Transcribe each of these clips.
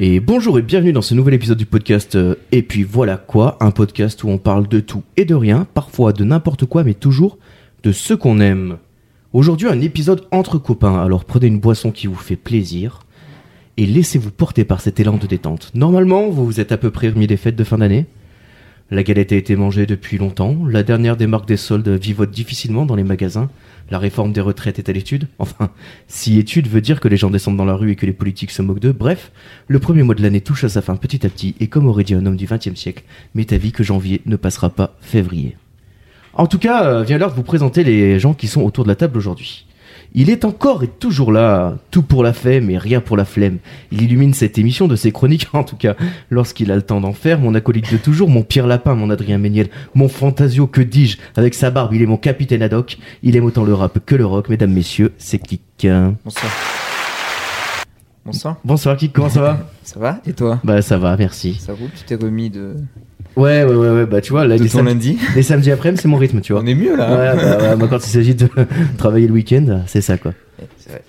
Et bonjour et bienvenue dans ce nouvel épisode du podcast euh, Et puis voilà quoi, un podcast où on parle de tout et de rien, parfois de n'importe quoi, mais toujours de ce qu'on aime. Aujourd'hui, un épisode entre copains, alors prenez une boisson qui vous fait plaisir et laissez-vous porter par cet élan de détente. Normalement, vous vous êtes à peu près remis des fêtes de fin d'année. La galette a été mangée depuis longtemps, la dernière des marques des soldes vivote difficilement dans les magasins, la réforme des retraites est à l'étude, enfin, si étude veut dire que les gens descendent dans la rue et que les politiques se moquent d'eux, bref, le premier mois de l'année touche à sa fin petit à petit, et comme aurait dit un homme du XXe siècle, m'est avis que janvier ne passera pas février. En tout cas, euh, vient l'heure de vous présenter les gens qui sont autour de la table aujourd'hui. Il est encore et toujours là, tout pour la femme et rien pour la flemme. Il illumine cette émission de ses chroniques, en tout cas, lorsqu'il a le temps d'en faire. Mon acolyte de toujours, mon Pierre Lapin, mon Adrien Méniel, mon Fantasio, que dis-je Avec sa barbe, il est mon capitaine ad hoc. Il aime autant le rap que le rock. Mesdames, messieurs, c'est Kik. Bonsoir. Bonsoir. Bonsoir Kik, comment ça va Ça va Et toi Bah ça va, merci. Ça roule Tu t'es remis de, Ouais, ouais, ouais, ouais, bah tu vois, là, de les, ton sam- lundi les samedis après, c'est mon rythme, tu vois. On est mieux là Ouais, bah, ouais, bah, quand il s'agit de travailler le week-end, c'est ça quoi. C'est vrai.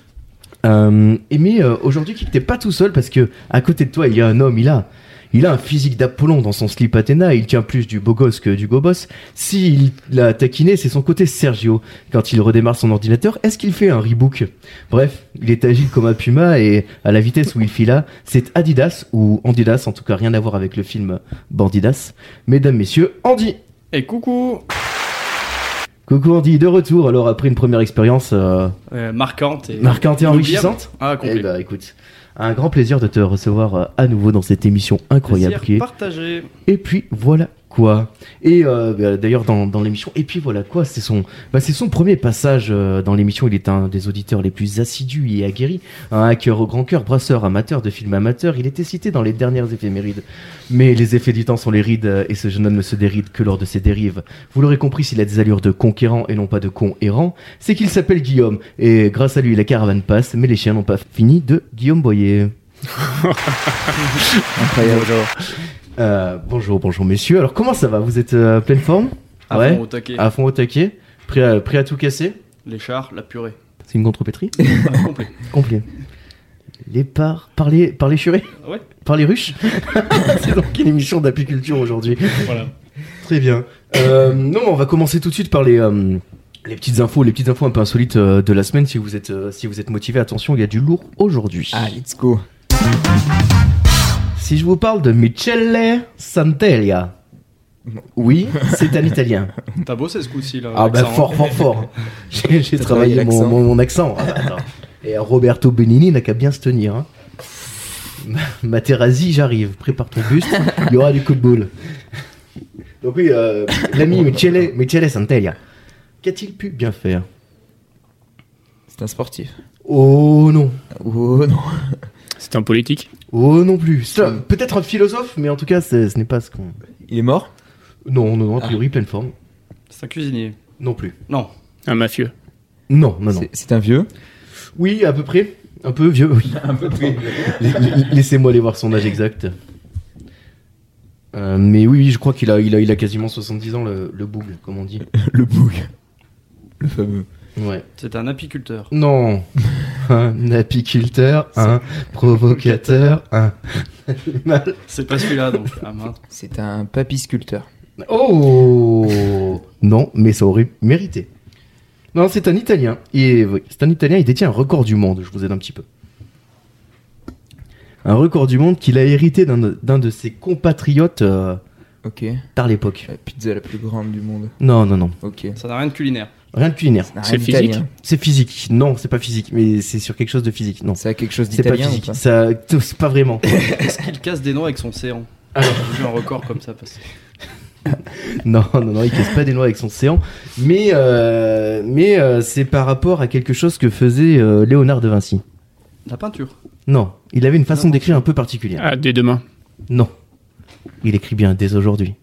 Euh, et mais euh, aujourd'hui, Kik, t'es pas tout seul parce que à côté de toi, il y a un homme, il a, il a un physique d'Apollon dans son slip Athéna. Il tient plus du beau gosse que du go boss. S'il l'a taquiné, c'est son côté Sergio. Quand il redémarre son ordinateur, est-ce qu'il fait un rebook Bref, il est agile comme un puma et à la vitesse où il fila, c'est Adidas ou Andidas, en tout cas rien à voir avec le film Bandidas. Mesdames, messieurs, Andy Et coucou Coucou Andy, de retour. Alors après une première expérience euh, Euh, Marquante et... marquante et inoubliable. enrichissante, Ah, Eh complet. bah écoute, un grand plaisir de te recevoir euh, à nouveau dans cette émission incroyable Plaisir qui est. partagé. Et puis voilà quoi. Et euh, bah, d'ailleurs dans, dans l'émission Et puis voilà quoi, c'est son bah, c'est son premier passage euh, dans l'émission. Il est un des auditeurs les plus assidus et aguerris, un hacker au grand cœur, brasseur amateur de films amateurs. Il était cité dans les dernières éphémérides, mais les effets du temps sont les rides euh, et ce jeune homme ne se déride que lors de ses dérives. Vous l'aurez compris, s'il a des allures de conquérant et non pas de con errant, c'est qu'il s'appelle Guillaume et grâce à lui la caravane passe. Mais les chiens n'ont pas fini de Guillaume Boyer. Incroyable. Euh, bonjour, bonjour messieurs. Alors comment ça va Vous êtes euh, pleine forme À Ouais. Ah. fond, au taquet. À fond au taquet Prêt à, prêt à tout casser Les chars, la purée. C'est une contrepétrie Ah, complet. Complet. Les par... Par les, par les churés Ouais, Par les ruches C'est donc une émission d'apiculture aujourd'hui. voilà. Très bien. Euh, non, on va commencer tout de suite par les... euh, Les petites infos, les petites infos un peu insolites euh, de la semaine, si vous êtes euh, si vous êtes motivé, attention, il y a du lourd aujourd'hui. Ah, let's go. Si je vous parle de Michele Santelia, oui, c'est un Italien. T'as bossé ce coup-ci, là. hein Ah bah l'accent. fort, fort, fort. J'ai j'ai T'as travaillé travaillé mon, l'accent. mon, mon accent. Ah bah, attends. Et Roberto Benigni n'a qu'à bien se tenir. Hein. Ma- Materazzi, j'arrive. Prépare ton buste. Il y aura du coup de boule. Donc oui, euh, l'ami Michele, Michele Santelia. Qu'a-t-il pu bien faire C'est un sportif. Oh non. Oh non. C'est un politique. Oh non plus. C'est Mm. un- Peut-être un philosophe, mais en tout cas, c'est- ce n'est pas ce qu'on... Il est mort Non, non, non, a priori, pleine forme. C'est un cuisinier. Non plus. Non. Un mafieux. Non, non, non. C'est- C'est un vieux. Oui, à peu près. Un peu vieux, oui. Un peu Laissez-moi aller voir son âge exact. Euh, mais oui, oui, je crois qu'il a, il a, il a quasiment 70 ans, le, le bougle, comme on dit. Le bouc. Le fameux. Ouais. C'est un apiculteur. Non. Un apiculteur, un provocateur, un animal. C'est pas celui-là, donc. Ah, mince. C'est un papy sculpteur. Oh Non, mais ça aurait mérité. Non, c'est un Italien. Et oui, c'est un Italien, il détient un record du monde, je vous aide un petit peu. Un record du monde qu'il a hérité d'un de, d'un de ses compatriotes euh, Ok. tard l'époque. La pizza la plus grande du monde. Non, non, non. Ok. Ça n'a rien de culinaire. Rien de culinaire. Ça n'a C'est rien physique d'italien. C'est physique. Non, c'est pas physique, mais c'est sur quelque chose de physique. Non. Ça a quelque chose C'est pas d'italien ou physique. pas Ça, c'est pas vraiment. Est-ce qu'il casse des noix avec son séant Alors. J'ai vu un record comme ça passer. Non, non, non, il casse pas des noix avec son séant. Mais, euh, mais euh, c'est par rapport à quelque chose que faisait euh, Léonard de Vinci. La peinture. Non, il avait une façon Non. d'écrire un peu particulière. Ah, dès demain. Non, il écrit bien dès aujourd'hui.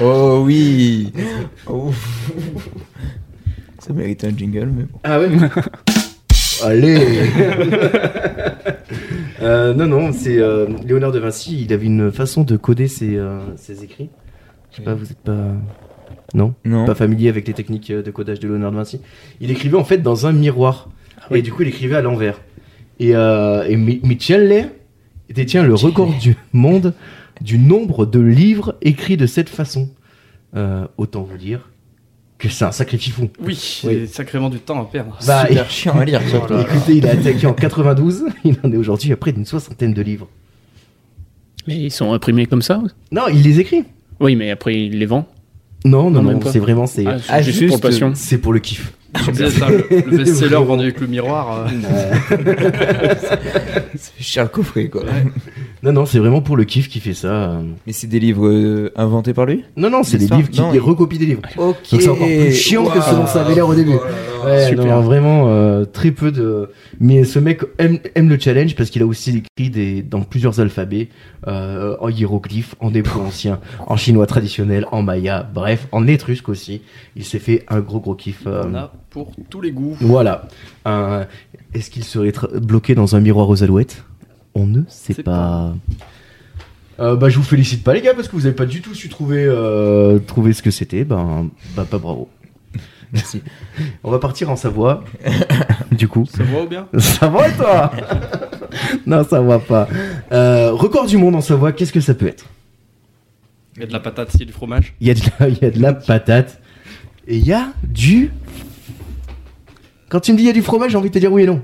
Oh oui Oh. Ça mérite un jingle, mais bon. Ah ouais Allez Euh, Non, non, c'est euh, Léonard de Vinci, il avait une façon de coder ses, euh, ses écrits. Je sais pas, vous êtes pas... Non Non. Pas familier avec les techniques euh, de codage de Léonard de Vinci. Il écrivait en fait dans un miroir. oui. Et du coup, il écrivait à l'envers. Et, euh, et Mi- Michele détient le Michele. record du monde du nombre de livres écrits de cette façon. Euh, autant vous dire que c'est un sacré fifou. Oui, Oui. j'ai sacrément du temps à perdre. Bah, Super Ah, chiant à lire, surtout. Écoutez, il a attaqué en 92, il en est aujourd'hui à près d'une soixantaine de livres. Mais ils sont imprimés comme ça Non, il les écrit. Oui, mais après, ils les vendent. Non, non, Non, même non, pas. c'est vraiment, c'est Ah, c'est Ah, juste, juste, pour le passion. c'est pour le kiff. Je disais ça, le, le best-seller vendu avec le miroir. euh, C'est cher le coffret, quoi. Non, non, c'est vraiment pour le kiff qui fait ça. euh. Mais c'est des livres euh, inventés par lui Non, non, c'est des L'histoire, livres qui non, il il- recopie des livres. Ok. Donc c'est encore plus chiant que ce dont ça avait l'air au début. Oh, Ouais, Super. non, vraiment euh, très peu de. Mais ce mec aime, aime le challenge parce qu'il a aussi écrit des, dans plusieurs alphabets, euh, en hiéroglyphes, en hébreu ancien, en chinois traditionnel, en maya, bref, en étrusque aussi. Il s'est fait un gros gros kiff. euh, On a pour tous les goûts. Voilà. Un- Est-ce qu'il serait tra- bloqué dans un miroir aux alouettes On ne sait C'est pas. Euh, bah, je vous félicite pas les gars parce que vous avez pas du tout su trouver euh, trouver ce que c'était. Ben, bah pas bravo. Merci. On va partir en Savoie. du coup. Ça voit ou bien Ça va et toi Non, ça va pas. Euh, record du monde en Savoie, qu'est-ce que ça peut être Il y a de la patate, il y a du fromage. Il y, a de la- il y a de la patate et il y a du. Quand tu me dis il y a du fromage, j'ai envie de te dire oui et non.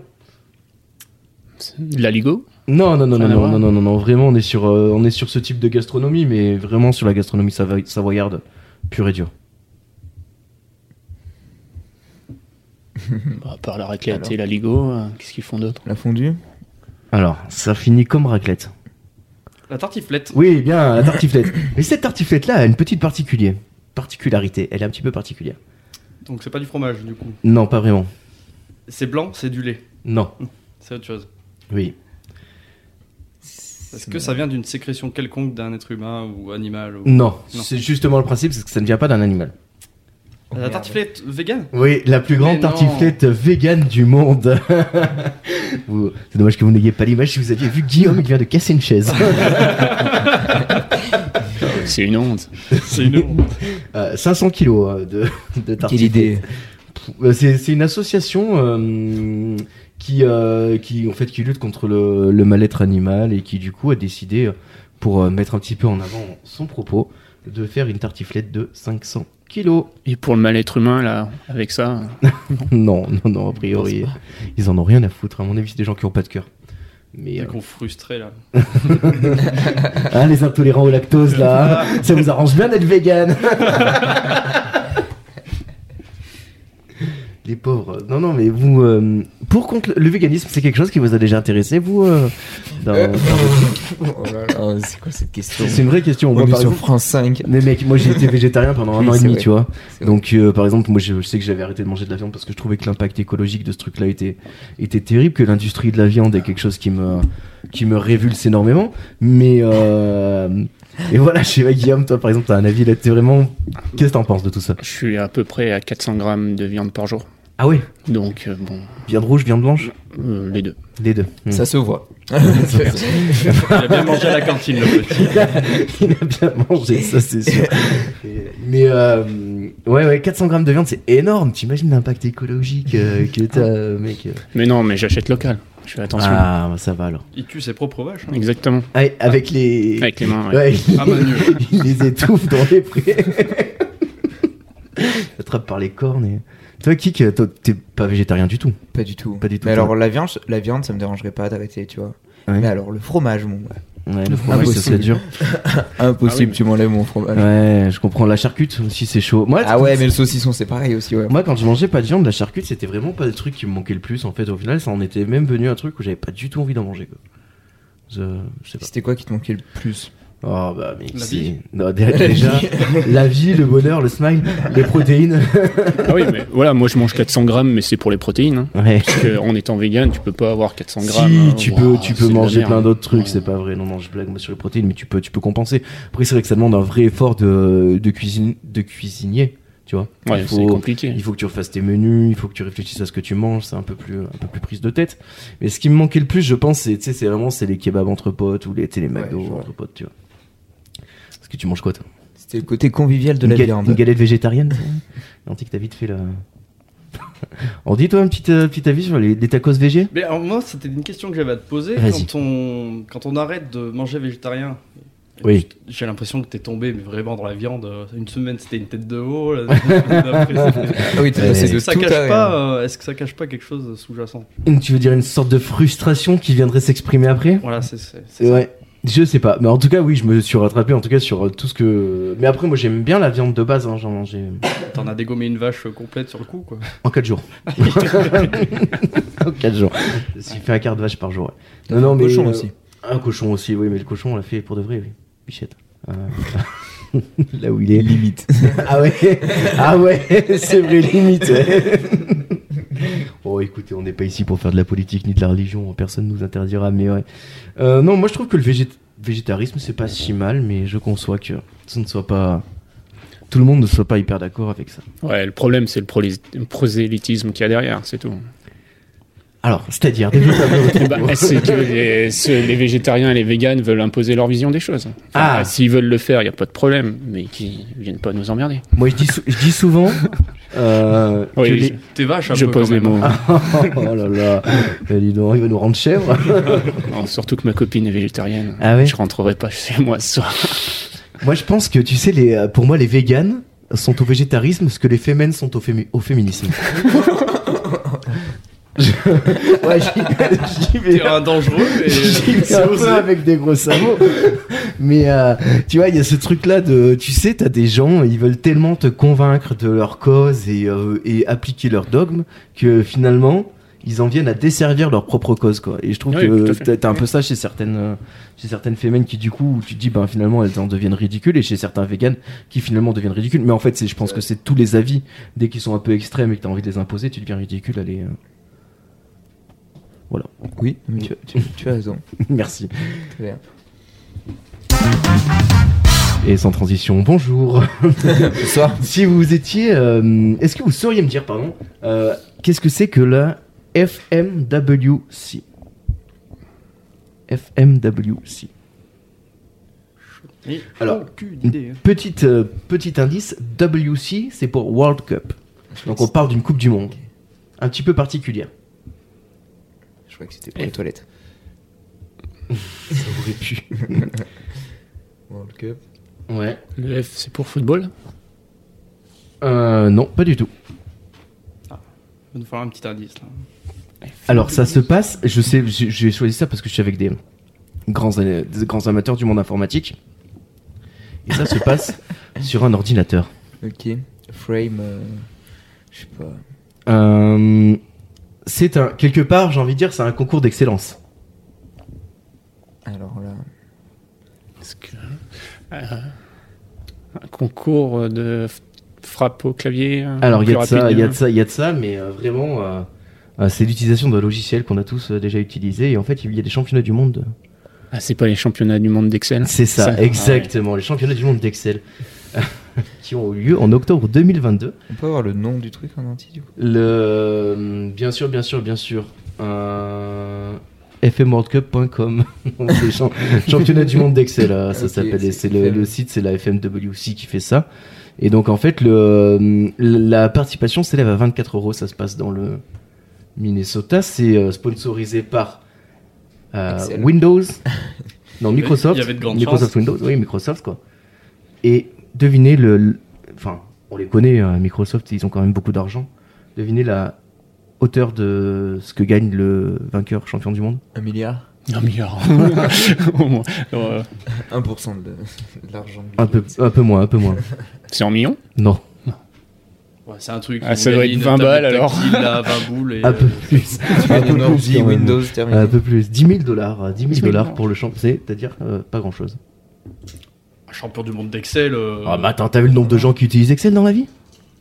De la Ligo Non, non, non, non, Ça n'a non, rien non, à non, non, non, vraiment, on est sur, euh, on est sur ce type de gastronomie, mais vraiment sur la gastronomie savo- savoyarde, pure et dure. Bah, À part la raclette Alors. et la Ligo, euh, qu'est-ce qu'ils font d'autre La fondue Alors, ça finit comme raclette. La tartiflette. Oui, bien, la tartiflette. mais cette tartiflette-là a une petite particulier- particularité, elle est un petit peu particulière. Donc c'est pas du fromage du coup. Non, pas vraiment. C'est blanc, c'est du lait. Non, C'est autre chose. oui. Est-ce que C'est- ça vient d'une sécrétion quelconque d'un être humain ou animal ou... Non, Non. c'est justement le principe, c'est que ça ne vient pas d'un animal. La tartiflette vegan Oui, la plus grande Mais non. tartiflette vegan du monde. Vous- C'est dommage que vous n'ayez pas l'image si vous aviez vu Guillaume, il vient de casser une chaise. C'est une honte. C'est une honte. Euh, 500 kilos euh, de, de tartiflette. Quelle idée Euh, C'est c'est une association euh, qui, euh, qui, en fait, qui lutte contre le, le mal-être animal et qui, du coup, a décidé, euh, pour euh, mettre un petit peu en avant son propos, de faire une tartiflette de 500 kilos. Et pour le mal-être humain, là, avec ça, Non, non, non, a priori, ils en ont rien à foutre. À mon avis, c'est des gens qui ont pas de cœur. Mais Et euh, qu'on frustrait là. hein, les intolérants au lactose, là, hein, ça vous arrange bien d'être vegan. les pauvres. Non, non, mais vous, euh, pour contre le véganisme, c'est quelque chose qui vous a déjà intéressé, vous euh, dans- Euh, Oh là là, c'est quoi cette question C'est une vraie question. On Moi, est par sur exemple, Mm. France 5. mais mec, moi j'ai été végétarien pendant un Oui, an et c'est demi, vrai. tu vois. C'est vrai. Donc, euh, par exemple, moi, je, je sais que j'avais arrêté de manger de la viande parce que je trouvais que l'impact écologique de ce truc-là était, était terrible, que l'industrie de la viande est quelque chose qui me, qui me révulse énormément. Mais, euh, et voilà, je sais pas, Guillaume, toi, par exemple, t'as un avis là, t'es vraiment, qu'est-ce que t'en penses de tout ça? je suis à peu près à 400 grammes de viande par jour. Ah oui, Donc, euh, bon, viande rouge, viande blanche? euh, les deux. Les deux. Hmm. Ça se voit. Il a bien mangé à la cantine le petit. il, a, il a bien mangé, ça c'est sûr. Et- Mais euh, ouais, ouais, 400 grammes de viande, c'est énorme. T'imagines l'impact écologique euh, que t'as, euh, mec. euh. Mais non, mais j'achète local. Je fais attention. Ah, ça va alors. Il tue ses propres vaches. hein. Exactement. Ah, et avec les. Avec les mains, ouais. Ouais, il- Ah, mon Dieu. il les étouffe dans les prés. Attrape par les cornes. Et... Toi, Kik, euh, toi, t'es pas végétarien du tout. Pas du tout. Pas du tout, Mais toi. alors, la viande, la viande, ça me dérangerait pas d'arrêter, tu vois. Ouais. Mais alors, le fromage, mon gars. Ouais, le fromage, ça Impossible. serait dur. Impossible, Ah oui, mais- tu m'enlèves mon fromage. Ouais, je comprends. La charcute aussi, c'est chaud. Moi, Ah ouais, mais le saucisson, c'est pareil aussi, ouais. Moi, quand je mangeais pas de viande, la charcute, c'était vraiment pas le truc qui me manquait le plus. En fait, au final, ça en était même venu un truc où j'avais pas du tout envie d'en manger. Quoi. Je, je sais pas. C'était quoi qui te manquait le plus Oh bah, mais La c'est- vie Non, dé- déjà, la vie, le bonheur, le smile, les protéines. Ah oui, mais voilà, moi je mange 400 grammes, mais c'est pour les protéines. hein. Ouais. Parce que en étant vegan, tu peux pas avoir 400 grammes. Si hein. tu Waouh, peux, tu c'est peux de la manger merde. hein. plein d'autres trucs, Ouais. c'est pas vrai. Non, non, je blague moi sur les protéines, mais tu peux, tu peux compenser. Après, c'est vrai que ça demande un vrai effort de, de cuisine, de cuisinier, tu vois. Ouais, il c'est faut, compliqué. il faut que tu refasses tes menus, il faut que tu réfléchisses à ce que tu manges, c'est un peu plus, un peu plus prise de tête. Mais ce qui me manquait le plus, je pense, c'est, tu sais, c'est vraiment, c'est les kebabs entre potes ou les, tu sais, les McDo je vois. entre potes, tu vois. Parce que tu manges quoi, toi C'était le côté convivial de la une, ga- viande. une galette végétarienne On dit que t'as vite fait la. On dit toi un petit, euh, petit avis sur les, les tacos végé Mais alors, moi, c'était une question que j'avais à te poser. Vas-y. Quand on, quand on arrête de manger végétarien, Oui. j'ai l'impression que t'es tombé, mais vraiment dans la viande. euh, Une semaine, c'était une tête de veau. la semaine d'après, c'était- Ah oui, t'as Ouais. passé Est-ce de que ça tout cache à pas, euh, Est-ce que ça cache pas quelque chose de sous-jacent Tu veux dire une sorte de frustration qui viendrait s'exprimer après Voilà, c'est c'est- c'est ça. Ouais. Je sais pas, mais en tout cas oui, je me suis rattrapé en tout cas sur euh, tout ce que. Mais après moi j'aime bien la viande de base, hein, j'en mangeais T'en as dégommé une vache euh, complète sur le coup, quoi. en 4 jours. en 4 jours. Je me suis fait un quart de vache par jour. ouais. Non non mais cochon euh, aussi. Un cochon aussi, oui, mais le cochon on l'a fait pour de vrai, oui. Bichette. Euh, Là où il est. Limite. Ah ouais, ah ouais, c'est vrai, limite. ouais. oh, écoutez, on n'est pas ici pour faire de la politique ni de la religion, personne nous interdira, mais ouais. Euh, non, moi je trouve que le végét- végétarisme, c'est pas si mal, mais je conçois que ce ne soit pas. Tout le monde ne soit pas hyper d'accord avec ça. Ouais, le problème, c'est le prolé- prosélytisme qu'il y a derrière, c'est tout. Alors, c'est-à-dire, développe un peu votre Eh ben, c'est que les, ce- les végétariens et les véganes veulent imposer leur vision des choses. Enfin, Ah. S'ils veulent le faire, il n'y a pas de problème, mais qu'ils viennent pas nous emmerder. Moi, je dis, sou- je dis souvent. euh, que Oui, les- T'es vache un je peu, pose quand les même. mots. oh là là, Eh, dis donc, il va nous rendre chèvre. Non, surtout que ma copine est végétarienne. Ah ouais Je rentrerai pas chez moi ce soir. Moi, je pense que tu sais, les, euh, pour moi, les véganes sont au végétarisme ce que les fémènes sont au, fémi- au féminisme. Je- Ouais, j'y- j'y vais. T'es un dangereux, mais J'y vais c'est un osé. peu avec des gros sabots. Mais euh, tu vois, il y a ce truc-là de, tu sais, t'as des gens, ils veulent tellement te convaincre de leur cause et, euh, et appliquer leur dogme que finalement, ils en viennent à desservir leur propre cause, quoi. Et je trouve Oui, tout que à fait. t'as t'as un peu ça chez certaines, euh, chez certaines femmes qui, du coup, tu te dis, ben finalement, elles en deviennent ridicules et chez certains véganes qui finalement deviennent ridicules. Mais en fait, c'est, je pense que c'est tous les avis, dès qu'ils sont un peu extrêmes et que t'as envie de les imposer, tu deviens ridicule, allez. euh, euh. Oui, mais tu, tu- tu as raison. Merci. Très bien. Et sans transition, bonjour. Bonsoir. Si vous étiez, euh, est-ce que vous sauriez me dire, pardon, euh, qu'est-ce que c'est que la FMWC FMWC. Mais Alors, aucune idée. hein. Petite, euh, petit indice, WC c'est pour World Cup. Donc on parle d'une Coupe du Monde. Un petit peu particulière. Je crois que c'était pour les toilettes. Ça aurait pu. World Cup. Ouais. Le F, c'est pour football Euh, non, pas du tout. Il va nous falloir un petit indice, là. Alors ça se passe, je sais, j'ai j'ai choisi ça parce que je suis avec des grands, des grands amateurs du monde informatique. Et ça se passe sur un ordinateur. Ok. Frame. euh, Je sais pas. Euh, c'est un quelque part, j'ai envie de dire, c'est un concours d'excellence. Alors là. Parce que, euh, Un concours de f- frappe au clavier euh, Alors il y a de plus ça, rapide, il y a euh, de ça, il y a de ça, mais euh, vraiment, euh, euh, c'est l'utilisation d'un logiciel qu'on a tous euh, déjà utilisé. Et en fait, il y a des championnats du monde. Ah, c'est pas les championnats du monde d'Excel C'est ça, Ah, ouais. exactement, les championnats du monde d'Excel qui ont eu lieu en octobre 2022. On peut avoir le nom du truc en entier du coup Le... Bien sûr, bien sûr, bien sûr. Euh... fmworldcup.com Donc, c'est champ- championnat du monde d'Excel euh, ça Ok, s'appelle et c'est c'est le, FM. le site c'est la FMWC qui fait ça et donc en fait le, la participation s'élève à 24 euros ça se passe dans le Minnesota c'est euh, sponsorisé par euh, Excel. Windows non y- Microsoft il y avait de grandes Microsoft chances. Windows oui Microsoft quoi et devinez le, le- Enfin, on les connaît, euh, Microsoft, ils ont quand même beaucoup d'argent. Devinez la hauteur de ce que gagne le vainqueur champion du monde Un milliard Non, mais alors, au moins. Alors, euh, 1% de, de l'argent. de Bill un peu, Gates. un peu moins, un peu moins. c'est en millions Non, Ouais, c'est un truc. Ah, on ça doit gagne être une 20 tablette balles, alors. tactile, là, 20 boules. Et, un peu euh, plus. Tu un as peu une plus, ordi quand même. Windows Un terminé. peu plus. 10 000 dollars. euh, 10 000 10 000 dollars pour le champion. C'est-à-dire euh, pas grand-chose. un champion du monde d'Excel. euh, Ah, bah attends, t'as vu le nombre de gens qui utilisent Excel dans la vie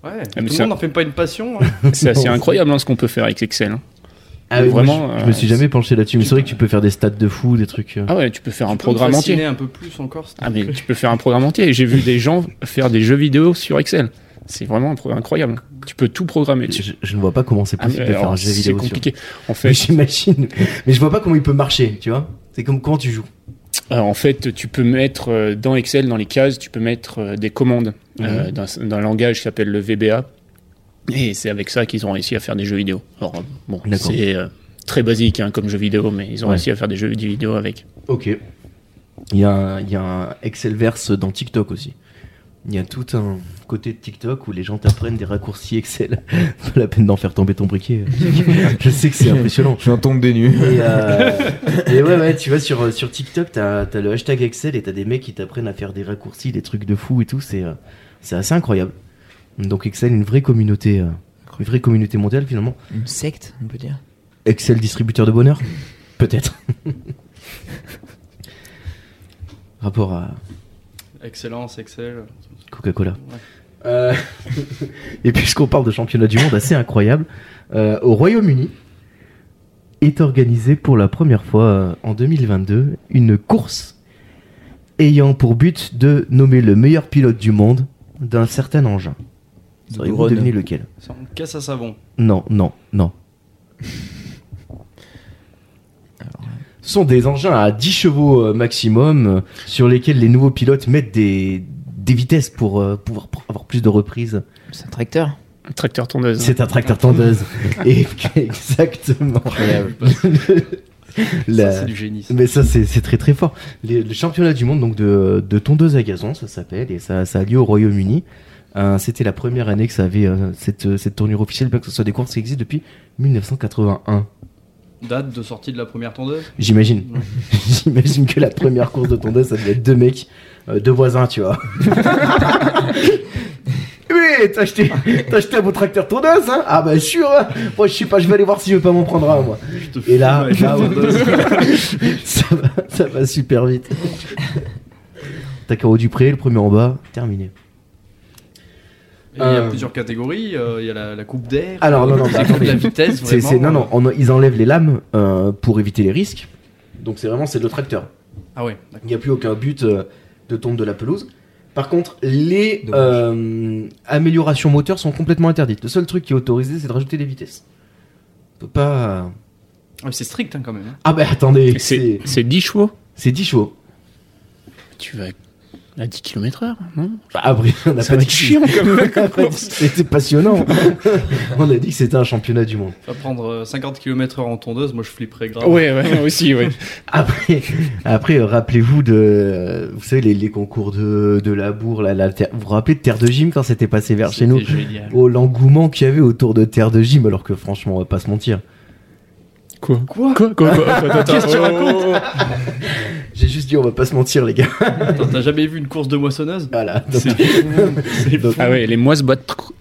Ouais, Ah, tout mais le ça- monde n'en fait pas une passion. hein. C'est assez Non. incroyable hein, ce qu'on peut faire avec Excel. hein. Ah, Mais oui, moi, vraiment, je, je euh, me suis jamais penché là-dessus, mais c'est vrai que tu peux faire des stats de fou, des trucs. euh. Ah ouais, tu peux faire un Tu peux me programme fasciner entier. un peu plus encore. hein. s'il te Ah mais plaît. tu peux faire un programme entier. J'ai vu des gens faire des jeux vidéo sur Excel. C'est vraiment un programme incroyable. Ah, Tu peux tout programmer. dessus. Je, je ne vois pas comment c'est Ah, mais possible de faire alors, un jeu c'est vidéo. sur- compliqué. En Mais fait, j'imagine. Mais je vois pas comment il peut marcher, tu vois. C'est comme comment tu joues. euh, en fait, tu peux mettre euh, dans Excel, dans les cases, tu peux mettre euh, des commandes euh, d'un d'un langage qui s'appelle le VBA. Et c'est avec ça qu'ils ont réussi à faire des jeux vidéo. Alors, euh, bon, D'accord. c'est euh, très basique hein, comme jeu vidéo, mais ils ont Ouais. réussi à faire des jeux vidéo avec. Ok. Il y a, un- il y a un Excelverse dans TikTok aussi. Il y a tout un côté de TikTok où les gens t'apprennent des raccourcis Excel. Pas la peine d'en faire tomber ton briquet. Je sais que c'est impressionnant. J'en tombe des nues. Et, euh, et ouais, ouais, tu vois, sur, sur TikTok, t'as as le hashtag Excel et t'as des mecs qui t'apprennent à faire des raccourcis, des trucs de fou et tout. C'est euh, c'est assez incroyable. Donc Excel, une vraie communauté, euh, une vraie communauté mondiale finalement. Une secte, on peut dire. Excel distributeur de bonheur Peut-être. Rapport à Excellence, Excel. Coca-Cola. Ouais. Euh, et puisqu'on parle de championnat du monde assez incroyable, euh, au Royaume-Uni est organisée pour la première fois euh, en 2022 une course ayant pour but de nommer le meilleur pilote du monde d'un certain engin. Sauriez-vous drone. deviner lequel C'est en casse à savon. Non, non, non. Ce sont des engins à 10 chevaux euh, maximum euh, sur lesquels les nouveaux pilotes mettent des, des vitesses pour euh, pouvoir pr- avoir plus de reprises. C'est un tracteur. Un tracteur tondeuse. hein. C'est un tracteur tendeuse. Et- Exactement. La- Ça, c'est du génie. ça. mais ça, c'est c'est très très fort. Les- le championnat du monde donc de, de tondeuse à gazon, ça s'appelle, et ça, ça a lieu au Royaume-Uni. Euh, C'était la première année que ça avait euh, cette, euh, cette tournure officielle, bien que ce soit des courses qui existent depuis 1981. Date de sortie de la première tondeuse J'imagine. Ouais. J'imagine que la première course de tondeuse, ça devait être deux mecs, euh, deux voisins, tu vois. Mais t'as acheté, t'as acheté un beau tracteur tondeuse, hein Ah bah sûr hein. Moi je sais pas, je vais aller voir si je vais pas m'en prendre un, moi. Je te Et fume là, avec là, la tondeuse. ouais. ça, va, ça va super vite. T'as qu'à haut du pré, le premier en bas, terminé. Et Il y Euh. a plusieurs catégories. euh, Il y a la, la coupe d'air. euh, Alors, non, non, c'est bah, comme de la attendez. vitesse. C'est- vraiment. euh. c'est- non, non, on- ils enlèvent les lames euh, pour éviter les risques. Donc c'est vraiment, c'est le tracteur. Ah ouais, d'accord. Il n'y a plus aucun but euh, de tombe de la pelouse. Par contre, les Dommage. euh, améliorations moteurs sont complètement interdites. Le seul truc qui est autorisé, c'est de rajouter des vitesses. On peut pas. euh, Ah, mais c'est strict hein, quand même. hein. Ah bah attendez, C'est c'est c'est 10 chevaux. c'est 10 chevaux. Tu vas à 10 km/h, non Bah, après, on n'a Ça pas va dit être que chiant comme on n'a pas dit que course. C'était passionnant. on a dit que c'était un championnat du monde. Tu vas prendre euh, 50 km/h en tondeuse, moi je flipperais grave. Ouais, ouais, aussi, ouais. Après, après euh, rappelez-vous de, euh, vous savez les, les concours de, de labour, la, la terre- vous vous rappelez de terre de gym quand c'était passé vers chez nous C'était génial. Oh, l'engouement qu'il y avait autour de Terre de Gym, alors que franchement, on va pas se mentir. Quoi Quoi Quoi, quoi, quoi Attends, attends, Qu'est-ce que tu oh, racontes oh, J'ai juste dit, on va pas se mentir, les gars. Attends, T'as jamais vu une course de moissonneuse Voilà. Donc, C'est c'est donc, oh. Ah ouais, les moises bat...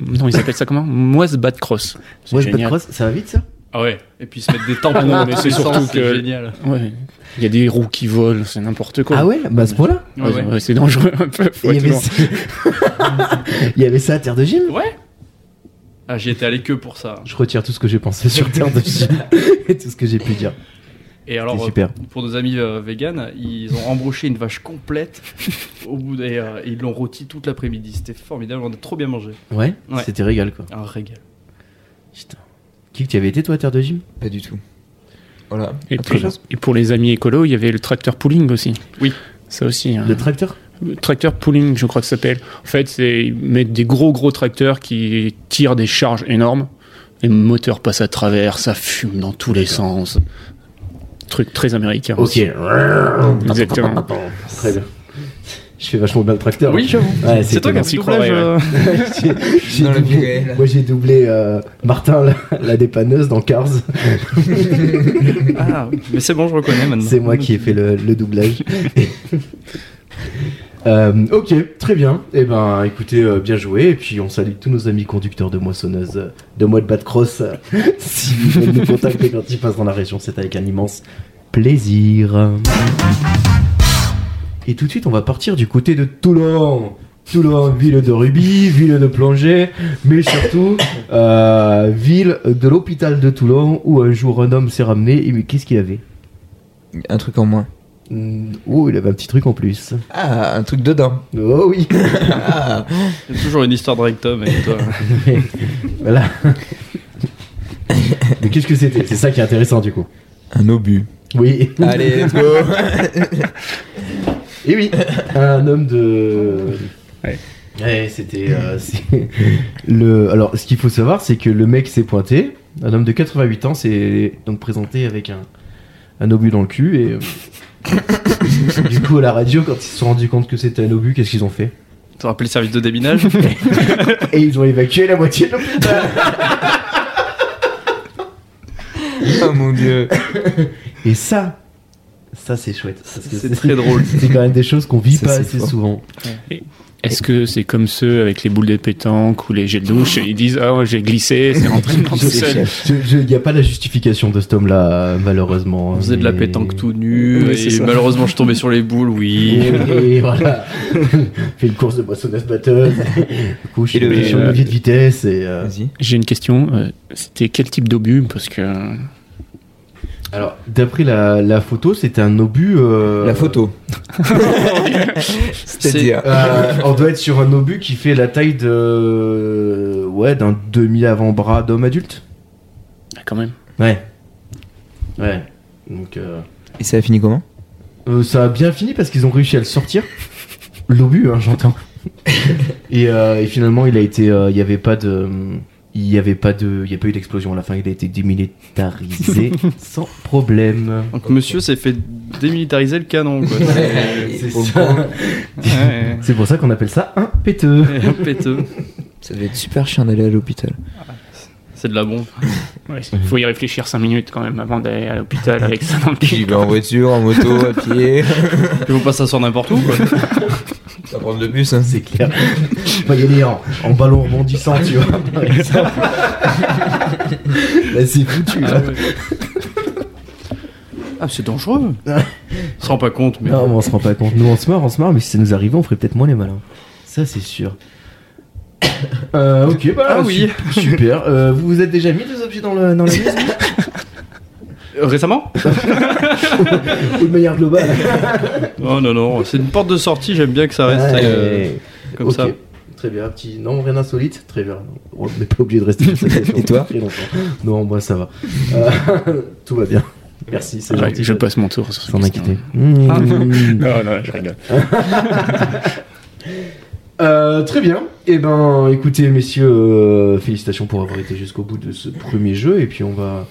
Non, ils appellent ça comment Moises bat cross. C'est West génial. Cross, ça va vite, ça Ah ouais, et puis ils se mettent des tampons. Ah non, mais dans tous c'est les surtout sens, c'est que- génial. Ouais. Il y a des roues qui volent, c'est n'importe quoi. Ah ouais Bah, à ce point-là Ouais, Ouais, ouais. ouais, c'est dangereux un peu. faut il, y être avait loin. ça... il y avait ça à Terre de Gym Ouais. Ah, j'y étais allé que pour ça. Je retire tout ce que j'ai pensé sur Terre de Gym et tout ce que j'ai pu dire. Et alors, C'est euh, super. pour nos amis euh, véganes, ils ont embroché une vache complète au bout des, euh, et ils l'ont rôti toute l'après-midi. C'était formidable, on a trop bien mangé. Ouais, Ouais. C'était régal, quoi. Un régal. Putain. Kik, tu avais été, toi, à Terre de Gym Pas du tout. Voilà. Et, Autre puis- chose et pour les amis écolos, il y avait le tracteur pooling aussi. Oui. Ça aussi. hein. Le tracteur Le tracteur pooling, je crois que ça s'appelle. En fait, c'est ils mettent des gros gros tracteurs qui tirent des charges énormes. Et le moteur passe à travers, ça fume dans tous les sens. Truc très américain. Ok. aussi. Exactement. Ah, Très bien. Je fais vachement bien le tracteur. Oui, j'avoue. Ah, Ouais, c'est toi qui as fait S'y le doublage. croirait, euh, J'ai- j'ai Dans la doublé- vie réelle. moi j'ai doublé euh, Martin la, la dépanneuse dans Cars. Ah, oui. mais c'est bon, je reconnais maintenant. C'est moi qui ai fait le, le doublage. Euh, ok, très bien. Eh ben, écoutez, euh, bien joué. Et puis, on salue tous nos amis conducteurs de moissonneuses, euh, de mois de cross. euh, si vous voulez nous contacter quand ils passent dans la région, c'est avec un immense plaisir. Et tout de suite, on va partir du côté de Toulon. Toulon, ville de rubis, ville de plongée, mais surtout euh, ville de l'hôpital de Toulon où un jour un homme s'est ramené. Et mais qu'est-ce qu'il avait Un truc en moins. Mm, Oh, il avait un petit truc en plus. Ah, un truc dedans. Oh oui Ah, Il y a toujours une histoire de rectum avec toi. Mais, Voilà. Mais qu'est-ce que c'était C'est ça qui est intéressant du coup. un obus. Oui. Allez, let's go Et oui, un homme de. Ouais. Ouais, c'était. euh, c'est- le... Alors, ce qu'il faut savoir, c'est que le mec s'est pointé. Un homme de 88 ans s'est donc présenté avec un, un obus dans le cul. Et. euh, du coup, à la radio, quand ils se sont rendus compte que c'était un obus, qu'est-ce qu'ils ont fait T'as rappelé le service de débinage Et ils ont évacué la moitié de l'hôpital Oh mon dieu Et ça, ça c'est chouette. parce que C'est très drôle. C'est quand même des choses qu'on vit Ça, pas c'est assez fort. souvent. Est-ce que c'est comme ceux avec les boules de pétanque ou les gels de douche Ils disent Ah, j'ai glissé, c'est rentré dans tout seul. Il n'y a pas la justification de cet homme-là, euh, malheureusement. On faisait de la pétanque tout nu, Ouais, c'est et ça. malheureusement je tombais sur les boules, Et, oui. et voilà, fait une course de boissonneuse batteuse, couche Et le- sur sur le euh, levier de vitesse et. euh, Vas-y. J'ai une question. euh, C'était quel type d'obus Parce que. euh, Alors, d'après la, la photo, c'était un obus. euh, La photo. C'est-à-dire. euh, on doit être sur un obus qui fait la taille de. Ouais, d'un demi avant-bras d'homme adulte. Ah, quand même. Ouais. Ouais. Donc. euh, Et ça a fini comment Euh, ça a bien fini parce qu'ils ont réussi à le sortir. L'obus, hein, j'entends. et, euh, et finalement, il a été. euh, Il n'y avait pas de. Il n'y avait pas de. Il n'y a pas eu d'explosion à la fin. Il a été démilitarisé sans problème. Donc monsieur s'est fait démilitariser le canon, quoi. c'est Pour le ça. coup, Ouais. C'est pour ça qu'on appelle ça un péteux. Et un péteux. Ça devait être super chiant d'aller à l'hôpital. C'est de la bombe. Ouais, c'est- faut y réfléchir 5 minutes quand même avant d'aller à l'hôpital avec ça dans le J'y pied. vais en voiture, en moto, à pied. Ils vont pas s'asseoir n'importe où, quoi. Ça va prendre le bus, hein. C'est clair. On va y aller en, en ballon rebondissant, tu vois. par exemple. Là, Bah, c'est foutu. là. Ah, c'est dangereux. Ah. On se rend pas compte, mais. Non, mais on se rend pas compte. Nous, on se marre, on se marre, mais si ça nous arrivait, on ferait peut-être moins les malins. Ça, c'est sûr. Euh, ok, bah Ah oui. su- super. Euh, vous vous êtes déjà mis des objets dans, le, dans la mise Euh, Récemment ou de manière globale Oh, Non, non, non. C'est une porte de sortie, j'aime bien que ça reste Ah Ouais, euh, comme ok. ça. Très bien, petit. Non, rien d'insolite. Très bien. On n'est pas obligé de rester sur cette question Et toi très longtemps. Non, moi ça va. Euh, tout va bien. Merci, c'est Ouais, gentil. je passe mon tour sur cette Sans Mmh. question. inquiéter. Non, non, je rigole. Euh, très bien. Eh ben, écoutez, messieurs, euh, félicitations pour avoir été jusqu'au bout de ce premier jeu. Et puis, on va,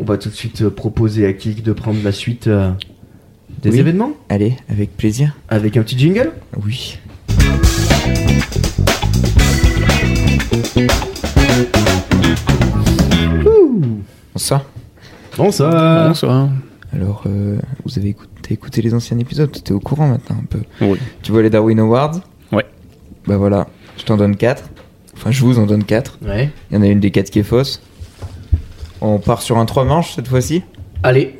on va tout de suite euh, proposer à Kik de prendre la suite euh, des Oui. événements Allez, avec plaisir. avec un petit jingle. Oui. Bonsoir. Bonsoir. Ah, Bonsoir. Alors, euh, vous avez écouté, t'as écouté les anciens épisodes, t'es au courant maintenant un peu. Oui. Tu vois les Darwin Awards Ouais. Bah voilà, je t'en donne 4. Enfin, je vous en donne 4. Ouais. Il y en a une des 4 qui est fausse. On part sur un 3 manches cette fois-ci. Allez.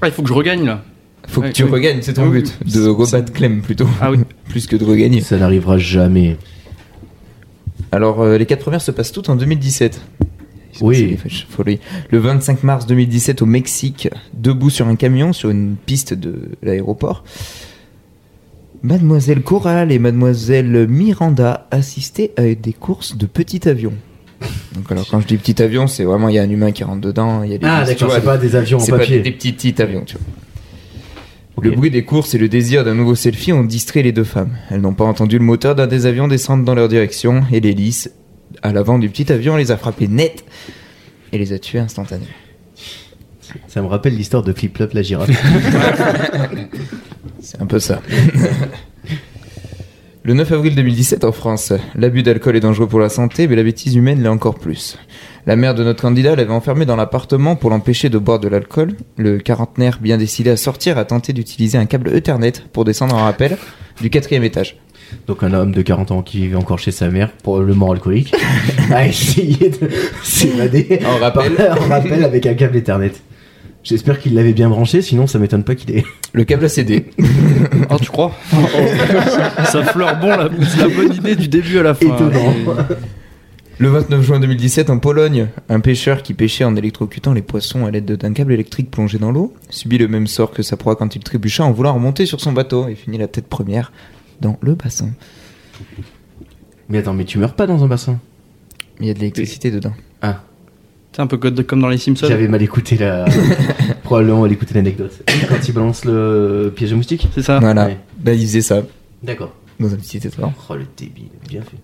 Ah, il faut que je regagne, là. Faut que Ouais, tu oui. regagnes, c'est ton Ah oui, but. oui. De rebattre Clem plutôt. Ah oui. Plus que de regagner. Ça n'arrivera jamais. Alors, euh, les 4 premières se passent toutes en 2017. C'est- Oui. c'est des fâches folies. Le 25 mars 2017 au Mexique, debout sur un camion sur une piste de l'aéroport, Mademoiselle Coral et Mademoiselle Miranda assistaient à des courses de petits avions. Donc alors quand je dis petit avion, c'est vraiment il y a un humain qui rentre dedans, il y a des Ah, tu d'accord. vois, C'est pas des avions en c'est pas papier. des petits petits avions, tu vois. Ok. Le bruit des courses et le désir d'un nouveau selfie ont distrait les deux femmes. Elles n'ont pas entendu le moteur d'un des avions descendre dans leur direction et l'hélice à l'avant du petit avion les a frappées net et les a tuées instantanément. Ça me rappelle l'histoire de Flip Flop la girafe. C'est un peu ça. Le 9 avril 2017 en France, l'abus d'alcool est dangereux pour la santé, mais la bêtise humaine l'est encore plus. La mère de notre candidat l'avait enfermé dans l'appartement pour l'empêcher de boire de l'alcool. Le quarantenaire, bien décidé à sortir, a tenté d'utiliser un câble Ethernet pour descendre en rappel du quatrième étage. Donc un homme de 40 ans qui vit encore chez sa mère, probablement alcoolique, a essayé de s'évader En rappel. en rappel avec un câble Ethernet. J'espère qu'il l'avait bien branché, sinon ça m'étonne pas qu'il ait. Le câble a cédé. Ah, tu crois Ça fleure bon la, la bonne idée du début à la fin. Étonnant. Le 29 juin 2017, en Pologne, un pêcheur qui pêchait en électrocutant les poissons à l'aide d'un câble électrique plongé dans l'eau subit le même sort que sa proie quand il trébucha en voulant remonter sur son bateau et finit la tête première dans le bassin. Mais attends, mais tu meurs pas dans un bassin Il y a de l'électricité dedans. Ah. C'est un peu code- comme dans les Simpsons. J'avais mal écouté la. Probablement mal écouté l'anecdote. Quand il balance le piège de moustique C'est ça. voilà. ouais. Bah, il faisait ça D'accord. dans un petit état. Oh le débile, bien fait.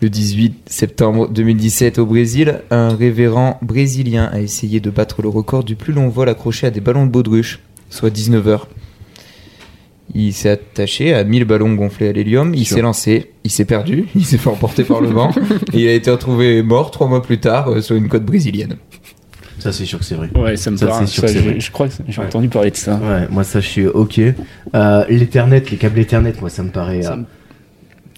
Le 18 septembre 2017 au Brésil, un révérend brésilien a essayé de battre le record du plus long vol accroché à des ballons de baudruche, soit 19 heures. Il s'est attaché à 1000 ballons gonflés à l'hélium, il Sûr. s'est lancé, il s'est perdu, il s'est fait emporter par le vent, et il a été retrouvé mort trois mois plus tard euh, sur une côte brésilienne. Ça c'est sûr que c'est vrai. Ouais, ça me Ça, parle. c'est sûr que ça, c'est vrai. je, je crois que j'ai Ouais. entendu parler de ça. Ouais, moi ça je suis ok. Euh, l'Ethernet, les câbles Ethernet, moi ça me paraît. Ça euh, me-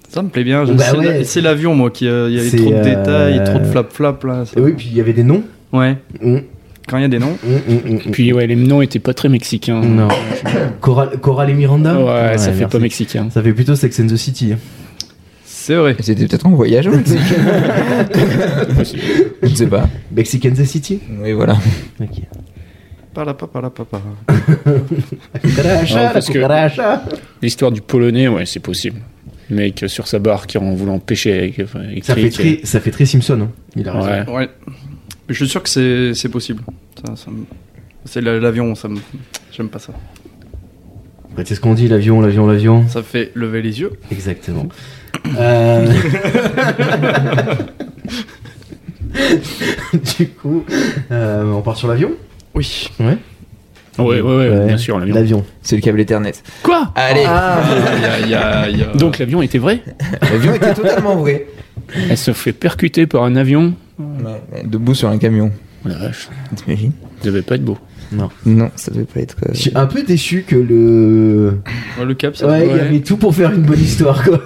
Ça me plaît bien. je- Bah c'est la- ouais. c'est l'avion, moi, qui euh, il y avait C'est, trop de euh, détails, trop de flap-flap là. ça- et oui, puis il y avait des noms. Ouais. Hum, Quand il y a des noms. hum, hum, hum, hum. Puis ouais, les noms étaient pas très mexicains. Non. Coral, Coral et Miranda Ouais, ça fait merci. pas mexicain. Ça fait plutôt Sex and the City. hein. C'est vrai. C'était peut-être en voyage au Mexique. Je ne sais pas. Mexican the City Oui, voilà. Ok. Par là, par là, par là. Cucaracha, Non, parce la que- cucaracha. L'histoire du Polonais, ouais, c'est possible. Le mec euh, sur sa barque en voulant pêcher avec. enfin, avec Ça fait, Crick, très, ça fait très Simpson. hein. Il a euh, raison. Ouais. Ouais. Mais je suis sûr que c'est c'est possible. Ça- ça me- C'est la- l'avion, ça me. J'aime pas ça. Après, c'est ce qu'on dit l'avion, l'avion, l'avion. Ça fait lever les yeux. Exactement. Euh, du coup, euh, on part sur l'avion Oui. Ouais, ouais, ouais, bien sûr, l'avion. L'avion. C'est le câble Ethernet. Quoi Ah. Allez, Ah, Il y a- il y a- il y a- Donc l'avion était vrai l'avion était totalement vrai. Elle se fait percuter par un avion Debout sur un camion, Oh la vache, t'imagines ça devait pas être beau. Non, ça devait pas être. euh, Je suis un peu déçu que le. Ouais, le cap, ça. Ouais, il y Ouais. avait tout pour faire une bonne histoire, quoi.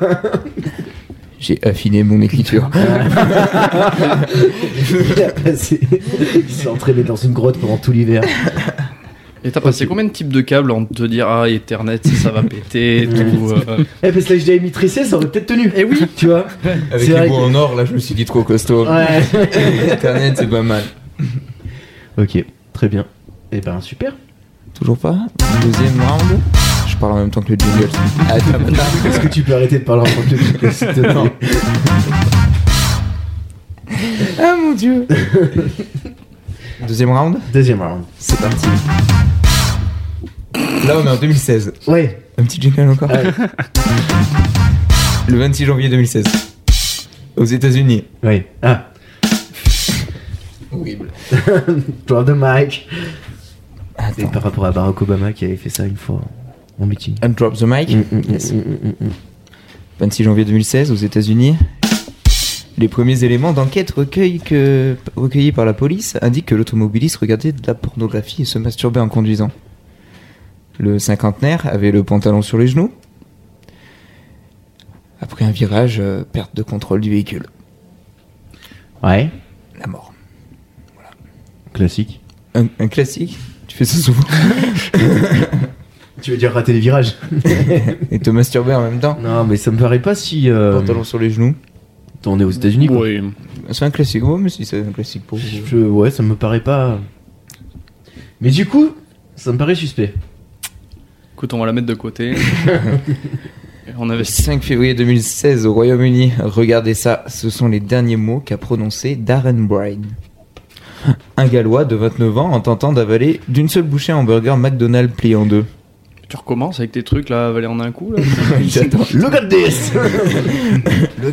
J'ai affiné mon écriture. il a passé. Il s'est entraîné dans une grotte pendant tout l'hiver. Et t'as passé combien de types de câbles en te dire ah Ethernet ça, ça va péter et tout. euh, Eh, parce que là, je l'avais mis tressé, ça aurait peut-être tenu. Eh oui Tu vois Avec C'est vrai les bouts en or, là, je me suis dit trop costaud. Ouais. Internet, c'est pas mal. ok, très bien. Eh ben, super. Toujours pas Deuxième round Je parle en même temps que le jingle. Ah, t'as pas tard. Est-ce que tu peux arrêter de parler en tant que s'il te plaît Ah mon dieu Deuxième round Deuxième round. C'est parti. Là, on est en 2016. Ouais. Un petit jingle encore Ouais. Le 26 janvier 2016. Aux États-Unis. Ouais. Ah. Horrible. Drop the mic. C'est par rapport à Barack Obama qui avait fait ça une fois en meeting. And drop the Mm, mic. Yes. 26 janvier 2016 aux États-Unis. Les premiers éléments d'enquête recueillis, que- recueillis par la police indiquent que l'automobiliste regardait de la pornographie et se masturbait en conduisant. Le cinquantenaire avait le pantalon sur les genoux. Après un virage, euh, perte de contrôle du véhicule. Ouais. La mort. Classique. Un, un classique Tu fais ça souvent Tu veux dire rater les virages Et te masturber en même temps Non, mais ça me paraît pas si. euh, Pantalon sur les genoux. On est aux États-Unis quoi. Ouais. C'est un classique. Ouais, mais si c'est un classique pour vous. Je- ouais, ça me paraît pas. Mais du coup, ça me paraît suspect. Écoute on va la mettre de côté. Et on Le investit. 5 février 2016 au Royaume-Uni. Regardez ça, ce sont les derniers mots qu'a prononcé Darren Bryan. Un Gallois de 29 ans en tentant d'avaler d'une seule bouchée un hamburger McDonald's plié en deux. Tu recommences avec tes trucs là, avaler en un coup là. J'attends. Look at this Le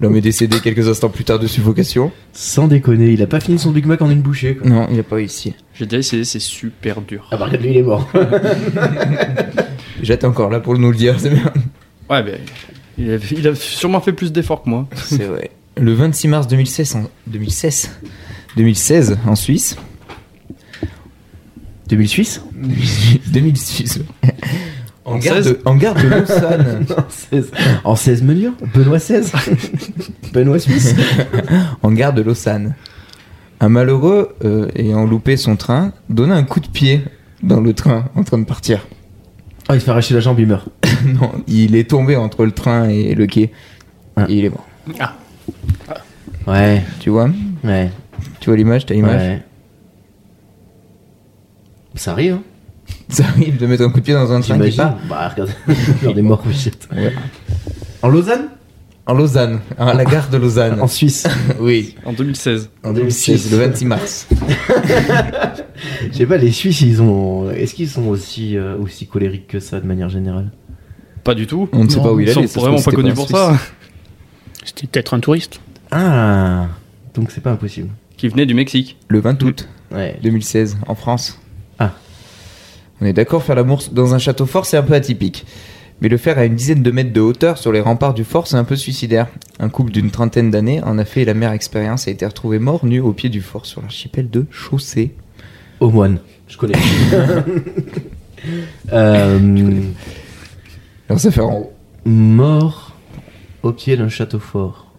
L'homme est décédé quelques instants plus tard de suffocation. Sans déconner, il a pas fini son Big Mac en une bouchée quoi. Non, il n'a pas réussi. J'ai déjà essayé, c'est super dur. Ah, bah. par contre, lui, il est mort. J'étais encore là pour nous le dire, c'est bien. Ouais mais il a, il a sûrement fait plus d'efforts que moi. C'est vrai. Le 26 mars 2016 en, 2016, 2016 en Suisse. 2000 Suisse 2006. En, En gare 16. de- en gare de Lausanne. En 16, en 16 mesures Benoît 16 Benoît Suisse en gare de Lausanne. Un malheureux euh, ayant loupé son train donna un coup de pied dans le train en train de partir. Ah, il se fait arracher la jambe, il meurt. non, il est tombé entre le train et le quai. Ah. Et il est mort. Ouais, Tu vois ouais. Tu vois l'image T'as l'image Ouais. Ça arrive, hein Ça arrive de mettre un coup de pied dans un train qui T'imagines part. Bah, regarde. Genre des morts, oui, shit. Ouais. En Lausanne En Lausanne, à la gare de Lausanne. En Suisse. oui, En 2016. en 2016, le 26 mars. Je sais pas, les Suisses, ils ont. Est-ce qu'ils sont aussi, euh, aussi colériques que ça de manière générale Pas du tout. On ne sait pas où il Ils allait. ça sont se trouve, vraiment pas c'était connus en pour Suisse. ça. C'était peut-être un touriste. Ah Donc c'est pas impossible. Qui venaient du Mexique. Le 20 août Ouais. 2016, en France. Ah. On est d'accord, faire l'amour dans un château fort, c'est un peu atypique. Mais le faire à une dizaine de mètres de hauteur sur les remparts du fort, c'est un peu suicidaire. Un couple d'une trentaine d'années en a fait la mère expérience et a été retrouvé mort nu au pied du fort sur l'archipel de Chaussée. Au moine, je connais. Euh, Alors ça fait en haut. mort au pied d'un château fort.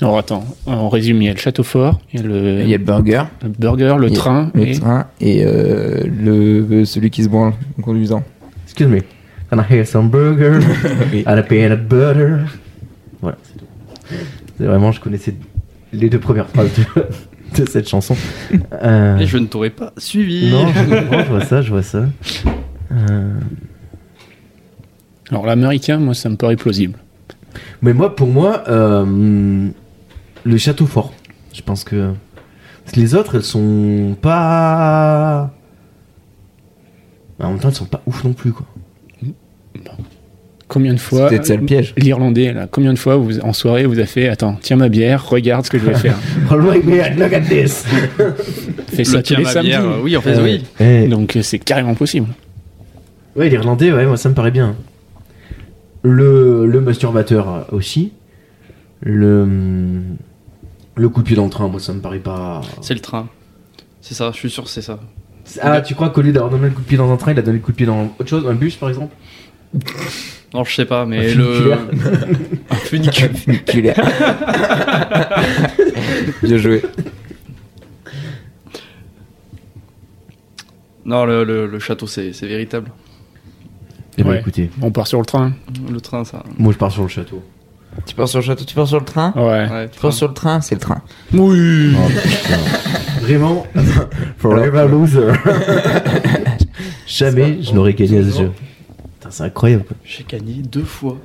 Alors attends, on résume, il y a le château fort, il y a le, Il y a le burger, le burger, le il y a train, le et- train et euh, le, euh, celui qui se branle en conduisant. Excuse me. Can I have some burger? Oui. and a peanut butter? Voilà, c'est tout. C'est Vraiment, je connaissais les deux premières phrases de, de cette chanson. Ah. Euh, Et je ne t'aurais pas suivi. Non, je comprends, je vois ça, je vois ça. Euh, Alors l'américain, moi ça me paraît plausible. Mais moi, pour moi, euh, le château fort. Je pense que. Parce que les autres, elles sont pas. En même temps, elles sont pas ouf non plus, quoi. Combien de C'est fois peut-être ça le piège. L'Irlandais, là, combien de fois vous, en soirée vous a fait Attends, tiens ma bière, regarde ce que je vais faire. Oh my God, look at this! Fais Le ça tous tien, les la samedis. bière. euh, Oui, en fait, Euh, oui. eh, Donc euh, c'est carrément possible. Ouais, l'Irlandais, ouais, moi ça me paraît bien. Le, le masturbateur euh, aussi. Le, le coup de pied dans le train, moi ça me paraît pas. C'est le train. C'est ça, je suis sûr que c'est ça. Ah, tu crois qu'au lieu d'avoir donné le coup de pied dans un train, il a donné le coup de pied dans autre chose, un bus par exemple Non, je sais pas, mais Un le. funiculaire. Un funiculaire. Funiculaire. Bien joué. Non, le, le- le château, c'est c'est véritable. Eh ben Ouais. écoutez, On part sur le train. Le train, ça. moi je pars sur le château. Tu pars sur le château, tu pars sur le train Ouais. Ouais, Tu train. pars sur le train, c'est le train. Oui. Oh, Vraiment Forever loser Jamais je n'aurais gagné à ce jeu. Putain, c'est incroyable. quoi. J'ai gagné deux fois.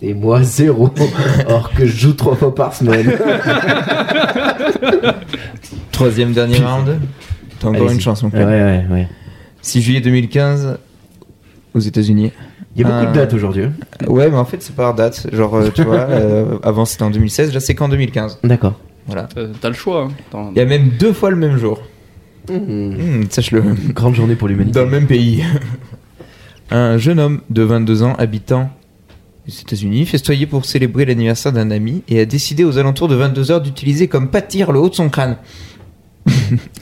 Et moi, zéro. Or que je joue trois fois par semaine. Troisième dernier round. T'as encore Allez-y. une chance, mon Ouais, frère. ouais, ouais. 6 juillet 2015, aux États-Unis. Il y a beaucoup de Euh, dates aujourd'hui. hein. Ouais, mais en fait, c'est par date. Genre, euh, tu vois, euh, avant c'était en 2016, là c'est qu'en 2015. D'accord. Voilà. Euh, T'as le choix. hein. Dans- Il y a même deux fois le même jour. Hmm, Sache-le. Mmh. Grande journée pour l'humanité. Dans le même pays. Un jeune homme de 22 ans, habitant des États-Unis, festoyait pour célébrer l'anniversaire d'un ami et a décidé aux alentours de 22h d'utiliser comme pâtir le haut de son crâne.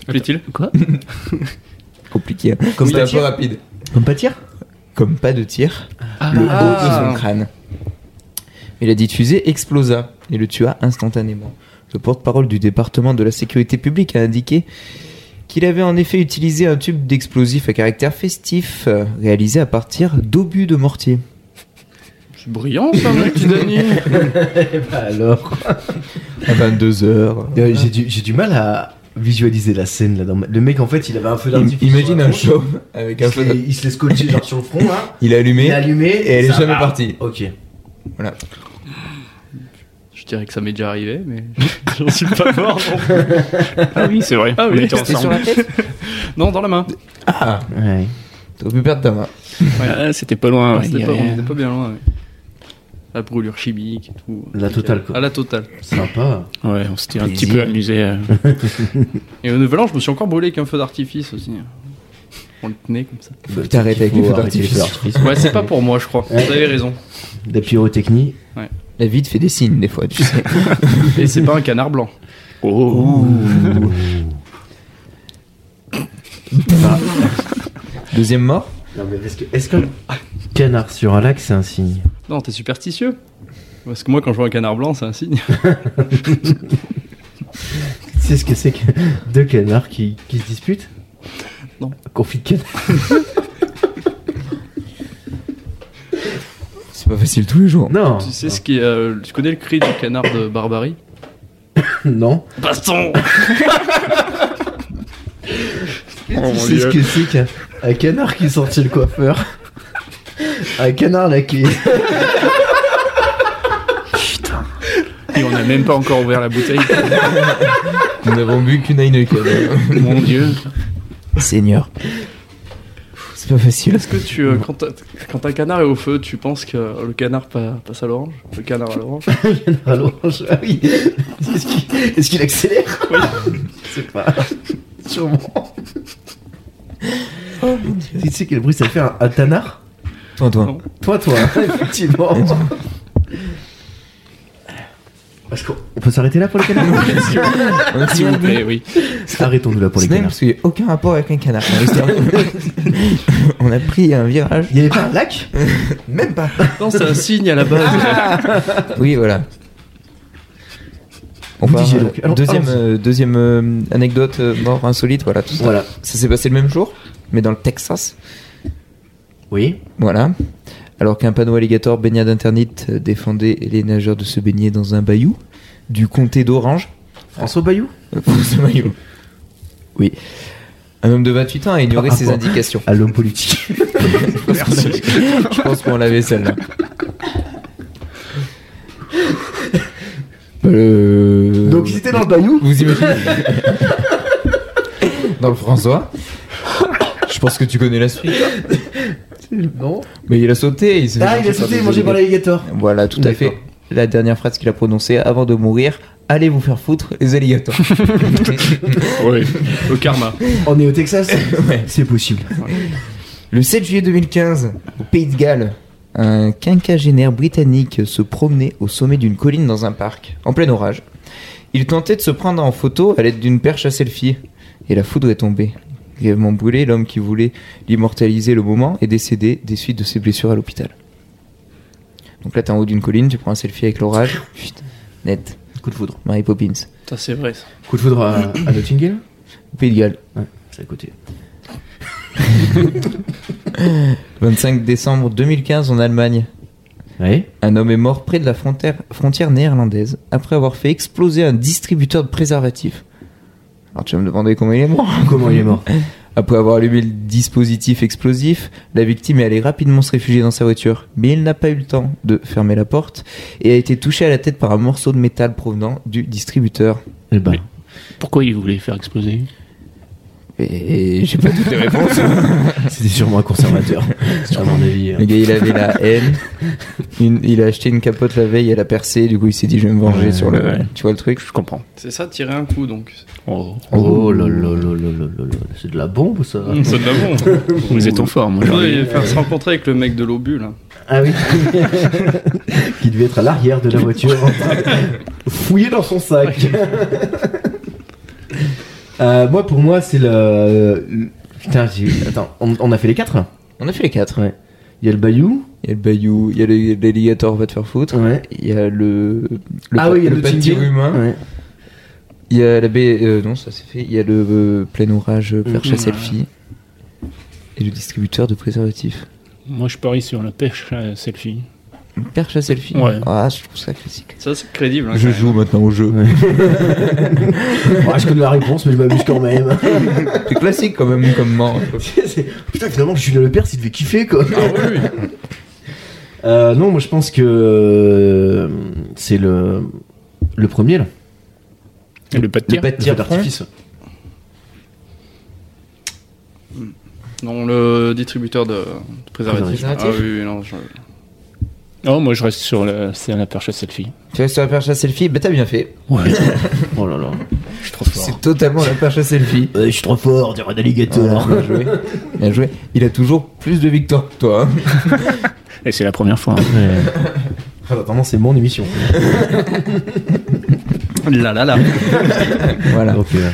Plaît-il Compliqué. Hein. Comme un peu rapide. Comme pâtir Comme pas de tir. Ah. le Ah. haut de son crâne. Mais la diffusée explosa et le tua instantanément. Le porte-parole du département de la sécurité publique a indiqué qu'il avait en effet utilisé un tube d'explosif à caractère festif euh, réalisé à partir d'obus de mortier. C'est brillant, ça, mon petit Dani. Eh ben alors. À 22 heures. Euh, J'ai du, j'ai du mal à visualiser la scène là. Dans ma- Le mec, en fait, il avait un feu Im- d'artifice. sur Imagine la un tronche, chaume avec un Il se feu. l'est- il se l'est scotché genre sur le front là. Il a Il allumé. est allumé. et elle est ça jamais part. partie. Ok. Je dirais que ça m'est déjà arrivé, mais j'en suis pas mort. non. Ah oui, c'est vrai. Ah On oui, était c'était ensemble. sur la tête Non, dans la main. Ah Ouais. T'aurais pu perdre ta main. Ah, c'était pas loin. Ah, ouais, il y c'était pas- avait- on était pas bien loin. ouais. La brûlure chimique et tout. La totale, quoi. À la totale. Sympa. Ouais, on s'était un petit Plaisir. peu amusé. euh. Et au Nouvel An, je me suis encore brûlé avec un feu d'artifice aussi. hein. On le tenait comme ça. Bah, t'arrêtes il avec faut les feux arrêter d'artifice. les feux d'artifice. Ouais, c'est pas pour moi, je crois. Vous avez raison. La pyrotechnie. La vie te fait des signes des fois, tu sais. Et c'est pas un canard blanc. Oh. Deuxième mort Non, mais est-ce que, est-ce qu'un Ah. canard sur un lac, c'est un signe Non, t'es superstitieux. Parce que moi, quand je vois un canard blanc, c'est un signe. Tu sais ce que c'est que deux canards qui, qui se disputent Non. Conflit de canard. C'est pas facile tous les jours. Non. Tu sais ce qui est. euh, tu connais le cri du canard de Barbarie Non. Baston Oh, tu mon sais ce Dieu. que c'est qu'un un canard qui sortit le coiffeur Un canard laqué. Et on n'a même pas encore ouvert la bouteille. Nous n'avons bu qu'une Heineken. Mon dieu. Seigneur. C'est pas facile. Est-ce que tu, euh, quand, t'as- quand un canard est au feu, tu penses que le canard pa- passe à l'orange Le canard à l'orange À l'orange, ah oui. Est-ce qu'il est-ce qu'il accélère Je sais pas. Sûrement. Tu sais quel bruit ça fait un, un tanard Toi, toi. Non. Toi, toi, hein, effectivement. Est-ce qu'on on peut s'arrêter là pour les canards S'il vous plaît. Eh oui. Arrêtons-nous là pour les Ce n'est canards. parce qu'il n'y a aucun rapport avec un canard. dans l'histoire. On a pris un virage. Il n'y avait pas un lac Même pas. Non, c'est un signe à la base. Oui, voilà. On Vous part, disiez euh, donc. Alors, deuxième allons-y. euh, deuxième euh, anecdote euh, mort insolite, voilà tout ça. Voilà. Ça s'est passé le même jour, mais dans le Texas. Oui. Voilà. Alors qu'un panneau alligator baignade interdite euh, défendait les nageurs de se baigner dans un bayou du comté d'Orange. François Bayou Euh, pour ce bayou. Oui. Ah, Un homme de 28 ans a ignoré Par ses rapport- indications. À l'homme politique. Ah, Merci. Je pense qu'on l'avait celle-là. Euh, Donc, ils étaient dans le Bayou Vous imaginez Dans le François Je pense que tu connais l'esprit. Non. Mais il a sauté. Il s'est Ah, il mangé a par sauté des mangé par alligators. l'alligator. Voilà, tout à D'accord. fait. La dernière phrase qu'il a prononcée avant de mourir Allez vous faire foutre, les alligators. Oui. Le karma. On est au Texas Ouais. C'est possible. Le 7 juillet 2015, au Pays de Galles, un quinquagénaire britannique se promenait au sommet d'une colline dans un parc, en plein orage. Il tentait de se prendre en photo à l'aide d'une perche à selfie, et la foudre est tombée. Grièvement brûlé, l'homme qui voulait l'immortaliser le moment est décédé des suites de ses blessures à l'hôpital. Donc là, t'es en haut d'une colline, tu prends un selfie avec l'orage. Putain, net. Coup de foudre. Mary Poppins. Putain, c'est vrai. ça. Coup de foudre à, à Nottingham Au Pays de Galles. C'est à côté. 25 décembre 2015 en Allemagne. Oui. Un homme est mort près de la frontière, frontière néerlandaise après avoir fait exploser un distributeur de préservatifs. Alors tu vas me demander comment il est mort. Comment il est mort Après avoir allumé le dispositif explosif, la victime est allée rapidement se réfugier dans sa voiture. Mais il n'a pas eu le temps de fermer la porte et a été touché à la tête par un morceau de métal provenant du distributeur. Eh ben, Pourquoi il voulait faire exploser Et j'ai pas toutes les réponses. c'était sûrement un conservateur, à mon avis. hein. Le gars, il avait la haine. Une- il a acheté une capote la veille, elle a percé. Du coup, il s'est dit, je vais me venger Ouais, sur le. ouais. Tu vois le truc Je comprends. C'est ça, tirer un coup donc. Oh. Oh là là là là là là là, c'est de la bombe ça Hum, c'est de la bombe. Vous êtes en forme Il aujourd'hui. faudrait faire se rencontrer avec le mec de hein. l'obus là. Ah oui Qui devait être à l'arrière de la voiture, en train de fouiller dans son sac Euh, Moi pour moi c'est le... le- Putain, j'ai- attends, on, on a fait les quatre là On a fait les quatre. Ouais. Il y a le Bayou, Il y a le bayou, il y a le- l'alligator va te faire foutre. ouais. Il y a le. le ah pa- oui, il y a le, pâtir Nottingham. humain. Ouais. Il y a la baie. euh, non, ça c'est fait. Il y a le euh, plein orage, euh, perche à ouais. selfie. Et le distributeur de préservatifs. Moi, je parie sur la pêche à selfie. Perche à selfie. Ouais. Ah, je trouve ça classique. Ça, c'est crédible. hein, Je quand même. joue maintenant au jeu. Ouais, je connais la réponse mais je m'amuse quand même C'est classique quand même comme mort. C'est- Putain, finalement, Julien Lepers, il devait kiffer, quoi. Ah oui, oui. Euh, non, moi, je pense que euh, c'est le le premier, là. Et le pas de Le tir. pas de Le tir feu d'artifice. Non, le distributeur de, de préservatifs. Préservatif. Ah oui, oui, non. je- Oh, moi, je reste sur la, c'est la perche à selfie. Tu restes sur la perche à selfie Bah t'as bien fait. Ouais. Oh là là. je suis trop fort. C'est totalement la perche à selfie. Ouais, je suis trop fort, t'es un Voilà, alligator. bien joué. Bien joué. Il a toujours plus de victoires que toi. hein. Et c'est la première fois. hein. Ouais. Ah, bah, vraiment, c'est mon émission. Là, là, là. Voilà. Donc, euh,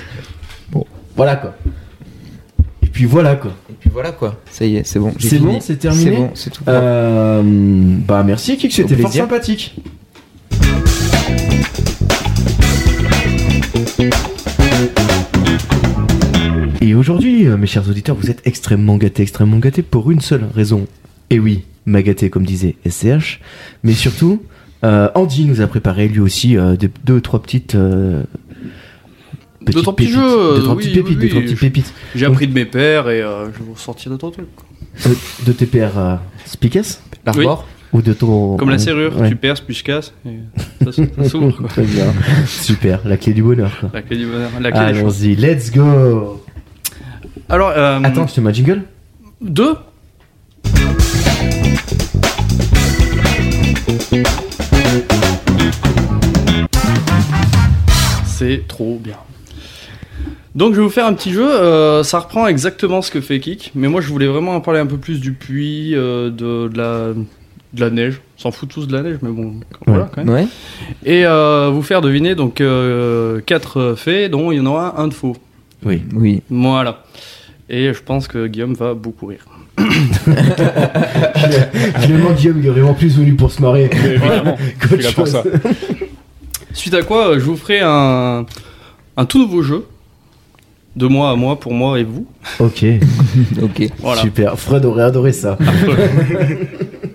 Bon. Voilà, quoi. Et puis voilà, quoi. Et puis voilà quoi. Ça y est, c'est bon. j'ai C'est fini. bon, c'est terminé C'est bon, c'est tout. Euh, bah, merci, Kik, c'était Au fort plaisir. sympathique. Et aujourd'hui, euh, mes chers auditeurs, vous êtes extrêmement gâtés, extrêmement gâtés pour une seule raison. Et oui, magaté comme disait SCH, mais surtout, euh, Andy nous a préparé lui aussi euh, des- deux, trois petites. euh, petites trois petits pépites. jeux, Deux, trois oui, petites oui, pépites, deux, oui, trois petites je- pépites. J'ai appris de mes pères et euh, je vais vous sortir d'autres trucs. quoi. Euh, de TPR euh, Speakers L'arbor ou de ton. euh, Comme la serrure, Ouais. tu perces puis je casse. et ça s- ça s'ouvre. quoi. Très bien. Super, la clé du bonheur. quoi. La clé du bonheur, la clé des choses. Allons-y, let's go Alors, euh, Attends, tu te mets un jingle deux C'est trop bien. Donc je vais vous faire un petit jeu, euh, ça reprend exactement ce que fait Kik, mais moi je voulais vraiment en parler un peu plus du puits, euh, de, de la, de la neige, on s'en fout tous de la neige, mais bon, voilà quand même. Ouais. Et euh, vous faire deviner donc euh, quatre euh, faits, dont il y en aura un de faux. Oui. Oui. Voilà. Et je pense que Guillaume va beaucoup rire. Finalement, Guillaume, il est vraiment plus venu pour se marrer. Évidemment. qu'autre là pour chose. ça. Suite à quoi, euh, je vous ferai un, un tout nouveau jeu. De moi à moi, pour moi et vous. Ok, Ok. Voilà. super. Fred aurait adoré ça.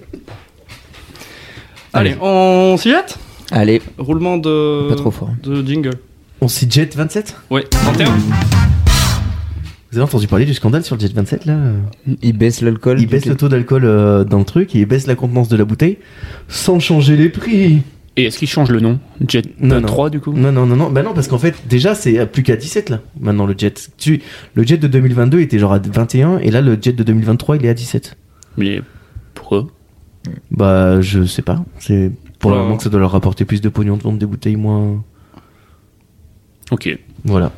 Allez, on s'y jette Allez, Roulement de. pas trop fort. De jingle. On s'y jet 27 Ouais, 31 Vous avez entendu parler du scandale sur le jet 27 là Il baisse l'alcool. Il baisse le taux d'alcool euh, dans le truc, il baisse la contenance de la bouteille sans changer les prix. Et est-ce qu'il change le nom Jet Non, non. 3 du coup Non, non, non, non, bah non, parce qu'en fait, déjà, c'est à plus qu'à 17 là, maintenant le jet. Tu, le jet de 2022 était genre à 21, et là, le jet de 2023, il est à 17. Mais pourquoi Bah, je sais pas. C'est pour le Ouais. moment que ça doit leur rapporter plus de pognon de vendre des bouteilles moins. Ok. Voilà.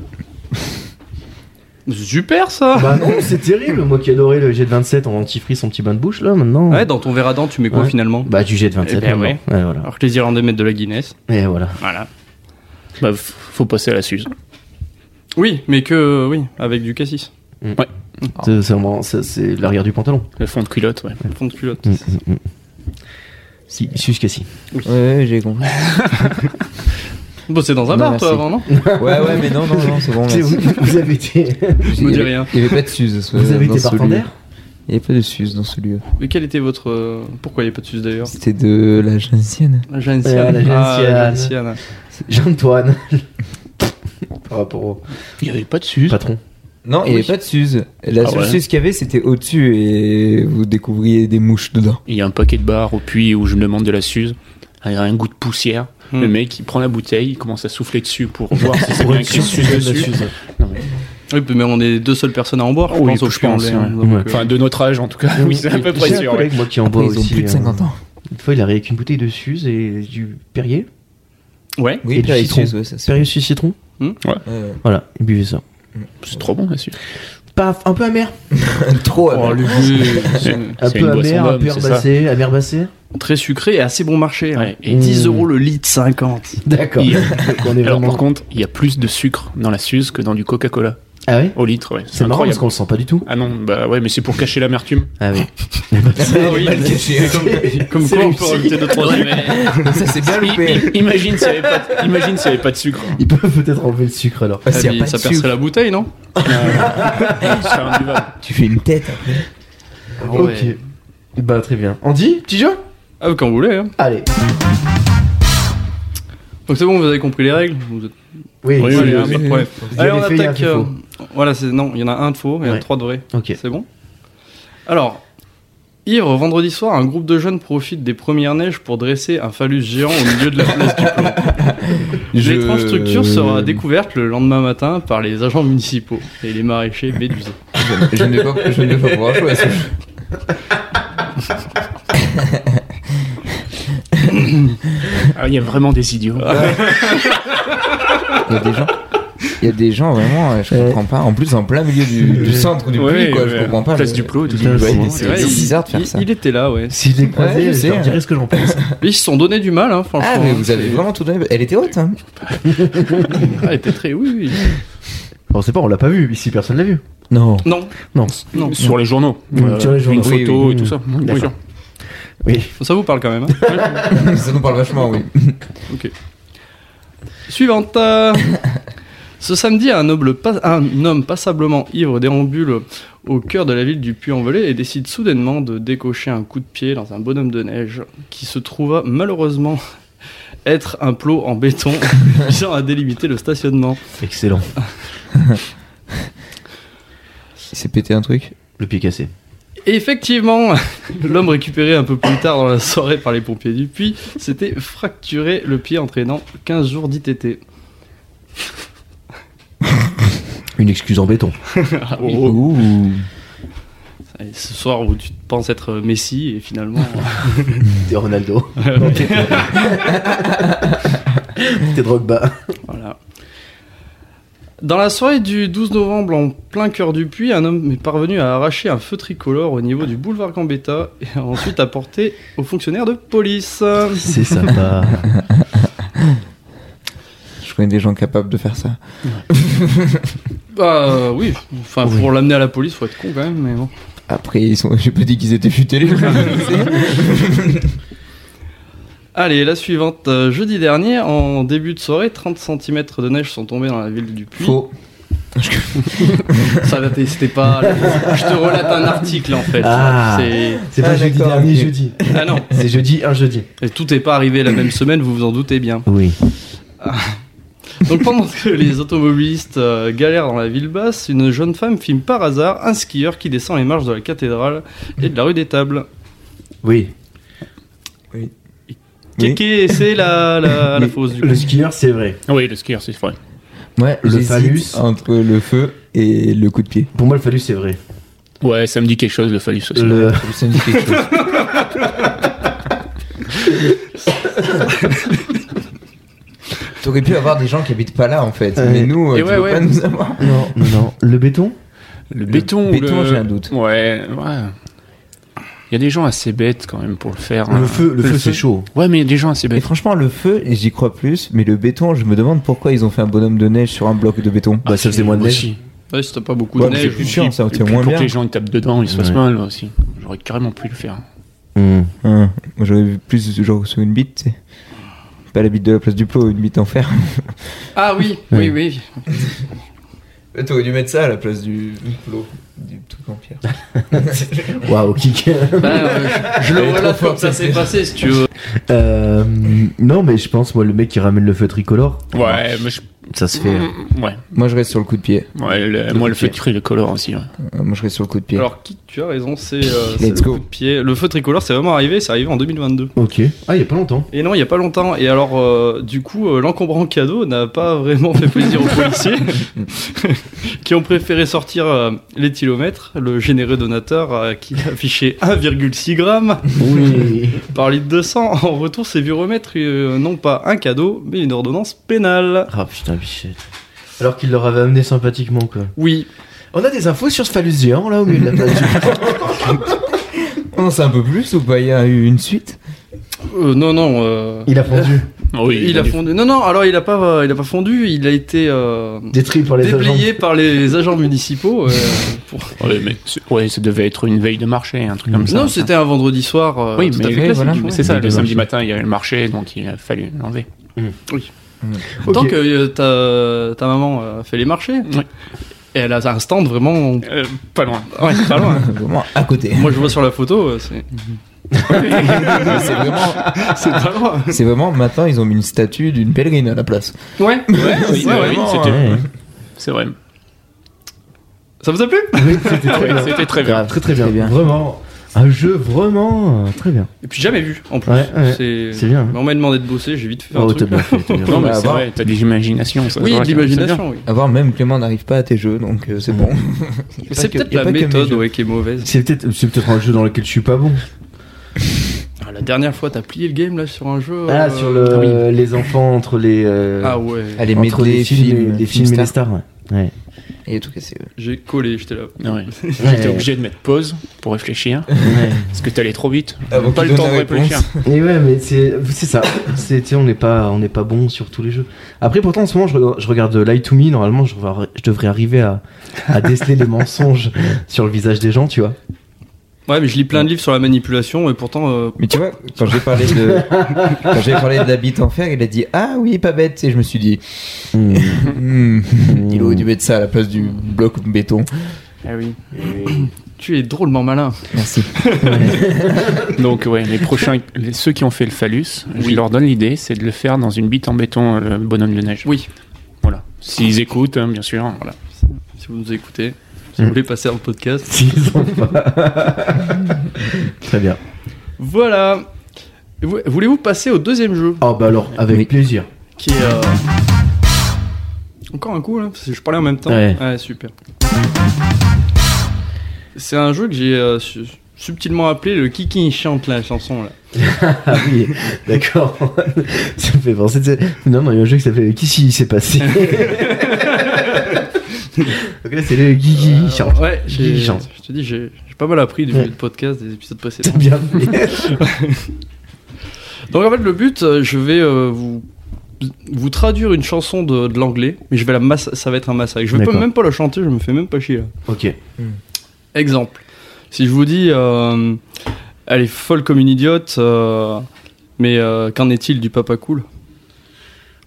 Super ça Bah non, c'est terrible. Moi qui adorais le jet de 27 en antifrice, son petit bain de bouche là, maintenant. Ouais, dans ton verre à dents, tu mets quoi Ouais. finalement Bah du jet de 27. Eh ben maintenant. ouais. voilà. Alors que les Irlandais mettent de la Guinness. Et voilà. Voilà. Bah, f- faut passer à la Suze. Oui, mais que. Oui, avec du cassis. C'est c'est vraiment ça, c'est l'arrière du pantalon. Le fond de culotte, ouais. Fond de culotte. Mm, mm, mm. Si, jusqu'à si. Ouais, ouais, j'ai compris. Bon, c'est dans un Non, bar merci. toi avant, non ouais, ouais, mais non, non, non, c'est bon. Vous, Merci. vous avez été, Je me dis rien. Il n'y avait pas de Suze. ce- vous avez dans été ce lieu. partenaire Il n'y avait pas de Suze dans ce lieu. Mais quel était votre. euh, Pourquoi il n'y a pas de sus d'ailleurs C'était de la Gensienne. La Jeanne Ouais, la Sienne. Ah, la Jeanne Sienne. Jeanne Sienne. Jean-Antoine. Par rapport au Il n'y avait pas de Suze. patron. Non, il n'y Oui. avait pas de Suze. La Ah seule ouais. Suze qu'il y avait, c'était au-dessus et vous découvriez des mouches dedans. Il y a un paquet de bars au puits où je me demande de la Suze. Ah, Il y a un goût de poussière. Hmm. Le mec, il prend la bouteille, il commence à souffler dessus pour voir si c'est bien être écrit sûr Suze que c'est de la dessus. Suze. Non, mais- Oui, mais on est deux seules personnes à en boire, je Oui, pense, au je puits en pense, l'air, ouais. donc, Ouais. euh, Enfin, de notre âge en tout cas. Oui, c'est à peu près J'ai un sûr. ouais. collègue, moi, qui en boit Après, ils aussi. ont plus de euh, 50 ans. Une fois, il arrive avec une bouteille de Suze et du Perrier. Ouais. Et Oui, du pas les citron. Suze, ouais, ça se Perrier Suze citron. Ouais. Voilà, il buvait ça. C'est trop bon la Suze. Paf, un peu amer. Trop. hein. Oh, alors. le jus, Un C'est peu une boisson amer, un d'homme, peu c'est ça. herbacé, amer-bacé. c'est très sucré et assez bon marché. hein. Ouais, et Et 10 Mmh. euros le litre 50. D'accord. Il- Donc, on est Alors par vraiment- contre, il y a plus de sucre dans la Suze que dans du Coca-Cola Ah ouais au litre. Ouais. C'est C'est marrant parce incroyable. qu'on le sent pas du tout. Ah non, bah ouais, mais c'est pour cacher l'amertume. Ah oui. Ah oui, mal caché. comme, comme C'est quoi on réussi. peut rajouter 2-3 mais Ça, c'est bien loupé. I- imagine s'il n'y avait, pas de- imagine s'il y avait pas de sucre. Ils peuvent peut-être enlever le sucre alors. Ah, s'il y a pas de ça sucre. percerait la bouteille, non Ce serait imbuvable. Tu fais une tête hein. après. Ouais. Ok. Bah très bien. Andy, petit jeu Ah, quand vous voulez. hein. Allez. Donc c'est bon, vous avez compris les règles. Vous êtes- Oui, Oui, c'est- oui, Allez, oui, hein, oui. pas de problème. vous Allez, avez on fait, il y a un attaque. fait euh, faux. Voilà, c'est non, il y en a un de faux et un Ouais. de trois de vrai. Ok. C'est bon Alors, ivre, vendredi soir, un groupe de jeunes profite des premières neiges pour dresser un phallus géant au milieu de la place du plan. L'étrange structure sera découverte le lendemain matin par les agents municipaux et les maraîchers médusés. Je ne vais pas, je ne vais pas pouvoir jouer à ça. Ah, il y a vraiment des idiots. Ah, Il y a des gens. Il y a des gens vraiment, euh, je Ouais. comprends pas. En plus, en plein milieu du, du centre du Ouais, pays, quoi, ouais, je ouais. comprends pas. Place le- du Plot et tout. le- Ouais, Ouais, c'est c'est vrai, c'est il- bizarre de faire il, ça. il était là, ouais. Si je l'ai croisé, Ouais, je je sais, leur ouais. dirai ce que j'en pense. Ils se sont donné du mal, hein, franchement. Ah, mais vous avez C'est- vraiment tout donné. Elle était haute, hein. Ah, elle était très. Oui, oui. on sait pas, on l'a pas vu. Ici, personne l'a vu. Non. Non, Non. non. Sur les journaux. Euh, Mmh, sur les journaux. Une Oui, photo oui. et tout ça. Oui, D'accord. sûr. Oui. Ça vous parle quand même. hein. ça nous parle vachement, oui. Suivante. euh. Ce samedi, un, noble pas- un homme passablement ivre déambule au cœur de la ville du Puy-en-Velay et décide soudainement de décocher un coup de pied dans un bonhomme de neige qui se trouva malheureusement être un plot en béton visant à délimiter le stationnement. Excellent. Il s'est pété un truc. Le pied cassé. Et effectivement, l'homme récupéré un peu plus tard dans la soirée par les pompiers du puits s'était fracturé le pied entraînant 15 jours d'ITT. Une excuse en béton. Oh. oh, Ouh. Et Ah ce soir où tu penses être Messi et finalement. T'es Ronaldo. T'es Drogba. Voilà. Dans la soirée du 12 novembre, en plein cœur du puits, un homme est parvenu à arracher un feu tricolore au niveau du boulevard Gambetta et a ensuite apporté aux fonctionnaires de police. C'est sympa. Je connais des gens capables de faire ça. Bah euh, oui, enfin pour l'amener à la police, faut être con quand même, mais bon. Après, ils sont... j'ai pas dit qu'ils étaient futés les gens. Allez, la suivante. Euh, Jeudi dernier, en début de soirée, 30 cm de neige sont tombés dans la ville du Puy. Faux. Ça, va, t'es- c'était pas. Je te relate un article en fait. Ah. C'est- C'est pas Ah, jeudi d'accord, dernier, ok. jeudi. Ah non, C'est jeudi, un jeudi. Et tout n'est pas arrivé la même semaine, vous vous en doutez bien. Oui. Donc pendant que les automobilistes euh, galèrent dans la ville basse, une jeune femme filme par hasard un skieur qui descend les marches de la cathédrale et de la rue des Tables. Oui. Oui. Kéké, c'est la, la, la Oui. fausse du coup. Le skieur, c'est vrai. Oui, le skieur, c'est vrai. Ouais, Le j'hésite phallus. entre le feu et le coup de pied. Pour moi, le phallus, c'est vrai. Ouais, ça me dit quelque chose, le phallus aussi. Le... Ça me dit quelque chose. T'aurais pu avoir des gens qui habitent pas là en fait, Ouais. mais nous, euh, Et tu ouais, veux ouais. pas nous avoir. Non, non, non. Le béton Le béton ou béton, le- j'ai un doute. Ouais, ouais. Il y a des gens assez bêtes quand même pour le faire. hein. Le feu, le feu, c'est chaud. Ouais, mais il y a des gens assez Et bêtes. franchement, le feu, et j'y crois plus, mais le béton, je me demande pourquoi ils ont fait un bonhomme de neige sur un bloc de béton. Bah, ça faisait moins de neige. Aussi. Ouais, c'était pas beaucoup Ouais, de mais neige. c'est plus mais- chiant, ça, on Et tient puis moins pour bien. que les gens ils tapent dedans, ils se fassent Ouais. mal aussi. J'aurais carrément pu le faire. Hmm. Hein, moi, J'aurais vu plus genre sur une bite, tu sais. Pas la bite de la place du plot, une bite en fer. Ah oui, oui, oui. T'aurais dû mettre ça à la place du plot, du truc en pierre. Waouh, kick. Bah, euh, je- je le Elle est relate trop comme forte, ça cette s'est passé si tu veux. Euh, non, mais je pense, moi, le mec qui ramène le feu tricolore, Ouais, mais je... ça se fait. hein. ouais. Moi, je reste sur le coup de pied. ouais le- Le moi le pied. feu tri, le color aussi. ouais. Euh, Moi, je reste sur le coup de pied. Alors, qui, tu as raison, c'est euh, c'est Let's le go. coup de pied. Le feu tricolore, c'est vraiment arrivé, c'est arrivé en 2022. Ok. Ah, il y a pas longtemps. Et non, il y a pas longtemps. Et alors, euh, du coup, euh, l'encombrant cadeau n'a pas vraiment fait plaisir aux policiers, qui ont préféré sortir euh, l'éthylomètre, le généreux donateur euh, qui affichait 1,6 grammes Oui. par litre de sang. En retour, s'est vu remettre euh, non pas un cadeau, mais une ordonnance pénale. Ah, putain, bichette. Alors qu'il leur avait amené sympathiquement, quoi. Oui, On a des infos sur ce phallus géant, là, au milieu de la plage. On en sait un peu plus ou pas Il y a eu une suite Euh, non, non. euh, il a fondu. Ah Oui, Il, a dû- fondu. Non, non, alors il a pas, euh, il a pas fondu, il a été euh, Détruit par les déblayé par les agents municipaux. euh, pour... Ouais, mais c'est- ouais, ça devait être une veille de marché, un truc comme ça. Non, c'était un vendredi soir. euh, Oui, tout à mais fait oui, classique, voilà. ouais. c'est ça. Veille Le de samedi marché. matin, il y avait le marché, donc il a fallu l'enlever. agents. Tant Ok. que euh, ta, ta maman euh, fait les marchés, Oui. et elle a un stand vraiment Euh, pas loin. ouais, pas loin. Vraiment à côté. Moi je vois sur la photo, euh, c'est C'est vraiment, c'est pas loin. c'est vraiment, maintenant, ils ont mis une statue d'une pèlerine à la place. Ouais, Ouais, oui, c'est ouais, vraiment, oui, c'était- Ouais. c'est vrai. ça vous a plu Oui, c'était Ah très ouais, bien. C'était très bien. Grave, très très bien. Très bien. Vraiment. Un jeu vraiment euh, très bien. Et puis jamais vu en plus. Ouais, ouais. C'est- C'est bien. hein. Mais on m'a demandé de bosser, j'ai vite fait un Oh, t'as truc. bien fait. t'as bien fait. Non, mais Bah, c'est bah. vrai, t'as des imaginations. ça, Oui, c'est de vrai, l'imagination, oui. À voir, même Clément n'arrive pas à tes jeux, donc euh, c'est bon. pas Mais C'est que- peut-être y a la pas que mes méthode jeux. ouais, qui est mauvaise. C'est peut-être c'est peut-être un jeu dans lequel je suis pas bon. Ah, la dernière fois, t'as plié le game là sur un jeu. Ah, euh, sur le, les enfants entre les euh, Ah ouais, Allez, entre mettre les les films, et- films, les films et les stars. stars. ouais. Ouais. Et tout euh, cassé. ouais. j'ai collé, j'étais là. c'est bien. Ouais. Ouais. J'étais obligé de mettre pause pour réfléchir. Parce que t'allais trop vite. Avant pas qu'il le Ah, donne temps de hein. la réponse. réfléchir. Et ouais, mais c'est c'est ça. C'est tu sais, on n'est pas on n'est pas bon sur tous les jeux. Après, pourtant, en ce moment, je, regarde- je regarde Light to Me. Normalement, je, revar- je devrais arriver à, à déceler les mensonges sur le visage des gens, tu vois. Ouais, mais je lis plein de livres sur la manipulation et pourtant. euh, Mais tu vois, quand j'ai parlé de, quand j'ai parlé de la bite en fer, il a dit ah oui pas bête et je me suis dit Mmh. Hmm, il aurait dû mettre ça à la place du bloc de béton. Ah oui. Eh Eh Tu es drôlement malin. Merci. Donc ouais, les prochains, les- ceux qui ont fait le phallus, je leur donne l'idée, c'est de le faire dans une bite en béton, le bonhomme de neige. Oui. Voilà. S'ils écoutent, hein, bien sûr. Voilà. Si vous nous écoutez. Si vous Hmm. voulez passer un podcast. S'ils ont pas. Très bien. Voilà. Vou- Voulez-vous passer au deuxième jeu Ah bah alors, avec Oui. plaisir. qui est. euh, Encore un coup là, parce que je parlais en même temps. Ouais. super. C'est un jeu que j'ai euh, su- subtilement appelé le Kiki chante la chanson là. Ah oui, d'accord. ça me fait penser. tu sais, Non, non, il y a un jeu qui s'appelle Qui s'y s'est passé Donc là, c'est le Guigui qui chante. Euh, Ouais, j'ai- Guigui je chante. te dis, j'ai j'ai pas mal appris du Ouais. du podcast des épisodes précédents. T'as bien fait. Donc en fait le but, euh, je vais euh, vous vous traduire une chanson de, de l'anglais, mais je vais la masse, ça va être un massacre. Je vais pas- D'accord. même pas la chanter, je me fais même pas chier. là. ok. Exemple. Si je vous dis, euh, elle est folle comme une idiote, euh, mais euh, qu'en est-il du papa cool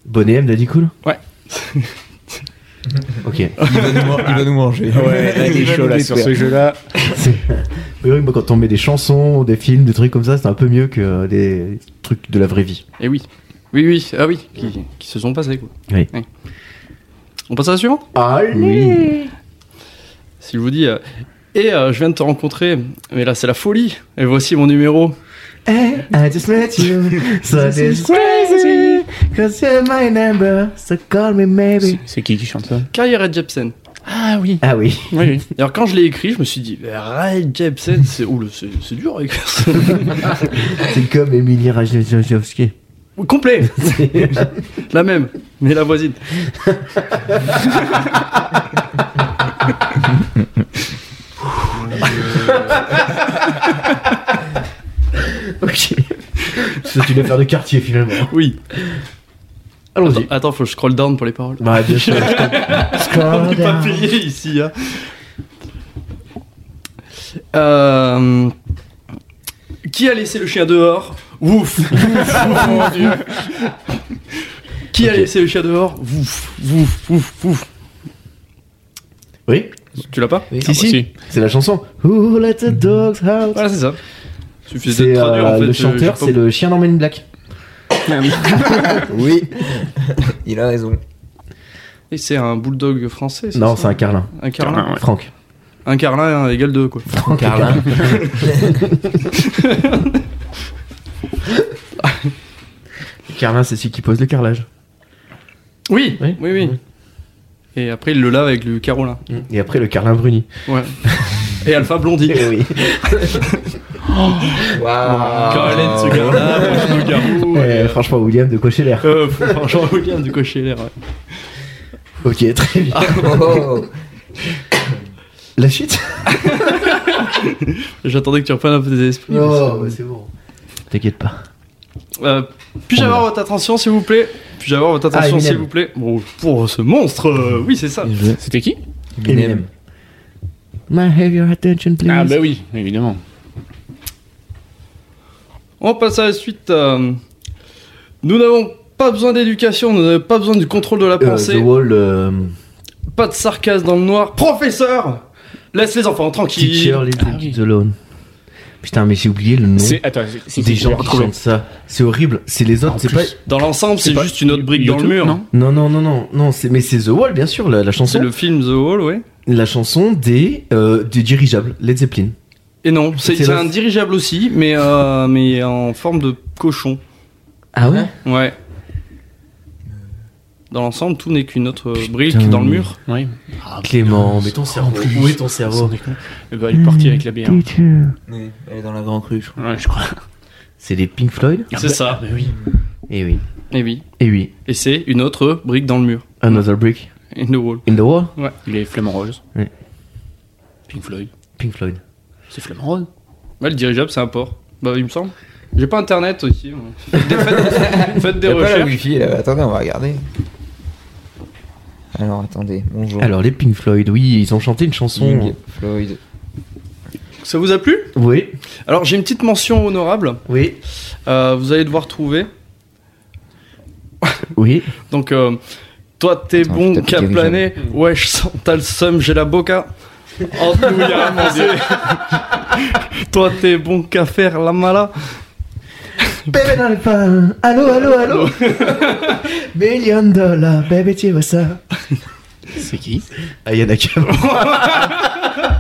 Bonnet M, Daddy Cool Ouais. ok. Il va nous, man- il va nous manger. il est va chaud nous là sur détruire. ce jeu-là. C'est- Oui, oui, moi, quand on met des chansons, des films, des trucs comme ça, c'est un peu mieux que euh, des trucs de la vraie vie. Eh oui. Oui, oui, ah oui, qui, qui se sont passés quoi. Oui. Ouais. On passe à la suivante Allez Si je vous dis, euh, et je viens de te rencontrer, mais là c'est la folie, et voici mon numéro. Hey, I just met you, so this is crazy, cause you're my number, so call me C'est- maybe. C'est qui qui chante ça Carrière à Jepsen. Ah oui. Ah oui. Oui, Et Alors quand je l'ai écrit, je me suis dit, mais Ray Jepsen, c'est oula, c'est c'est dur à écrire ça. C'est comme Emilie Rajewski. Complet La même, mais la voisine. ok. C'est une affaire de quartier finalement. Oui. Allons-y. Attends, faut que je scroll down pour les paroles. Bah, bien sûr. On Scroll n'est pas down. payé ici. hein. Euh, Qui a laissé le chien dehors Wouf Wouf, mon Dieu. Qui a Ok. laissé le chien dehors Wouf Wouf Wouf Wouf Oui, Tu l'as pas si, si. C'est la chanson. Who let the dogs out? Voilà, c'est ça. Suffit de C'est traduire euh, en fait. le euh, j'ai pas chanteur, c'est beaucoup- le chien dans Men in Black. Ah Oui. Il a raison. Et c'est un bulldog français c'est Non, ça c'est un Carlin. Un carlin. Carlin, ouais. Franck. Un carlin égale 2 quoi. Franck Carlin. Carlin, c'est celui qui pose le carrelage. Oui, oui, Oui. oui. Et après, il le lave avec le Carolin. Et après, le Carlin Bruni. Ouais. Et Alpha Blondie. Eh oui. Waouh. Carolin, ce gars-là, moi, je me garou, Ouais, et, euh, Eh, franchement, William de cocher l'air. euh, Franchement, William de cocher l'air. ouais. Ok, très bien. Oh. La suite J'attendais que tu reprennes un peu tes esprits. Non, Oh, bah, c'est bon. T'inquiète pas. Euh, puis-je avoir votre attention, s'il vous plaît Puis-je avoir votre attention, Ah, Eminem. s'il vous plaît Bon, Pour ce monstre, euh, oui, c'est ça. C'était qui Eminem. May I have your attention, please. Ah bah oui, évidemment. On passe à la suite. euh, Nous n'avons pas besoin d'éducation, nous n'avons pas besoin du contrôle de la Euh, pensée. The Wall, euh, Pas de sarcasme dans le noir. Professeur Laisse les enfants tranquilles. Teacher, Leave the Ah oui. Kids Alone. Putain, mais j'ai oublié le nom. C'est attends, c'est- c'est des gens qui chantent ça. C'est horrible. C'est les autres. En C'est plus. pas. Dans l'ensemble, c'est pas- juste une autre brique dans YouTube, le mur. non Non, non, non, non, non. C'est mais c'est The Wall, bien sûr. La, la C'est chanson. le film The Wall, ouais. La chanson des euh, des dirigeables. Led Zeppelin. Et non, c'est C'est c'est la- un dirigeable aussi, mais, euh, mais en forme de cochon. Ah ouais Ouais. Dans l'ensemble, tout n'est qu'une autre euh, brique Putain. dans le mur. Oui. Ah, Clément, mais ton cerveau. Où est ton Sans cerveau déconner. Eh ben, il est parti avec la bière. Oui, Elle est dans la grande crue, je crois. Ouais, je crois. Ah, C'est des Pink Floyd. C'est ça. Mais oui. Eh oui. Et oui. Eh oui. Et c'est une autre brique dans le mur. Another Brick In the wall. in the Wall. Les flamants roses. Ouais. Pink Floyd. Pink Floyd. C'est flamant rose. Ouais, le dirigeable, c'est un port. Bah, il me semble. J'ai pas internet aussi. ouais. Faites des, faites- faites des Il y a pas la recherches. wifi là. Attendez, on va regarder. Alors attendez, bonjour. Alors les Pink Floyd, oui, ils ont chanté une chanson. Pink Floyd. Ça vous a plu Oui. Alors, j'ai une petite mention honorable. Oui. Euh, vous allez devoir trouver. Oui. Donc, euh, toi, t'es Attends, je bon tape qu'à dirigeable. planer. Ouais, je sens, t'as le seum, j'ai la boca. En tout, y a mon dieu. toi, t'es bon qu'à faire la mala. Bébé dans le pain. Allô, allô, allô. Million dollars, baby, tu vois ça. C'est qui Aya Nakamura.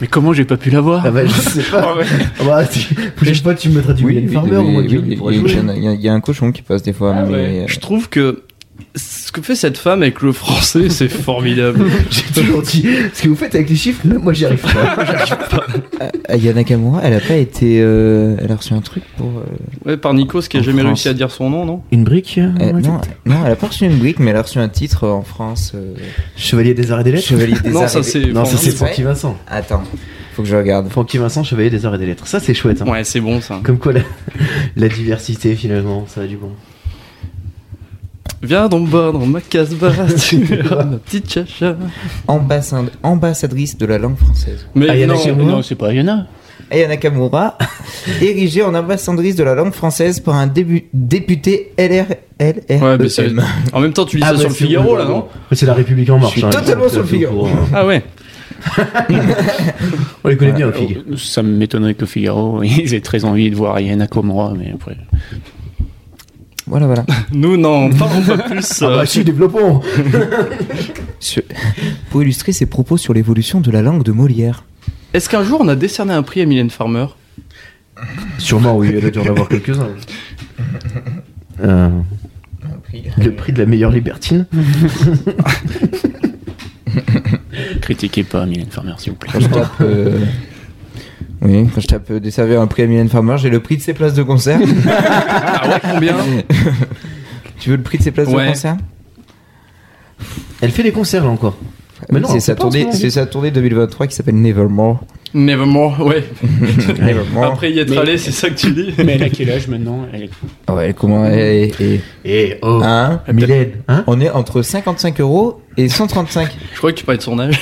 Mais comment j'ai pas pu la voir Ah bah, je sais pas. Ah bah, tu- prochaine fois, tu me traduis Oui, Mylène oui, Farmer oui, au moins oui, tu oui, pourras il y a- jouer. il y a- il y a un cochon qui passe des fois, Ah mais euh, Je trouve que ce que fait cette femme avec le français, c'est formidable. J'ai toujours dit ce que vous faites avec les chiffres, même moi j'y arrive pas. ah, Aya Nakamura, elle a pas été. euh, elle a reçu un truc pour. euh, Ouais, par Nikos qui a En jamais France. réussi à dire son nom, non Une brique euh, euh, ouais, non, non, elle a pas reçu une brique, mais elle a reçu un titre euh, en France. euh, Chevalier des Arts et des Lettres Chevalier des Non, Arts ça, et- c'est- Non, ça c'est vrai Francky Vincent. Attends, faut que je regarde. Francky Vincent, Chevalier des Arts et des Lettres. Ça c'est chouette. hein. Ouais, c'est bon ça. Comme quoi la, la diversité finalement, ça a du bon. Viens donc boire dans ma casbah, tu verras ma petite chacha. Ah, Ambassade- ambassadrice de la langue française. Mais Ayana non, Kamura. Euh, Non, c'est pas Ayana. Aya Nakamura, érigée en ambassadrice de la langue française par un débu- député LR, LREM. Ouais, mais c'est- en même temps, tu lis Ah, ça sur le Figaro là, non C'est la République en marche. suis hein, totalement ils sont sur le tout au Figaro. courant, hein. Ah ouais. On les connaît bien, les filles. Oh, Ça m'étonnerait que le Figaro, ils aient très envie de voir Ayana Komura, mais après. Voilà, voilà. Nous n'en parlons pas plus. Ah euh, bah si, développons Sur- Pour illustrer ses propos sur l'évolution de la langue de Molière. Est-ce qu'un jour on a décerné un prix à Mylène Farmer Sûrement, oui, elle a dû en avoir quelques-uns. Euh, le prix de la meilleure libertine. Critiquez pas Mylène Farmer, s'il vous plaît. Quand je tape. euh, Oui, quand je tape euh, des serveurs un prix à Mylène Farmer, j'ai le prix de ses places de concert. Ah ouais, combien tu veux le prix de ses places Ouais. de concert Elle fait des concerts là encore. Mais non, Ah, C'est on sa, sait pas en ce tournée, moment. c'est sa tournée 2023 qui s'appelle Nevermore. Nevermore, ouais. Nevermore. Après y être Mais- allé, c'est ça que tu dis Mais elle a quel âge maintenant Elle est- Ouais, comment et, et- Eh oh, hein Mylène, hein On est entre 55 euros et 135. Je crois que tu parlais de son âge.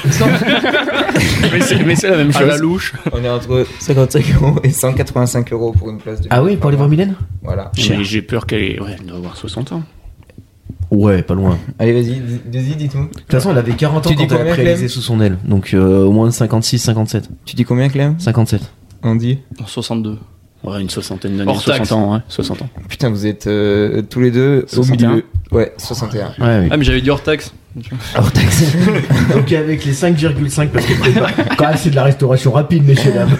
mais c'est mais c'est la même À chose. la louche. On est entre 55 euros et 185 euros pour une place de Ah oui, pour aller voir Mylène Voilà. J'ai j'ai peur qu'elle ait... ouais, elle doit avoir 60 ans. Ouais, pas loin. Allez, vas-y, dis- vas-y, dites-nous. De toute façon, elle avait 40 ans Tu dis quand elle a combien, réalisé Clem sous son aile. Donc euh, au moins 56, 57. Tu dis combien, Clem 57. On dit En 62. Ouais, une soixantaine d'années. Hors 60 taxe. ans, ouais. 60 ans. Putain, vous êtes euh, tous les deux au 61. milieu. Oh, Ouais, 61. Ouais, oui. Ah, mais j'avais dit hors taxe. Hors taxe. Donc avec les 5,5 parce que prépare- quand même c'est de la restauration rapide, messieurs dames.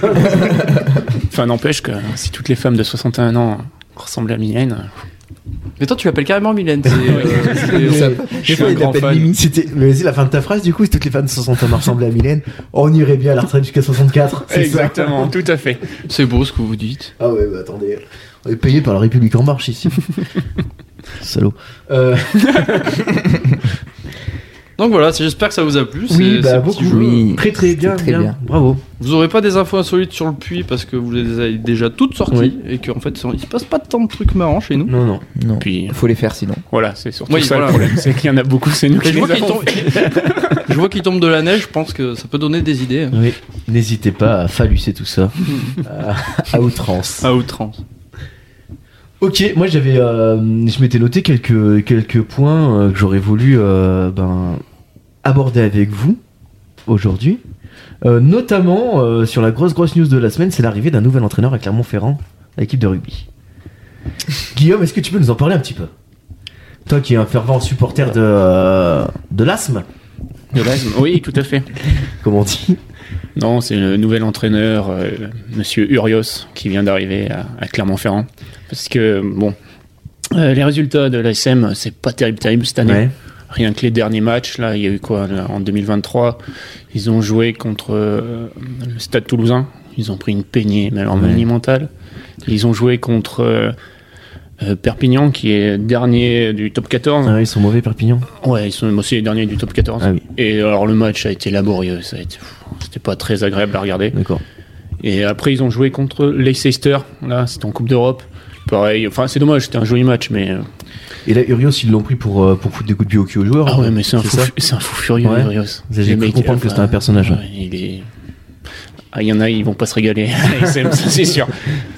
Enfin, n'empêche que si toutes les femmes de 61 ans ressemblaient à Mylène, Mais toi, tu l'appelles carrément Mylène. C'est. euh, c'est- Ça- je suis un grand fan. C'était, mais vas-y, la fin de ta phrase, du coup, si toutes les fans de 60 ans ressemblaient à Mylène, on irait bien à la retraite jusqu'à 64. c'est ça Exactement, tout à fait. C'est beau ce que vous dites. Ah ouais, bah attendez. On est payé par la République En Marche ici. Salaud. Euh, Donc voilà, c'est- j'espère que ça vous a plu. oui, ces- bah ces beaucoup. petits jeux. Oui, Très très bien, très bien. bien. Bravo. Vous aurez pas des infos insolites sur le puits parce que vous les avez déjà toutes sorties et qu'en fait, il se passe pas tant de trucs marrants chez nous. Non, non. Non. Puis Faut les faire sinon. voilà, c'est surtout Oui, ça voilà. le problème, c'est qu'il y en a beaucoup, c'est nous Et qui je les vois qu'il avons. tombe... je vois qu'il tombe de la neige, je pense que ça peut donner des idées hein, Oui. N'hésitez pas à fallucer tout ça. à, à outrance. à outrance. Ok, moi j'avais. euh, je m'étais noté quelques, quelques points euh, que j'aurais voulu euh, ben, aborder avec vous aujourd'hui. Euh, notamment euh, sur la grosse grosse news de la semaine, c'est l'arrivée d'un nouvel entraîneur à Clermont-Ferrand, à l'équipe de rugby. Guillaume, est-ce que tu peux nous en parler un petit peu Toi qui es un fervent supporter de, euh, de l'asthme, De l'asthme. Oui, tout à fait. comme on dit. Non, c'est le nouvel entraîneur, euh, Monsieur Urios, qui vient d'arriver à, à Clermont-Ferrand. Parce que, bon, euh, les résultats de l'ASM, c'est pas terrible, terrible cette année. Ouais. Rien que les derniers matchs, là, il y a eu quoi là, En 2023, ils ont joué contre euh, le Stade Toulousain. Ils ont pris une peignée, mais alors Ouais. monumentale. Ils ont joué contre euh, euh, Perpignan, qui est dernier du top 14. Ah, ils sont mauvais Perpignan. Ouais, ils sont aussi les derniers du top 14. Ah oui, Et alors le match a été laborieux, ça a été, pff, c'était pas très agréable à regarder. d'accord. Et après ils ont joué contre Leicester, là c'était en Coupe d'Europe. Pareil, enfin c'est dommage, c'était un joli match, mais euh, Et là, Urios, ils l'ont pris pour, euh, pour foutre des coups de pied au cul aux joueurs. ah ouais, mais c'est un, fou, ça fu- c'est un fou furieux, Ouais. Urios. J'ai Le cru mec, comprendre que c'était un personnage, ouais. ouais, il est, ah il y en a, ils vont pas se régaler. c'est, ça, c'est sûr.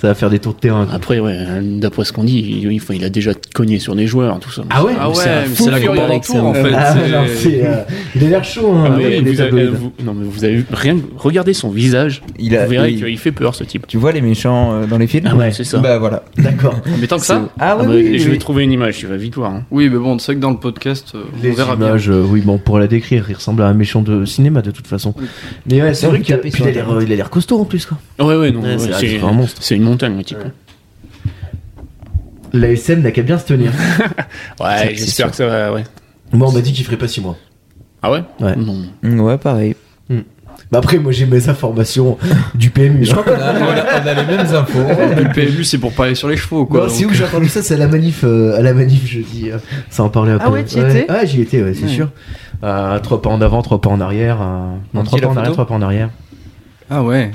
Ça va faire des tours de terrain. quoi. Après, ouais, d'après ce qu'on dit, il, il- il a déjà cogné sur des joueurs, tout ça. Ah ouais Ah ouais, C'est un mais fou c'est la furieux grande avec ça, tour en hein. fait. Ah, c'est- genre, c'est, euh, il a l'air chaud, hein, Ah oui, avec les vous avez- tabloïds. vous- non, mais vous avez rien. Regardez son visage. Il a, vous verrez il- qu'il fait peur, ce type. Tu vois les méchants euh, dans les films Ah ouais, c'est ça. Bah voilà. D'accord. Mais tant que ça Ah Ah ouais, bah, oui, et oui, je vais oui. trouver une image, tu vas vite voir. hein. Oui, mais bon, c'est que dans le podcast, euh, on Les verra bien. images, euh, oui, bon, pour la décrire, il ressemble à un méchant de cinéma de toute façon. Oui. Mais ouais, c'est Non, vrai vous qu'il a tapez puis sur il a l'air Internet. euh, il a l'air costaud en plus, quoi. Ouais, ouais, non. Ouais, ouais, c'est- c'est c'est un monstre. c'est une montagne, le type. hein. La SM n'a qu'à bien se tenir. Ouais, C'est- j'espère c'est que ça va. Ouais. Moi, on m'a dit qu'il ferait pas 6 mois. Ah ouais Ouais. Non. Mm, Ouais, pareil. Bah après, moi, j'ai mes informations du PMU. Je crois On a, on a les mêmes infos. Le PMU, c'est pour parler sur les chevaux, quoi. c'est où donc. que j'ai entendu ça C'est à la manif, euh, à la manif jeudi. euh, ça en parlait après. Ah ouais, t'y étais Ah, j'y étais, ouais, c'est Ouais. sûr. Euh, trois pas en avant, trois pas en arrière. euh, On Non, trois dit la pas en arrière, photo trois pas en arrière. Ah ouais.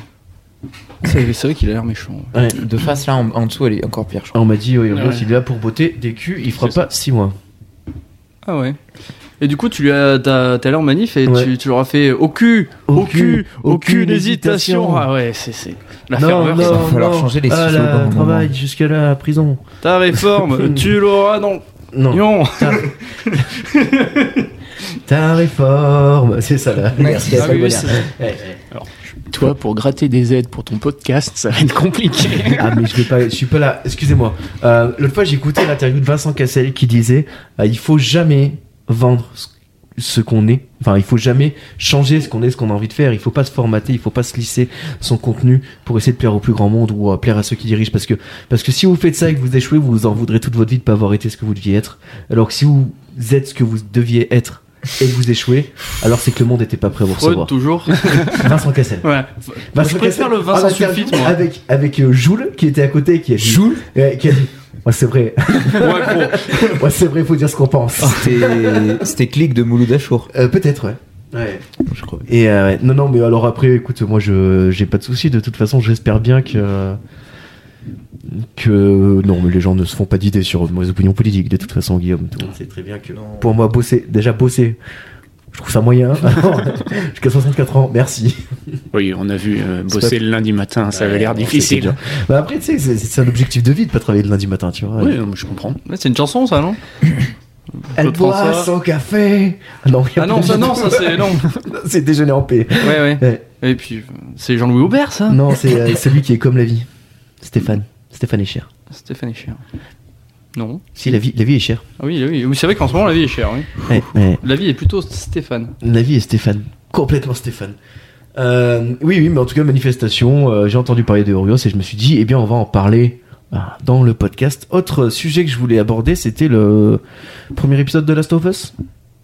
C'est c'est vrai qu'il a l'air méchant. ouais. Ouais. De face là, en, en dessous, elle est encore pire, Ah, je crois. on m'a dit, oui, Ah Oriol, ouais. il est là pour botter des culs, il fera C'est ça. pas 6 mois. Ah ouais. Et du coup, tu lui as, t'as- t'es allé en manif et Ouais. tu, tu leur as fait au cul, au, Au cul, cul, aucune aucune hésitation. hésitation. Ah ouais, c'est c'est la ferveur. non. ça. va falloir changer les ah, ciseaux là, au bon moment. travail jusqu'à la prison. Ta réforme, tu l'auras non. Non. non. Ta réforme, c'est ça là. Merci. Ah oui, oui, c'est- Toi, pour gratter des aides pour ton podcast, ça va être compliqué. Ah mais je vais pas, je suis pas là. Excusez-moi. Euh, L'autre fois j'ai écouté l'interview de Vincent Cassel qui disait euh, il faut jamais vendre ce- ce qu'on est. Enfin il faut jamais changer ce qu'on est, ce qu'on a envie de faire. Il faut pas se formater, il faut pas se lisser son contenu pour essayer de plaire au plus grand monde ou euh, plaire à ceux qui dirigent parce que parce que si vous faites ça et que vous échouez, vous en voudrez toute votre vie de pas avoir été ce que vous deviez être. Alors que si vous êtes ce que vous deviez être et que vous échouez, alors c'est que le monde n'était pas prêt à vous Freud recevoir. toujours. Vincent Cassel. Ouais. Vincent Je préfère Cassel, le Vincent en interview Sulfite, moi. Avec, avec euh, Joule qui était à côté et qui a dit. Joule Ouais, qui a dit. Ouais, c'est vrai. Moi, gros. Ouais, c'est vrai, faut dire ce qu'on pense. Ah. C'était- C'était clic de Mouloud Achour. Euh, Peut-être, ouais. Ouais. Je crois. Et euh, ouais. non, non, mais alors après, écoute, moi, je j'ai pas de souci. De toute façon, j'espère bien que que non, mais les gens ne se font pas d'idées sur mes opinions politiques. De toute façon, Guillaume, tout le monde sait très bien que Non. pour moi, bosser, déjà bosser, je trouve ça moyen. Jusqu'à 64 ans, merci. oui, on a vu euh, C'est bosser le lundi matin, ça avait l'air Ouais, difficile. c'était dur. Bah après, tu sais, c'est- c'est un objectif de vie de pas travailler le lundi matin, tu vois. Oui, non, mais je comprends. Ouais, c'est une chanson, ça, non Elle Claude boit François. son café. Ah non, y a Ah non, pas ça, de- non, ça, c'est non. c'est déjeuner en paix. Ouais, ouais. Ouais. Et puis, euh, c'est Jean-Louis Aubert, ça Non, c'est euh, celui qui est comme la vie. Stéphane. Stéphane est cher. Stéphane est cher. Non. Si, la vie, la vie est chère. Eh, Ah oui, oui. Oui, C'est vrai qu'en ce moment, la vie est chère, oui. Ouais, ouais. La vie est plutôt Stéphane. La vie est Stéphane. Complètement Stéphane. Euh, oui, oui, mais en tout cas, manifestation, euh, j'ai entendu parler de Orios et je me suis dit, eh bien, on va en parler euh, dans le podcast. Autre sujet que je voulais aborder, c'était le premier épisode de Last of Us,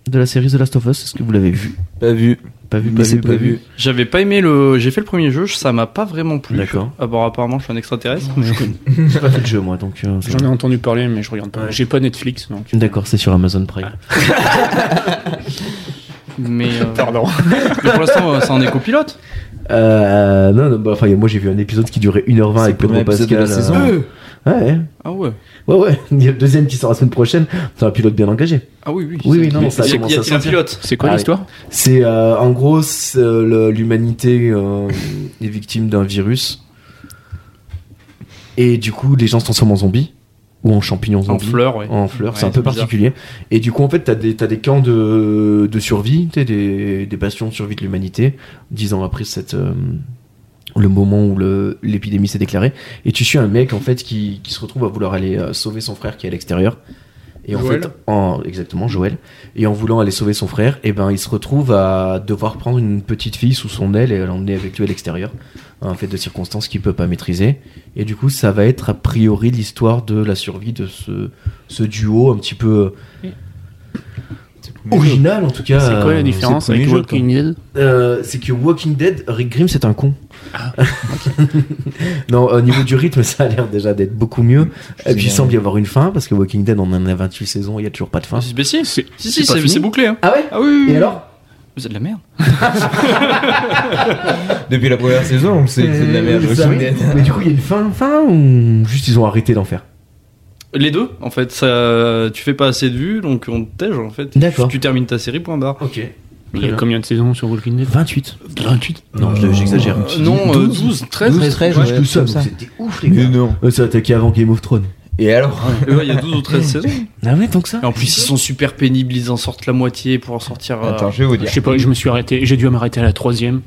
de la série The Last of Us. Est-ce que vous l'avez vu Pas vu. Pas vu, Mais pas c'est vu, pas prévu. vu. J'avais pas aimé le. J'ai fait le premier jeu, ça m'a pas vraiment plu. D'accord. Ah bon, apparemment, je suis un extraterrestre. mais- J'ai pas fait le jeu, moi, donc. euh, ça J'en ai entendu parler, mais je regarde pas. Ouais. J'ai pas Netflix, donc. D'accord, c'est sur Amazon Prime. Ah. Mais, euh, Pardon. mais pour l'instant, euh, c'est en écopilote. Euh, non, non, bah, enfin, moi j'ai vu un épisode qui durait 1h20 C'est avec le Pedro premier Pascal. épisode de la saison. euh, Ouais, Ah ouais. ouais, ouais. Il y a le deuxième qui sort la semaine prochaine. C'est un pilote bien engagé. Ah oui, oui. Oui, c'est- oui, non, mais ça y a- commence y a-t-il à un sortir. pilote C'est quoi Ah oui. l'histoire C'est euh, en gros c'est, euh, le- l'humanité euh, est victime d'un virus. Et du coup, les gens se transforment en zombies ou en champignons En zombies. fleurs, ouais. En fleurs, Ouais, c'est un c'est peu bizarre. particulier. Et du coup, en fait, t'as des, t'as des camps de, de survie, t'es des, des bastions de survie de l'humanité, dix ans après cette, euh, le moment où le- l'épidémie s'est déclarée. Et tu suis un mec, en fait, qui, qui se retrouve à vouloir aller euh, sauver son frère qui est à l'extérieur. Et en Joël. fait, en, exactement, Joël. Et en voulant aller sauver son frère, et ben, il se retrouve à devoir prendre une petite fille sous son aile et l'emmener avec lui à l'extérieur. Un fait de circonstances qu'il peut pas maîtriser. Et du coup, ça va être a priori l'histoire de la survie de ce, ce duo un petit peu euh, original en tout cas. C'est quoi Euh, la différence c'est le avec premier Walking Dead euh, C'est que Walking Dead, Rick Grimm c'est un con. Ah, non, au niveau du rythme, ça a l'air déjà d'être beaucoup mieux. Et puis il semble y avoir une fin parce que Walking Dead, on en a 28 saisons, il y a toujours pas de fin. Hein C'est- mais si, C'est- si, si, c'est pas c'est fini c'est bouclé. Hein. Ah ouais Ah oui, oui, oui. Et alors Vous êtes de la merde. Depuis la première saison, on le sait que c'est de la merde. Euh, ça, Walking oui. Dead. Mais du coup, il y a une fin, fin ou juste ils ont arrêté d'en faire Les deux, en fait, ça, tu fais pas assez de vues, donc on te tège, en fait. D'accord. Tu, tu termines ta série, point barre. Ok. Il y a bien. combien de saisons sur Walking Dead 28. 28 Non, je- j'exagère. un petit peu. non, euh, 12, 13, 12, 13, Juste ouais, tout ça, comme donc ça. c'était ouf, les gars. non. Euh, Ça attaqué avant Game of Thrones. Et alors Et ouais, il y a 12 ou 13 saisons. Ah ouais, donc ça Et en plus, ils sont super pénibles, ils en sortent la moitié pour en Oh sortir. euh, Attends, je vais vous Je dire. sais pas, je me suis arrêté, j'ai dû m'arrêter à la troisième.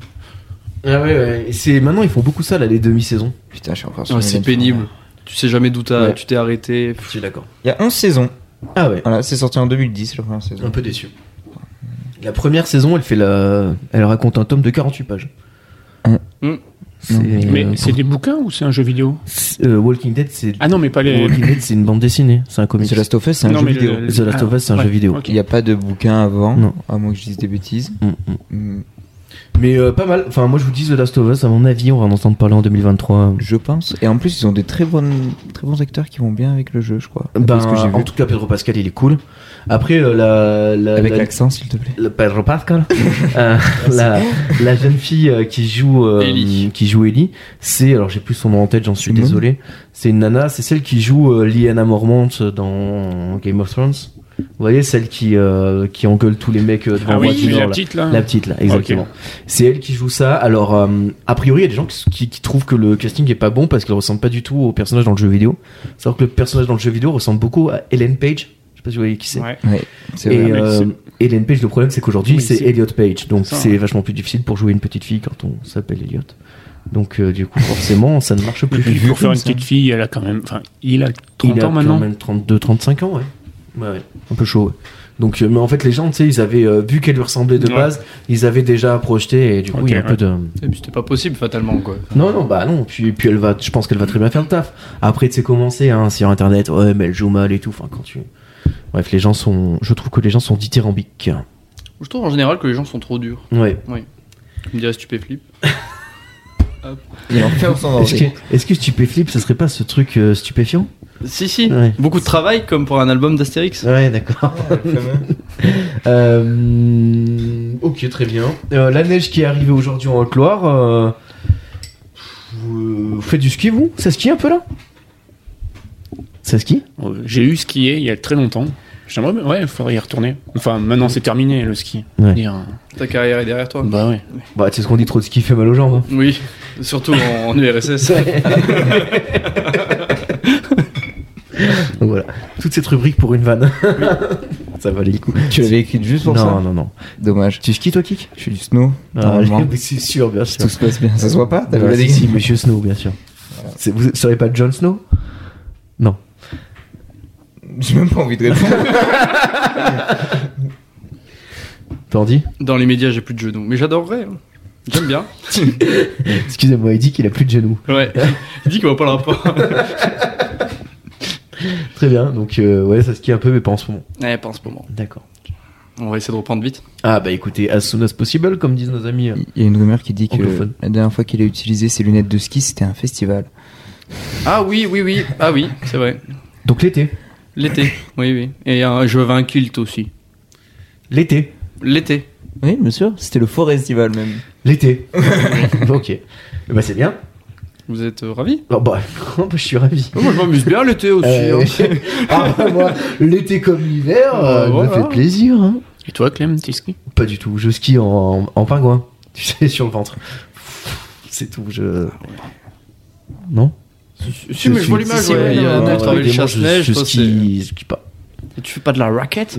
Ah ouais, ouais. Et c'est- Maintenant, ils font beaucoup ça, là, les demi-saisons. Putain, je suis encore ouais, sur mes c'est notes. pénible. Tu sais jamais d'où t'as- Ouais. tu t'es arrêté. Je suis d'accord. Il y a 11 saisons. Ah ouais, Voilà, c'est sorti en 2010, la première saison. un peu déçu. La première saison, elle fait la... Elle raconte un tome de 48 pages. Hum. Hum. C'est- Ah. Mais euh, c'est des bouquins ou c'est un jeu vidéo c'est- euh, Walking Dead, c'est... Ah non, mais pas les. Walking Dead, c'est une bande dessinée, Oh, c'est un Mais comic. The Last of Us, c'est un non, jeu mais vidéo. le- The Last of Us, c'est un Ah, jeu vidéo. ok. Il n'y a pas de bouquin avant, Non. à moins que je dise des bêtises. Hum, hum. Hum, Mais euh, pas mal. Enfin, moi, je vous dis The Last of Us, à mon avis, on va en entendre parler en 2023. Je pense. Et en plus, ils ont des très, bonnes, très bons acteurs qui vont bien avec le jeu, je crois. Ben, Parce que j'ai vu. en tout cas, Pedro Pascal, il est cool. Après, euh, la, la- Avec la- l'accent, s'il te plaît. le Pedro Pascal, Euh, la, la jeune fille euh, qui joue euh, Ellie. qui joue Ellie, c'est alors j'ai plus son nom en tête, j'en suis Simone. désolé. C'est une nana, c'est celle qui joue euh, Lyanna Mormont dans Game of Thrones. Vous voyez celle qui euh, qui engueule tous les mecs euh, devant Ah moi oui, qui mais la hurle. petite là. La petite, là, exactement. C'est elle qui joue ça. Alors, euh, a priori, il y a des gens qui, qui- qui trouvent que le casting est pas bon parce qu'elle ressemble pas du tout au personnage dans le jeu vidéo. Savoir que le personnage dans le jeu vidéo ressemble beaucoup à Ellen Page. Je sais pas si vous voyez qui c'est. Ouais. C'est Et vrai. vrai, euh, mec, Ellen Page, le problème, c'est qu'aujourd'hui, Oui, c'est c'est- Elliot Page. Donc, Ça, c'est vachement plus difficile pour jouer une petite fille quand on s'appelle Elliot. Donc, euh, du coup, forcément, ça ne marche Et plus. puis vu pour faire comme une ça. petite fille, elle a quand même. Enfin, il a 30 Il a ans maintenant. quand même 32, 35 ans, ouais. Ouais, ouais. Un peu chaud, ouais. Donc, euh, mais en fait, les gens, tu sais, ils avaient euh, vu qu'elle lui ressemblait de Ouais. base, ils avaient déjà projeté, et du coup, Ok, il y a un ouais. peu de. Et puis, c'était pas possible, fatalement, quoi. Non, non, bah non. Puis, puis elle va, je pense qu'elle va très bien faire le taf. Après, tu sais, commencer hein, sur internet, ouais, mais elle joue mal et tout. Enfin, quand tu. Bref, les gens sont. Je trouve que les gens sont dithyrambiques. Je trouve en général que les gens sont trop durs. Ouais. Comme dirait Stupéflip. Il en fait au son Est-ce d'ordi. que, est-ce que Stupéflip, ce serait pas ce truc euh, stupéfiant Si, si. Ouais. Beaucoup de travail, comme pour un album d'Astérix. Ouais, d'accord. Euh, ok, très bien. Euh, la neige qui est arrivée aujourd'hui en Haute-Loire. euh, Vous vous faites du ski, vous Ça skie un peu là Ça skie Euh, J'ai eu skié il y a très longtemps. J'aimerais, bien- ouais, il faudrait y retourner. Enfin, maintenant c'est terminé le ski. Ouais. Dire, euh, Ta carrière est derrière toi. Bah ouais. Bah, c'est ce qu'on dit trop de ski fait mal aux jambes. hein. Oui, surtout en, en URSS. Donc voilà, toute cette rubrique pour une vanne. ça valait le coup. Tu l'avais écrite juste pour non, ça non, non. Dommage. Tu skis toi, Kik Je suis du snow. normalement. C'est sûr, bien sûr. Tout se passe bien. Ça se voit pas T'avais Ouais, la si, dégaine si, Monsieur Snow, bien sûr. C'est- Vous ne savez pas John Snow Non. J'ai même pas envie de répondre. T'en dis Dans les médias, j'ai plus de genoux. Mais j'adorerais. hein. J'aime bien. Excusez-moi, il dit qu'il a plus de genoux. Ouais. Il dit qu'on voit pas le rapport. Très bien, donc euh, ouais, ça skie un peu, mais pas en ce moment. Ouais, pas en ce moment. D'accord. On va essayer de reprendre vite. Ah bah écoutez, as soon as possible, comme disent nos amis. euh. Il y a une rumeur qui dit que Anglophone. la dernière fois qu'il a utilisé ses lunettes de ski, c'était un festival. Ah oui, oui, oui. Ah oui, c'est vrai. Donc l'été. L'été. Oui, oui. Et euh, je veux un kilt aussi. L'été. L'été. Oui, bien sûr. C'était le forestival même. L'été. ok. Bah c'est bien. Vous êtes euh, ravis Oh, Oh, bah, je suis ravi. Moi, je m'amuse bien l'été aussi. Euh, hein. ah, bah, moi, l'été comme l'hiver, euh, Bah, me voilà. fait plaisir. hein. Et toi, Clem, tu skis Pas du tout. Je skie en, en pingouin. Tu sais, sur le ventre. C'est tout. Je. Non Si, mais je vois suis- l'image, si, si, ouais, il y non, a un non, autre avec le évidemment, je- chasse-neige, Je toi, skie, je skie pas. Et tu fais pas de la raquette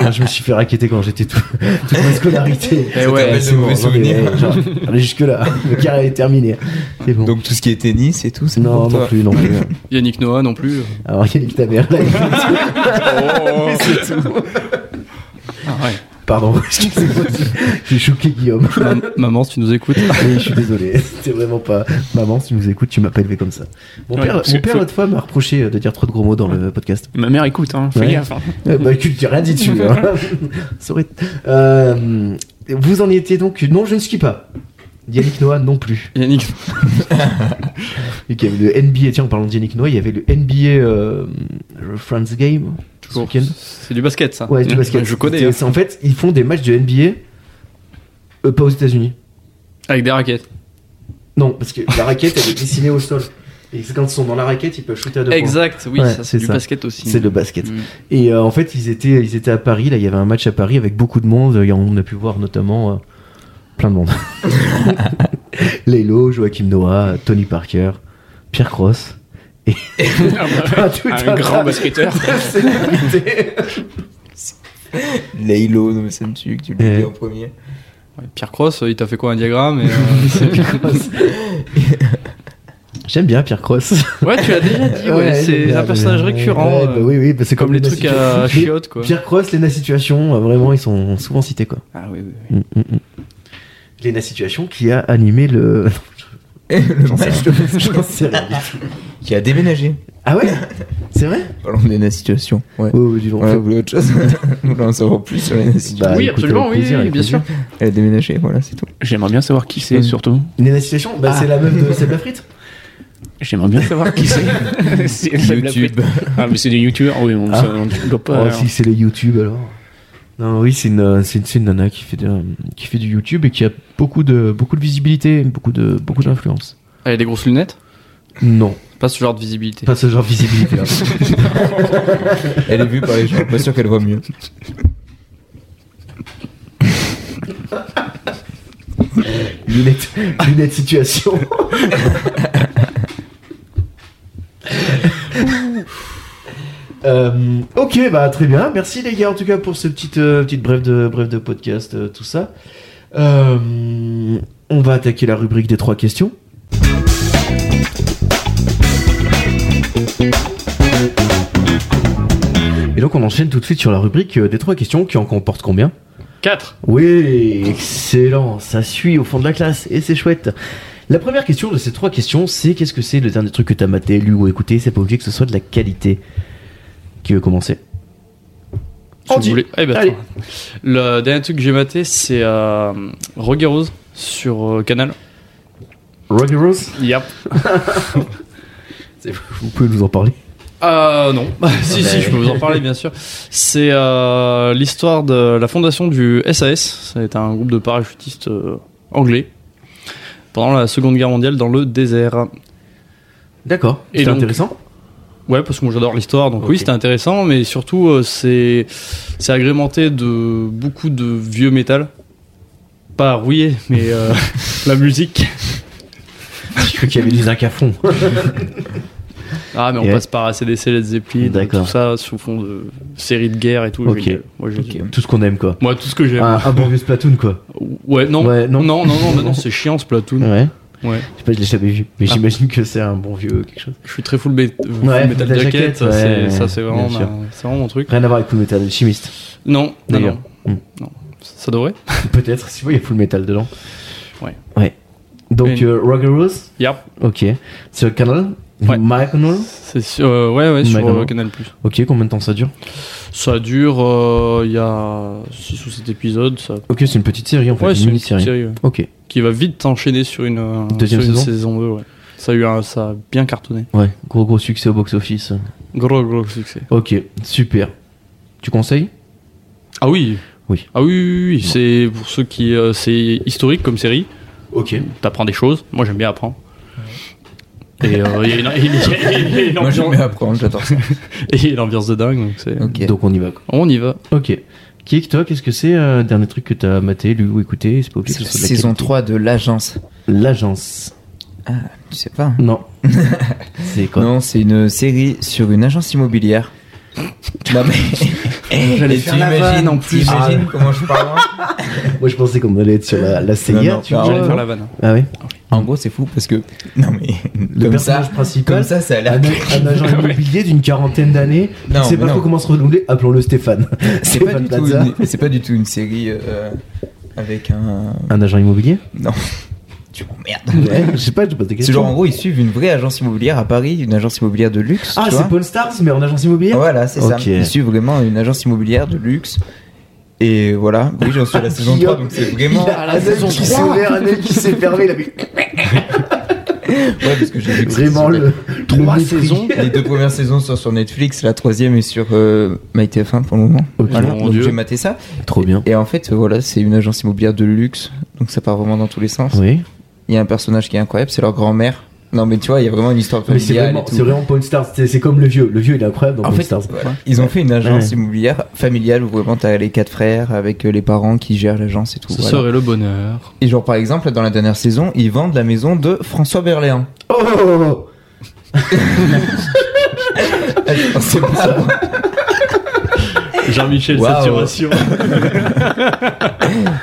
Ah, je me suis fait raqueter quand j'étais tout, toute ma scolarité. Eh ouais. de mauvais j'en ai- souvenirs. j'en- Allez jusque là, le carré est terminé. C'est bon. Donc tout ce qui est tennis et tout, c'est non, pour non toi. plus, non plus. Yannick Noah non plus. euh. Alors Yannick ta mère. là, il- Oh, Ah ouais. Pardon, excusez-moi, j'ai choqué Guillaume. Mam- Maman, si tu nous écoutes. Oui, je suis désolé, c'était vraiment pas. Maman, si tu nous écoutes, tu m'as pas élevé comme ça. Mon Ouais, père, parce mon que père faut- l'autre fois m'a reproché de dire trop de gros mots dans le podcast. Ma mère écoute, hein, fais Ouais. gaffe. hein. Euh, bah écoute, j'ai rien dit dessus. hein. Ça aurait- Euh, vous en y étiez donc Non, je ne skie pas. Yannick Noah non plus. Yannick, Et qu'il y avait le NBA, tiens, en parlant de Yannick Noah, il y avait le NBA euh, le France Game. ce toujours. week-end. C'est du basket, ça. Ouais, du basket. Je connais. C'est- hein. c'est- En fait, ils font des matchs de NBA, euh, pas aux États-Unis. hein. Avec des raquettes. Non, parce que la raquette, elle est dessinée au sol. Et c'est quand ils sont dans la raquette, ils peuvent shooter à deux points. Exact, oui, Ouais, ça c'est c'est du ça. basket aussi. C'est le basket. Mm. Et euh, en fait, ils étaient, ils étaient à Paris. Là, il y avait un match à Paris avec beaucoup de monde. Et on a pu voir notamment euh, plein de monde. Lelo, Joachim Noah, Tony Parker, Pierre Cross. bah tout un grand basketteur. Laylo, non mais ça me tue que tu Eh. l'as dit en premier. Ouais, Pierre Cross, euh, il t'a fait quoi un diagramme et, euh, J'aime bien Pierre Cross. Ouais, tu l'as déjà dit, ouais, Ouais, j'aime c'est bien, un personnage mais- récurrent. Ouais, bah euh, oui, oui, bah c'est Comme les Lena trucs Situation. à Mais chiottes, quoi. Pierre Cross, Lena Situation, euh, vraiment, ils sont souvent cités, quoi. Ah oui, oui, oui. Mm, mm, mm. Lena Situation qui a animé le. le J'en sais match rien. de basket J'en sais rien du tout. qui a déménagé. Ah ouais C'est vrai Parlons de la situation. Ouais. Oh, dis donc. Voilà, vous voulez autre chose Vous voulez en savoir plus sur la situation Bah, Oui, écoute, absolument, avec plaisir, oui, avec bien sûr. plaisir. Elle a déménagé, voilà, c'est tout. J'aimerais bien savoir qui c'est, surtout. Nena Situation, bah, c'est la même de Seb Lafrite. J'aimerais bien Ah, savoir qui c'est. C'est- ça me l'a YouTube. fait. Ah, mais c'est des youtubeurs. Oui, on Ah. ne doit pas. Oh, alors. si c'est le YouTube alors. Non, oui, c'est une, euh, c'est une, c'est une nana qui fait, de- qui fait du YouTube et qui a beaucoup de, beaucoup de visibilité, beaucoup de, beaucoup d'influence. Elle a des grosses lunettes Non, Pas ce genre de visibilité. pas ce genre de visibilité. hein. Elle est vue par les gens, pas sûr qu'elle voit mieux. lunettes, lunettes situation. Euh, ok, bah très bien. Merci les gars en tout cas pour ce petit euh, petite brève de brève de podcast, euh, tout ça. Euh, on va attaquer la rubrique des trois questions. Et donc on enchaîne tout de suite sur la rubrique euh, des trois questions qui en comporte combien 4 oui, excellent, ça suit au fond de la classe et c'est chouette. La première question de ces trois questions, c'est qu'est-ce que c'est le dernier truc que t'as maté, lu ou écouté C'est pas obligé que ce soit de la qualité. Qui veut commencer Si Andy. vous voulez. Eh ben, Allez. attends. Le dernier truc que j'ai maté, c'est euh, Rogue Rose sur euh, Canal. Rocky Rose Yep. Vous pouvez nous en parler Euh, non. si, si, Ouais. je peux vous en parler, bien sûr. C'est euh, l'histoire de la fondation du SAS. C'est un groupe de parachutistes euh, anglais pendant la Seconde Guerre mondiale dans le désert. D'accord, Et c'est donc- intéressant. Ouais, parce que moi j'adore l'histoire, donc Ok. oui, c'était intéressant, mais surtout euh, c'est c'est agrémenté de beaucoup de vieux métal. Pas rouillé, mais euh, la musique. Je crois qu'il y avait des zinc à fond. Ah, mais on Et ouais. passe par ACDC, Led Zeppelin, D'accord. tout ça sous fond de séries de guerre et tout. Ok. génial. Moi, j'ai- Tout ce qu'on aime quoi. Moi, tout ce que j'aime. Un, un bon vieux Splatoon quoi. Ouais, non. Ouais, non. non, non, non, bah non, c'est chiant ce platoon. Ouais. Ouais. Je sais pas, je l'ai jamais vu, mais Ah. j'imagine que c'est un bon vieux quelque chose. Je suis très full, mét- full Ouais, metal la jacket, jaquette, ça, c'est- ouais, ça c'est vraiment, bien ma- sûr. c'est vraiment mon truc. Rien à voir avec Full Metal Alchimiste. Non, non, D'ailleurs. non. Mm. non. Ça devrait Peut-être, si vous voyez Full Metal dedans. Ouais. Ouais. Donc Et- euh, Roger Rose Yap, Ok. Sur le canal Ouais. My Canal c'est sur, euh, ouais, ouais, sur D'accord. euh, Canal+. Ok, combien de temps ça dure Ça dure, euh, il y a 6 ou 7 épisodes. Ça... Ok, c'est une petite série en fait, Ouais, une c'est une mini-série. série ouais, Ok. qui va vite enchaîner sur une, euh, Deuxième sur une saison 2. Ouais. Ça, a eu un, ça a bien cartonné. Ouais, gros gros succès au box-office. Gros, gros succès. Ok, super. Tu conseilles Ah oui Oui. Ah oui, oui, oui, c'est pour ceux qui. euh, c'est historique comme série. Ok. T'apprends des choses. Moi, j'aime bien apprendre. Et euh, il y a une- il y a une- il y a une Moi j'aime ambiance- bien apprendre, j'adore ça. et il y a une ambiance de dingue. Donc c'est- Ok. Donc on y va. quoi. On y va. Ok. Kick, toi, qu'est-ce que c'est euh, dernier truc que t'as maté, lu ou écouté C'est pas obligé c'est que la ce soit de la saison qualité. 3 de l'agence. L'agence. Tu sais pas. hein. Non. c'est quoi Non, c'est une série sur une agence immobilière. Non mais. J'allais tu faire la vanne, en plus. T'imagines comment je parle moi Moi je pensais qu'on allait être sur la, la CIA, Non, non, tu non, vois. J'allais faire la vanne. Ah oui En gros, c'est fou parce que. Non mais. Le comme personnage ça, principal, comme ça, ça a l'air. un, un agent immobilier d'une quarantaine d'années, qui Non, sait mais pas non. trop comment se renouveler, appelons-le Stéphane. C'est pas, Stéphane du tout Plaza. une- c'est pas du tout une série euh, avec un. Un agent immobilier Non. Tu m'emmerdes. Ouais, je sais pas, je pose des C'est questions. genre en gros, ils suivent une vraie agence immobilière à Paris, une agence immobilière de luxe. ah, tu vois. c'est Pawn Stars, mais en agence immobilière Voilà, c'est Ok. ça. Ils suivent vraiment une agence immobilière de luxe. Et voilà, oui, j'en suis à la saison 3, donc c'est vraiment. Il a un œil qui s'est ouvert, un œil qui s'est fermé, il avait Ouais, parce que j'ai vu que c'était vraiment sur le. Trois mépris. saisons Les deux premières saisons sont sur Netflix, la troisième est sur euh, MyTF1 pour le moment. Ok. Voilà, Mon donc Dieu. j'ai maté ça. Trop bien. Et en fait, euh, voilà, c'est une agence immobilière de luxe, donc ça part vraiment dans tous les sens. Oui. Il y a un personnage qui est incroyable, c'est leur grand-mère, Non, mais tu vois, il y a vraiment une histoire Mais c'est familiale vraiment, et tout. c'est vraiment Pawn Stars. C'est c'est comme le vieux. Le vieux, il est incroyable dans En Pawn fait, euh, Stars. ouais, ils ont fait une agence Ouais. immobilière familiale où vraiment t'as les quatre frères avec euh, les parents qui gèrent l'agence et tout. Ce voilà. serait le bonheur. Et genre par exemple, dans la dernière saison, ils vendent la maison de François Berléand. Oh Attends, c'est pas ça. Jean-Michel Waouh. Saturation.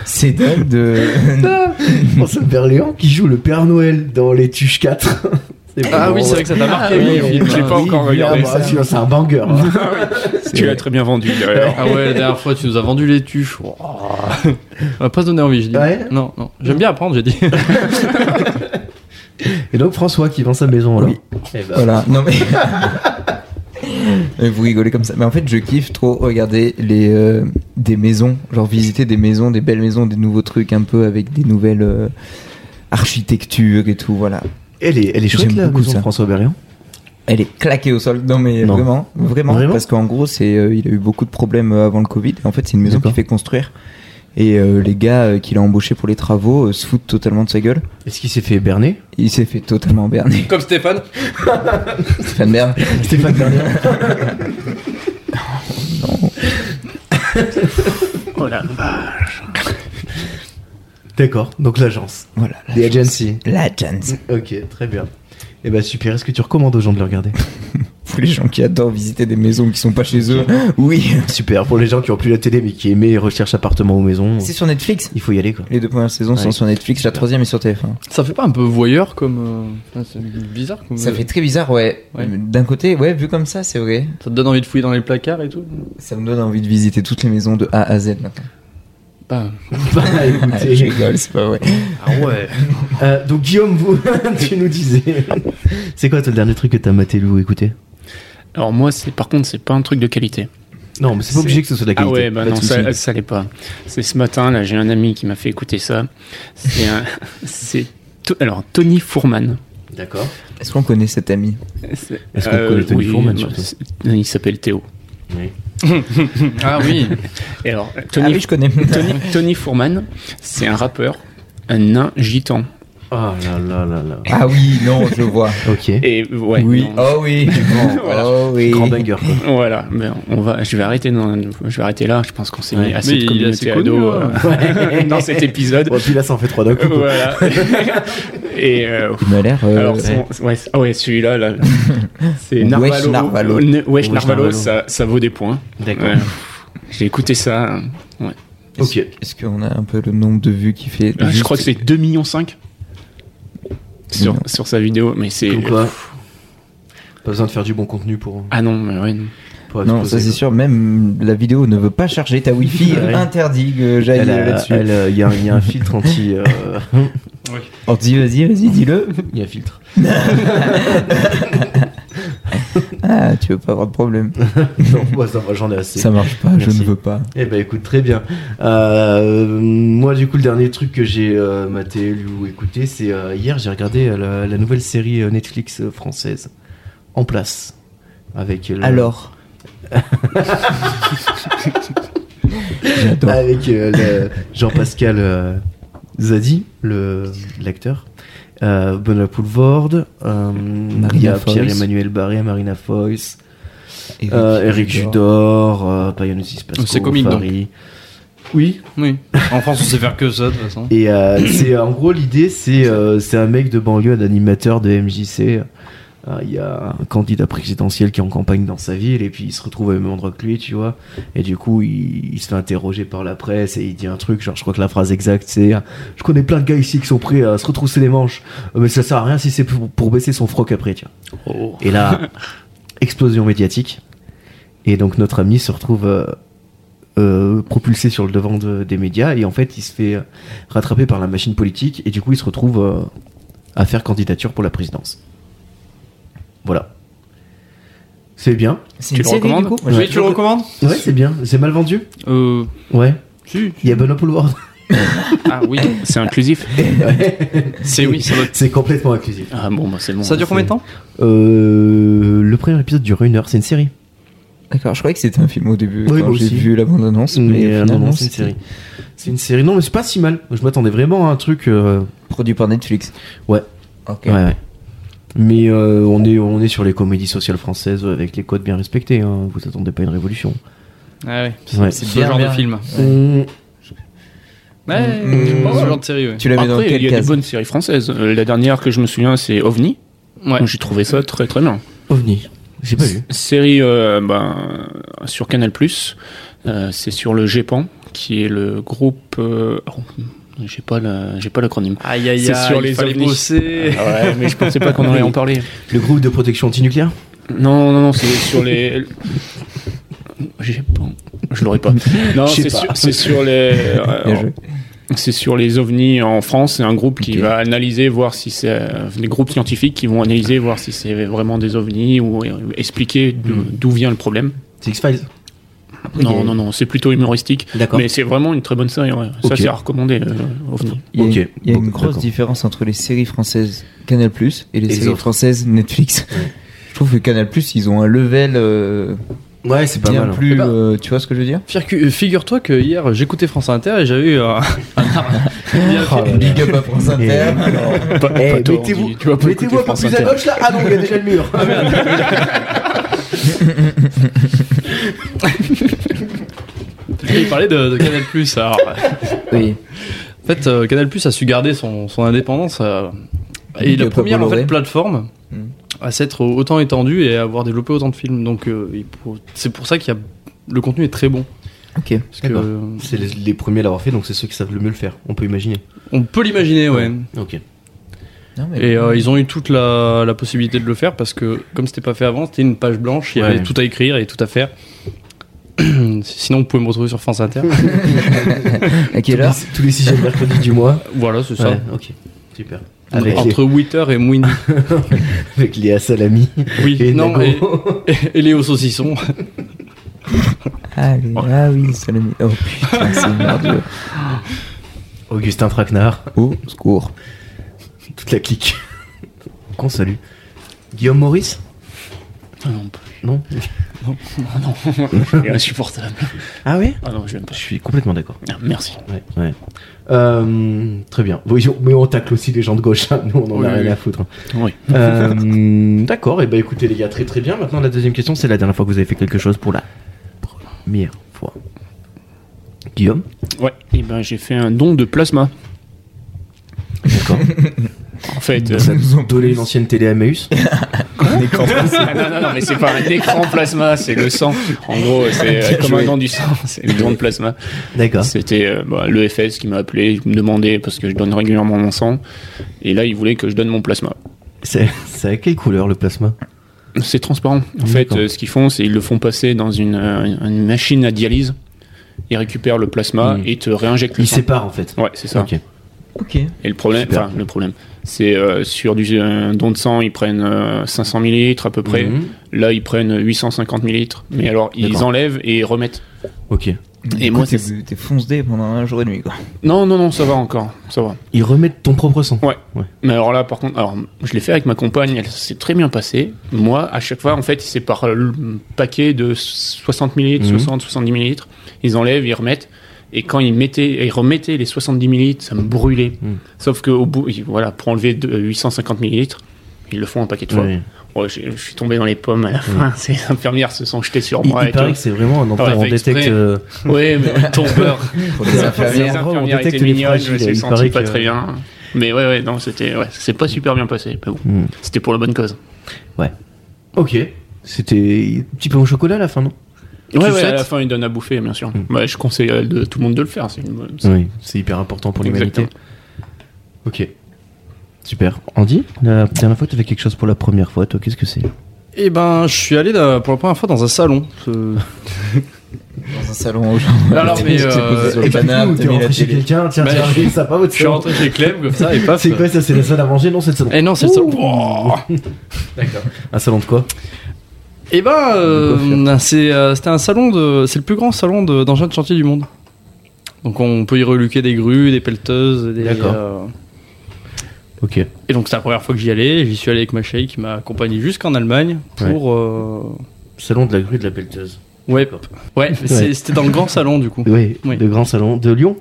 C'est dingue de. François Berléand qui joue le Père Noël dans Les Tuches 4. C'est Ah bon, oui, c'est ouais. vrai que ça t'a marqué. oui, le oui, film. hein. oui, j'ai pas Oui, encore ah, regardé bah, ça. celui-là, C'est un banger. hein. Tu l'as très bien vendu d'ailleurs. Ah ouais, la dernière fois, tu nous as vendu les tuches. Wow. On m'a pas donné envie, je dis. Ouais. Non, non. J'aime bien apprendre, j'ai dit. Et donc François qui vend sa maison là. Oui. Eh ben. Voilà, non mais. Mais Vous rigolez comme ça. Mais en fait, je kiffe trop regarder les, euh, des maisons, genre visiter des maisons, des belles maisons, des nouveaux trucs un peu avec des nouvelles euh, architectures et tout. Voilà. Elle est, elle est chouette J'aime la beaucoup maison de ça. François Berléand. Elle est claquée au sol. Non mais Non. vraiment, vraiment, Vraiment parce qu'en gros, c'est euh, il a eu beaucoup de problèmes euh, avant le Covid. En fait, c'est une maison D'accord. qu'il fait construire et euh, les gars euh, qu'il a embauchés pour les travaux euh, se foutent totalement de sa gueule. Est-ce qu'il s'est fait berner Il s'est fait totalement berner. Comme Stéphane. Stéphane Bern. Stéphane Berléand. Oh la D'accord, donc l'agence. Voilà. The Agency. La chance. Ok, très bien. Et bah super, est-ce que tu recommandes aux gens de le regarder Pour les gens qui adorent visiter des maisons qui sont pas chez eux, oui. Super, pour les gens qui ont plus la télé mais qui aimaient recherche appartement ou maison, C'est sur Netflix. il faut y aller quoi. Les deux premières saisons sont Ouais. sur Netflix, la troisième est sur TF1. Ça fait pas un peu voyeur comme. euh, C'est bizarre. Comme... euh, Ça fait très bizarre, ouais. Ouais. D'un côté, ouais, vu comme ça, c'est vrai. Ça te donne envie de fouiller dans les placards et tout Ça me donne envie de visiter toutes les maisons de A à Z maintenant. Bah, Bah, Ah, écoutez. je rigole, c'est pas vrai. Ah ouais. Euh, donc Guillaume, vous, tu nous disais. C'est quoi toi, le dernier truc que t'as maté Lou écoutez Alors moi, c'est par contre, c'est pas un truc de qualité. Non, mais c'est pas C'est- obligé que ce soit de la Ah qualité. ouais, bah pas de non, ça, soucis. ça l'est pas. C'est ce matin, là, j'ai un ami qui m'a fait écouter ça. C'est un- c'est To- alors Tony Fourman. D'accord. Est-ce qu'on connaît cet ami C'est- Est-ce qu'on connaît Tony Fourman, bah, surtout c'est- Il s'appelle Théo. Oui. Ah oui Et alors, Ah Tony, oui, je connais. Tony, Tony Fourman, c'est un rappeur, un nain gitan. Ah là là là là. Ah oui, non, je vois. Ok. Et ouais. oui. non. Oh oui. Bon, Voilà. Oh oui. Grand banger quoi. Voilà, mais on va, je vais arrêter, dans- je vais arrêter là. Je pense qu'on s'est Ouais. mis assez Mais il de est communauté assez connu, ado hein. euh, dans cet épisode. Bon, puis là ça en fait trois d'un coup. quoi. voilà. Et euh, Il m'a l'air. euh, Alors, son- ouais, ah ouais, celui-là, là, c'est Wesh Narvalo. Narvalo. Ne- Wesh Wesh Narvalo, Narvalo. Ça, ça vaut des points. D'accord. Ouais. J'ai écouté ça. hein. Ouais. Ok. Est-ce qu'on a un peu le nombre de vues qui fait Euh, je crois que c'est 2,5 millions sur, sur sa vidéo, mais c'est. Comme quoi, pas besoin de faire du bon contenu pour. Ah non, mais ouais, non. pour Non, ça exploser, c'est quoi. sûr. Même la vidéo ne veut pas charger ta Wi-Fi. Ouais. Interdit que j'aille Elle a- là-dessus. elle, euh, Il y, a un- il y a un filtre anti. euh, Oh, dis, vas-y, vas-y, dis-le. Il y a un filtre. Ah, tu veux pas avoir de problème. Non, moi ça va, j'en ai assez. Ça marche pas, Merci. je ne veux pas. Eh ben écoute, très bien. Euh, moi du coup, le dernier truc que j'ai euh, maté lu ou écouté, c'est euh, hier j'ai regardé euh, la, la nouvelle série euh, Netflix euh, française en place avec euh, le- Alors. J'adore. avec euh, le- Jean-Pascal euh, Zadi, le l'acteur. Euh, Benoît Poulvorde, euh, il y a Foïs. Pierre-Emmanuel Barré, Marina Foïs, Eric, euh, Eric Judor, euh, Payanosis Pasco, C'est comique, donc. Fari. Oui, Oui. En France, on sait faire que ça, de toute façon. Et euh, c'est en gros l'idée, c'est euh, c'est un mec de banlieue, un animateur de MJC. Euh, Il y a un candidat présidentiel qui est en campagne dans sa ville et puis il se retrouve au même endroit que lui, tu vois. Et du coup, il, il se fait interroger par la presse et il dit un truc, genre je crois que la phrase exacte c'est euh, Je connais plein de gars ici qui sont prêts à se retrousser les manches, euh, mais ça sert à rien si c'est pour, pour baisser son froc après, tu vois. Oh. Et là, explosion médiatique. Et donc notre ami se retrouve euh, euh, propulsé sur le devant de- des médias et en fait il se fait euh, rattraper par la machine politique et du coup il se retrouve euh, à faire candidature pour la présidence. Voilà. C'est bien. C'est Tu une le série, recommandes du coup Oui, tu le recommandes Ouais, c'est bien. C'est mal vendu. Euh. Ouais. Si. Il y a Benoît Poulward. Ah oui, c'est inclusif. C'est oui, ça doit être- C'est complètement inclusif. Ah bon, bah, c'est bon. Ça dure combien de temps Euh, le premier épisode dure une heure. C'est une série. D'accord, je croyais que c'était un film au début. Oui, quand moi j'ai aussi. vu la bande-annonce, mais, euh, non, finalement, non, c'est une c'était série. C'est une série. Non, mais c'est pas si mal. Je m'attendais vraiment à un truc. euh, Produit par Netflix. Ouais. Ok. Ouais, ouais. Mais euh, on, est, on est sur les comédies sociales françaises avec les codes bien respectés. hein. Vous attendez pas une révolution. Ah ouais, Ouais. c'est C'est ce bien, genre bien. de film. Hum, Ouais, Mm. ce genre de série, ouais. Tu l'avais dans Après, il quelle y a des case bonnes séries françaises. Euh, la dernière que je me souviens, c'est OVNI. Ouais. Donc, J'ai trouvé ça très très bien. OVNI. J'ai pas vu. Série euh, ben, sur Canal+, euh, c'est sur le GEPAN, qui est le groupe... euh, oh, j'ai pas la- j'ai pas l'acronyme. Aïe aïe C'est aïe, sur il les fallait ovnis. bosser. ouais, mais je pensais pas qu'on allait en parler. Le groupe de protection antinucléaire Non, non, non, c'est sur les. J'ai pas. Je l'aurais pas. Non, Je sais c'est pas. sur, c'est sur les. euh, Bien joué. c'est sur les ovnis en France. C'est un groupe qui Ok. va analyser, voir si c'est euh, des groupes scientifiques qui vont analyser, voir si c'est vraiment des ovnis ou euh, expliquer d'o- d'où vient le problème. C'est X-Files non, non, non, c'est plutôt humoristique. D'accord. Mais c'est vraiment une très bonne série. ouais. Ok. Mm. Ça, c'est à recommander. euh, ovni. Il y a, Ok. il y a une Bon, grosse d'accord. différence entre les séries françaises Canal et les les séries autres. françaises Netflix. Je trouve que Canal ils ont un level euh, Ouais, c'est pas bien mal. hein. plus. Eh ben- euh, tu vois ce que je veux dire Fircu- euh, Figure-toi que hier j'écoutais France Inter et j'avais eu un. Big up à France Inter. Pas- Eh, pas tort, mettez-vous, dis- tu vas pas mettez-vous écouter un peu France plus à Inter. gauche là Ah non, il y a déjà le mur Ah, merde. Il parlait de, de Canal alors. oui. En fait, euh, Canal a su garder son, son indépendance. euh, et Big la up à première en Bolloré. fait, plateforme Mm. Hmm. à s'être autant étendue et à avoir développé autant de films. Donc euh, il faut- c'est pour ça qu'il y a. Le contenu est très bon. Ok. Parce que, D'accord. euh, C'est les, les premiers à l'avoir fait, donc c'est ceux qui savent le mieux le faire. On peut imaginer. on peut l'imaginer, Eh ouais. Ok. Non, mais- Et euh, ils ont eu toute la, la possibilité de le faire parce que, comme c'était pas fait avant, c'était une page blanche, il y Ouais. avait tout à écrire et tout à faire. Sinon, vous pouvez me retrouver sur France Inter. à quelle heure tous, les, tous les sixièmes mercredis du mois. voilà, c'est ça. Ouais, ok. Super. Avec, les- Entre Witter et Mouini. avec Léa Salami Oui, et non, Nago. et, et- et Léo Saucisson. ah, les- ah oui, Salomé. Oh putain, c'est merdieux. Augustin Traquenard, Au secours. toute la clique. Qu'on salue. Guillaume Maurice Ah non, pas- Non il est insupportable. Ah oui Ah non, je l'aime pas. Je suis complètement d'accord. Ah, Merci. Ouais, ouais. Euh, très bien. Oui, Mais on tacle aussi les gens de gauche, hein. nous on en Oui, a rien oui. à foutre. hein. Oui. Euh, D'accord, et bah écoutez les gars, très très bien. Maintenant la deuxième question, c'est la dernière fois que vous avez fait quelque chose pour la première fois. Guillaume Ouais, et ben j'ai fait un don de plasma. D'accord. En fait, euh, Ça nous a donné une ancienne télé Emmaüs Ah non, non, non, mais c'est pas un écran plasma, c'est le sang. En gros, c'est euh, comme un don du sang, c'est le don de plasma. D'accord. C'était euh, bah, le FS qui m'a appelé, il me demandait parce que je donne régulièrement mon sang, et là il voulait que je donne mon plasma. C'est c'est à quelle couleur le plasma C'est transparent. En fait, D'accord. euh, ce qu'ils font, c'est ils le font passer dans une, euh, une machine à dialyse, ils récupèrent le plasma Mm. et te réinjectent le Il sang. sépare en fait. Ouais, c'est ça. Ok. Ok. Et le problème, Super. enfin le problème, c'est euh, sur du euh, don de sang, ils prennent euh, 500 millilitres à peu près. Mhm. Là, ils prennent 850 millilitres, mais alors ils D'accord. enlèvent et remettent. Ok. Et moi, t'es c'est- t'es foncé pendant un jour et demi, quoi. Non, non, non, ça va encore, ça va. Ils remettent ton propre sang. Mais alors là, par contre, alors je l'ai fait avec ma compagne, elle s'est très bien passée. Moi, à chaque fois, en fait, c'est par le paquet de 60 millilitres, Mhm. 60, 70 millilitres. Ils enlèvent, ils remettent. Et quand ils mettaient, ils remettaient les 70 millilitres, ça me brûlait. Mhm. Sauf qu'au bout, ils- voilà, pour enlever de- 850 millilitres, ils le font un paquet de fois. Ouais. Ouais, je, je suis tombé dans les pommes Mhm. à la fin. Ces infirmières se sont jetées sur Il, moi. il et paraît tout. que c'est vraiment un endroit Ah ouais, on fait détecte. exprès. euh, Ouais, mais tombeur. Pour les Les infirmières. un endroit où on infirmières étaient détecte les euh. mignonnes, je fragiles, me suis il senti paraît pas que- très bien. Mais ouais, ouais, non, c'était, ouais, c'est pas super bien passé. Mais bon, Hmm. c'était pour la bonne cause. Ok. C'était un petit peu au chocolat à la fin, non Ouais, ouais, souhaites à la fin, ils donnent à bouffer, bien sûr. Bah, je conseille à de- tout le monde de le faire. C'est une bonne. c'est- Oui, c'est hyper important pour l'humanité. Exactement. Ok. Super. Andy, la dernière fois, tu fait quelque chose pour la première fois, toi, qu'est-ce que c'est Et ben, je suis allé la- pour la première fois dans un salon. Euh, Dans un salon aux gens. Alors, mais, T'es euh, posé sur le canapé, t'as mis la télé. quelqu'un, tiens, Bah, je- ça va, votre Je suis salon. rentré chez Clem comme ça et paf. C'est quoi ça C'est la salle à manger Non, c'est le salon. Eh non, c'est le salon. Ouh. D'accord. Un salon de quoi Et ben, euh, c'est, euh, c'était un salon de, c'est le plus grand salon de- d'engins de chantier du monde. Donc on peut y reluquer des grues, des pelleteuses, des. D'accord. euh, Ok. Et donc c'est la première fois que j'y allais. J'y suis allé avec ma chérie qui m'a accompagné jusqu'en Allemagne pour. euh, Salon de la grue de la pelleteuse. Ouais, ouais, c'est- c'était dans le grand salon du coup. Oui, Oui. Ah. le grand salon de Lyon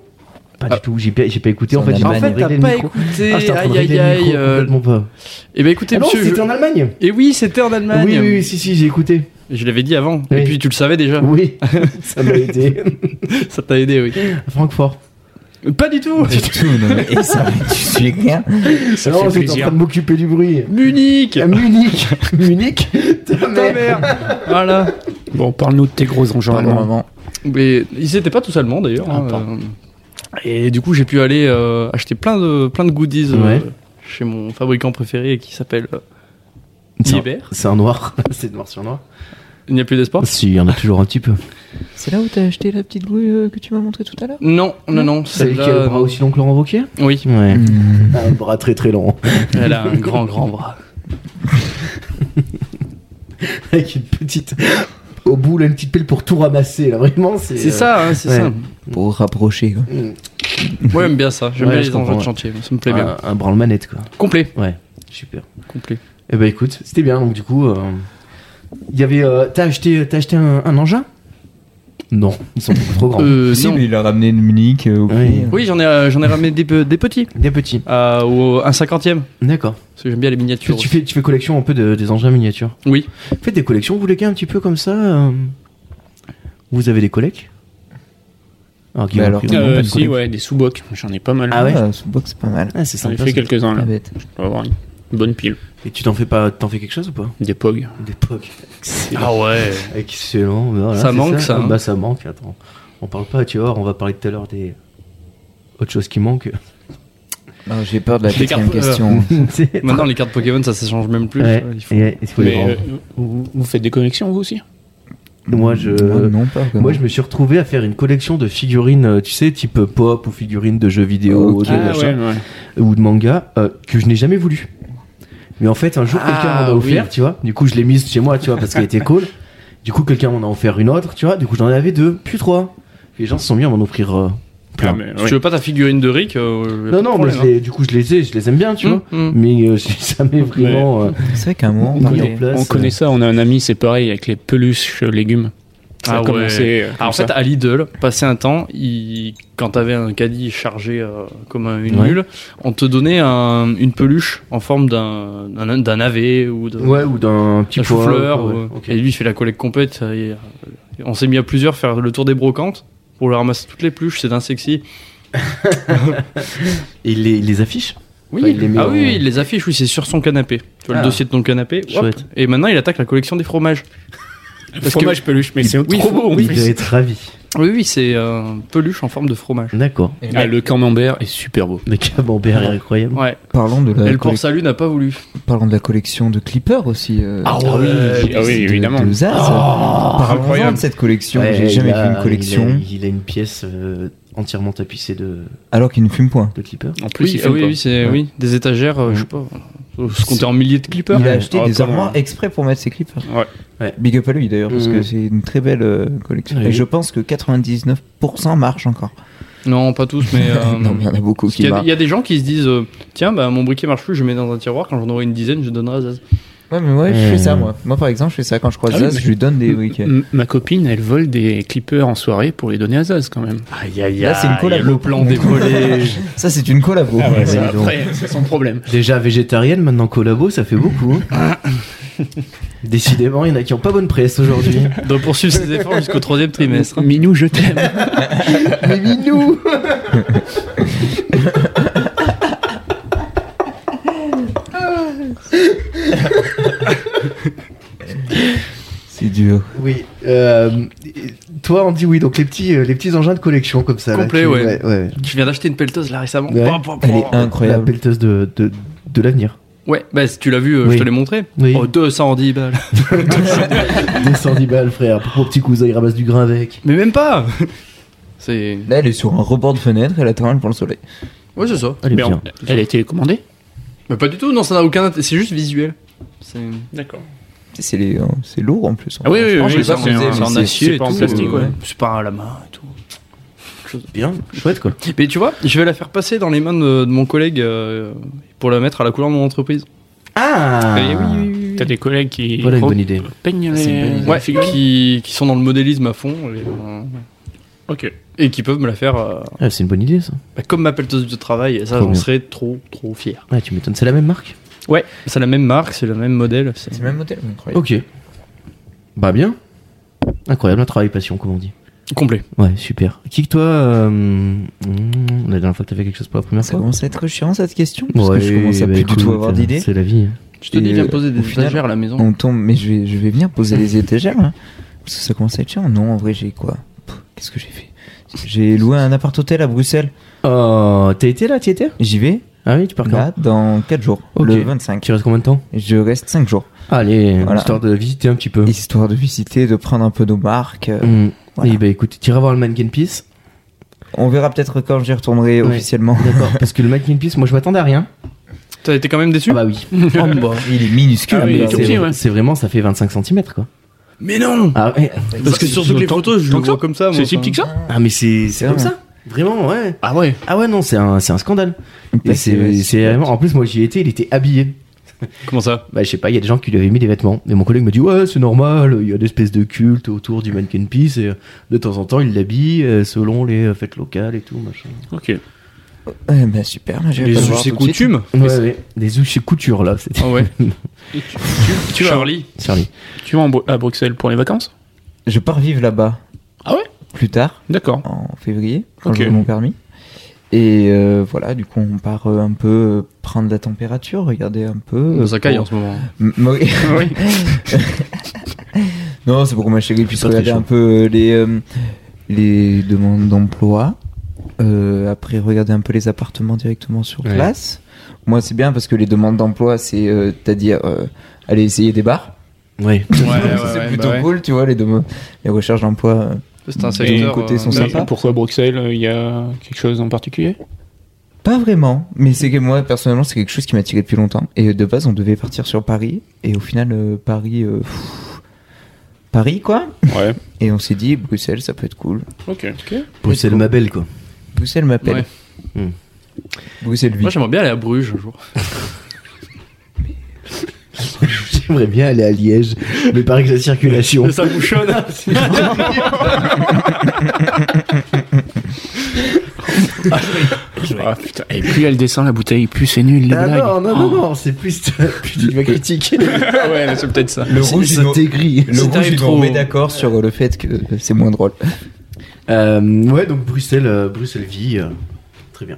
Pas du tout, j'ai pas, j'ai pas écouté. En C'est fait, en j'ai En Allemagne. mal fait, t'as réglé le pas micro. écouté. Ah, j'étais en train de aïe aïe régler le aïe. micro, euh, complètement pas. Eh ben écoutez, Ah non, monsieur. c'était je- en Allemagne. Eh oui, c'était en Allemagne. Oui, oui, oui, si, si, j'ai écouté. Je l'avais dit avant. Oui. Et puis tu le savais déjà. Oui, ça m'a aidé. Ça t'a aidé, oui. Francfort. Pas du tout. Du tout, non, mais- et ça, mais tu suis rien. Ça Alors, j'étais fait en train plaisir. de m'occuper du bruit. Munich. À Munich, Munich, ta Ta mère. mère. Voilà. Bon, parle-nous de tes gros engins Pardon, allemands. maman. Mais ils n'étaient pas tous allemands d'ailleurs. Ah, hein, pardon. euh, et du coup, j'ai pu aller euh, acheter plein de, plein de goodies euh, Ouais. chez mon fabricant préféré qui s'appelle euh, Tiens. Liebherr. C'est un noir, c'est noir sur noir. Il n'y a plus d'espoir Si, il y en a toujours un petit peu. C'est là où t'as acheté la petite grue euh, que tu m'as montrée tout à l'heure Non, non, non. C'est qui a celle-là, euh, le bras non. aussi long que Laurent Wauquiez Oui, Ouais. Hmm. Un bras très très long. elle a un grand, grand bras. Avec une petite. Au bout, là, une petite pile pour tout ramasser, là, vraiment. C'est C'est euh, ça, hein, c'est ouais. ça. Pour rapprocher. quoi. mm, Moi, j'aime bien ça. J'aime Ouais, bien je les enjeux comprends, de ouais. Ah. chantier. Ça me plaît bien. un, un branle-manette, quoi. Complet. Ouais, super. Complet. Eh ben écoute, c'était bien, donc du coup. euh, Il y avait. euh, T'as acheté, t'as acheté un, un engin Non, ils sont beaucoup trop grands. Euh, Si, non. mais il a ramené de Munich euh, au Oui. prix, euh. Oui, j'en ai, euh, j'en ai ramené des, pe- des petits. Des petits. Euh, au- un cinquantième. D'accord. Parce que j'aime bien les Tu, miniatures. tu fais, tu fais collection un peu de- des engins miniatures Oui. Faites des collections, vous les gars, un petit peu comme ça. euh, Vous avez des collègues alors, Guillaume, Bah alors, a priori, non, pas Euh, de si, collègue. ouais, des sous-bocs. J'en ai pas mal. Ah ouais Ah, ce box, c'est pas mal. Ah, c'est J'en ai sympa. fait ça. quelques-uns Pas là. bête. Je dois avoir une bonne pile. Et tu t'en fais pas, t'en fais quelque chose ou pas Des POG. Des pogs. Excellent. Ah ouais. Excellent. bah voilà, Ça c'est manque, ça, hein. Bah ça manque. Attends, on parle pas. Tu vois, on va parler tout à l'heure des autre chose qui manque. Non, J'ai peur de la Des quatrième cartes- euh, question. C'est- Maintenant, les cartes Pokémon, ça ne change même plus. Ouais, Il faut- et il faut les Mais rendre. euh, vous, vous faites des connexions vous aussi Moi, je- Moi, non, pas. vraiment. Moi, je me suis retrouvé à faire une collection de figurines, euh, tu sais, type euh, pop ou figurines de jeux vidéo, Ok. de machin. ah ouais. ou de manga euh, que je n'ai jamais voulu. Mais en fait, un jour, Ah, quelqu'un m'en a offert, oui. tu vois. Du coup, je l'ai mise chez moi, tu vois, parce qu'elle était cool. Du coup, quelqu'un m'en a offert une autre, tu vois. Du coup, j'en avais deux, puis trois. Les gens se sont mis à m'en offrir euh, plein. Ah, mais, Si ouais. tu veux pas ta figurine de Rick euh, y a non, non, mais pas de problème, je hein. les- du coup, je les ai, je les aime bien, tu vois. Hum, hum. Mais euh, j'ai jamais vraiment. euh, C'est vrai qu'à un moment, on On On mis parlait- en connaît, place, on connaît euh. ça, on a un ami, c'est pareil avec les peluches euh, légumes. Ça Ah a ouais. commencé, euh, Ah, en comme ça. fait, à Lidl, passé un temps, il... quand t'avais un caddie chargé euh, comme un- une Ouais. mule, on te donnait un- une peluche en forme d'un d'un d'un ave ou d'un Ouais, ou d'un petit d'un pois, chou-fleur. euh. ou quoi, ou- ouais. Ok. Et lui, il fait la collecte complète. euh, et, euh, on s'est mis à plusieurs faire le tour des brocantes pour leur ramasser toutes les peluches. C'est sexy. Et il les, il les affiche Oui, Enfin, il les met ah en- oui, il les affiche, oui, c'est sur son canapé. Tu vois Ah. le dossier de ton canapé. hop, Chouette. et maintenant, il attaque la collection des fromages. Parce que- Fromage peluche, mais c'est Oui, trop beau en Il plus. doit être ravi. Oui, oui, c'est euh, peluche en forme de fromage. D'accord. Ah, le camembert est super beau. Le camembert est incroyable. Ouais. Parlons de, la Elle collec- pour salut n'a pas voulu. parlons de la collection de Clipper aussi. euh, Ah oui, ah oui, de- évidemment. de Zaz. Parlons-en incroyable. de cette collection. Ouais, J'ai jamais il a- fait une Il a, collection il a une pièce euh, entièrement tapissée de, alors qu'il ne fume point. de clippers. En plus, oui, il ah fait oui, quoi oui, c'est Ouais. oui, des étagères, euh, je sais pas, euh, se compter en milliers de clippers. Il a Ouais. acheté Ah, des comment, armoires hein. exprès pour mettre ses clippers. Ouais. Mm. Ouais. Big up à lui d'ailleurs, parce Mhm. que c'est une très belle euh, collection. Oui. Et je pense que 99% marche encore. Non, pas tous, mais euh, non, mais il y en a beaucoup parce qu'il qui y a- il marchent. y, a des gens qui se disent euh, tiens, bah, mon briquet marche plus, je le mets dans un tiroir, quand j'en aurai une dizaine, je donnerai à Zaz. Ouais, mais ouais, je fais ça Mhm. moi. Moi par exemple, je fais ça quand je croise Mm. Ah oui, Zaz, mais- je lui donne des briquets. M- Ma copine, elle vole des clippers en soirée pour les donner à Zaz quand même. Aïe aïe Là, c'est une collab. Le plan dévoilé. Ça, c'est une collabo. Ah ouais, ça, dis donc. après, c'est son problème. Déjà végétarienne, maintenant collabo, ça fait beaucoup. hein. Décidément, il y en a qui ont pas bonne presse aujourd'hui. doit poursuivre ses efforts jusqu'au troisième trimestre. Minou, je t'aime. Mais minou C'est dur. Oui. euh, toi, on dit oui, donc les petits, euh, les petits engins de collection comme ça. là, Complet, qui- ouais. ouais. Je viens d'acheter une pelleteuse là récemment. Ouais. Pouah, pouah, pouah. Elle Oh, est La incroyable. pelleteuse de, de, de l'avenir. Ouais, bah si tu l'as vu, euh, Oui. je te l'ai montré. Oui. Oh, 210 balles. 210 balles, frère. Pour mon petit cousin, il ramasse du grain avec. Mais même pas C'est. Là, elle est sur un rebord de fenêtre, elle attend elle pour le soleil. Ouais, c'est ça. Allez, Mais bien. on- elle a été commandée Mais pas du tout, non, ça n'a aucun intérêt, c'est juste visuel. C'est. D'accord. C'est les- euh, c'est lourd en plus. Ah oui, oui, Je pense oui, que ça, c'est c'est- en- c'est c'est en c'est- acier c'est et pas en tout, plastique, euh, ouais. C'est pas à la main et tout. Bien, chouette quoi. Mais tu vois, je vais la faire passer dans les mains de, de mon collègue euh, pour la mettre à la couleur de mon entreprise. Ah Eh oui, oui, oui, oui. T'as des collègues qui Voilà une pro- bonne idée. peignent C'est une bonne les idée. Ouais, qui, qui sont dans le modélisme à fond. et, euh, Ok. et qui peuvent me la faire euh, Ah, c'est une bonne idée ça. bah, comme ma pelleteuse de travail. Et ça, Trop j'en bien. serais trop, trop fier. Ah, tu m'étonnes, c'est la même marque Ouais, c'est la même marque, c'est le même modèle. c'est- C'est le même modèle, vous me croyez Ok. Bah bien. Incroyable, un travail passion, comme on dit. Complet. Ouais, super. Kick toi, euh, hmm, la dernière fois que t'as fait quelque chose pour la première Ça fois commence à être chiant cette question, parce que je commence à bah, plus du écoute, tout avoir euh, d'idées. C'est la vie. hein. Je te Et, dis, viens euh, poser des au final, étagères à la maison. On tombe, mais je vais, je vais venir poser les étagères, hein, parce que ça commence à être chiant. Non, en vrai, j'ai quoi Pff, Qu'est-ce que j'ai fait J'ai loué un appart-hôtel à Bruxelles. Oh, t'as été là, t'y étais J'y vais, Ah oui, tu pars quand là, dans 4 jours, Ok. le 25. Tu restes combien de temps Je reste 5 jours, Allez, Voilà. histoire de visiter un petit Euh. peu. histoire de visiter, de prendre un peu nos marques. Mm. euh, Hmm. voilà. Et bah écoute, t'iras voir le Mannequin Piece. On verra peut-être quand j'y retournerai Ouais. officiellement. D'accord, parce que le Mannequin Piece, moi je m'attendais à rien. T'as été quand même déçu Ah bah oui. Il est minuscule. Ah oui, mais il est c'est tout petit, ouais. c'est vraiment, ça fait 25 cm quoi. Mais non Ah, ouais. bah, Parce que sur toutes les photos, je le vois comme ça. moi, C'est si enfin. petit que ça Ah, mais c'est c'est Ah comme ouais. ça. Vraiment, ouais. Ah ouais. Ah ouais, non, c'est un, c'est un scandale. Et c'est c'est vraiment. En plus, moi j'y étais, il était habillé. Comment ça Bah, je sais pas, il y a des gens qui lui avaient mis des vêtements. Et mon collègue me dit Ouais, c'est normal, il y a des espèces de culte autour du Mannequin Piece et euh, de temps en temps, il l'habille euh, selon les euh, fêtes locales et tout, machin. Ok. Eh ben, super, là, je vais Les pas le voir c'est tout de suite. coutume Ouais, ouais. Oh. Des ouches couture là, c'était. Ah ouais. Tu vas, Charlie. Charlie. tu vas en Bru- à Bruxelles pour les vacances Je pars vivre là-bas. Ah ouais Plus tard, D'accord. en février, quand Ok. j'aurai mon permis. Et euh, voilà, du coup, on part euh, un peu euh, prendre la température, regarder un peu. euh, Ça caille en pour- ce moment. M- oui. non, c'est pour que ma chérie puisse pas très regarder chaud. hein. un peu euh, les, euh, les demandes d'emploi. Euh, après, regarder un peu les appartements directement sur Ouais. place. Moi, c'est bien parce que les demandes d'emploi, c'est, euh, c'est-à-dire, euh, aller essayer des bars. Ouais. Ouais, ouais, c'est ouais, plutôt bah ouais. cool, tu vois, les, demandes- les recherches d'emploi. euh, C'est un Et secteur. côté euh, sont Mais bah, sympas. Pourquoi Bruxelles euh, Il y a quelque chose en particulier Pas vraiment, mais c'est que moi personnellement c'est quelque chose qui m'a tiré depuis longtemps. Et euh, de base on devait partir sur Paris et au final euh, Paris, euh, pff, Paris quoi. Ouais. Et on s'est dit Bruxelles ça peut être cool. Ok. Bruxelles, ma belle quoi. Bruxelles bah, m'appelle. Ouais. Hmm. Bruxelles vit. Moi, j'aimerais bien aller à Bruges un jour. J'aimerais bien aller à Liège, mais pareil que la circulation. Ça bouchonne. Ah putain. Et plus elle descend la bouteille, plus c'est nul les Ah blagues. non, non, non, non, c'est plus, plus de la critique. Ah ouais, mais c'est peut-être ça. Le rouge il nous- C'était gris. le Si rouge, t'arrives il nous trop- remet d'accord sur euh, le fait que euh, c'est moins drôle. Euh, ouais, donc Bruxelles, euh, Bruxelles vit. euh, très bien.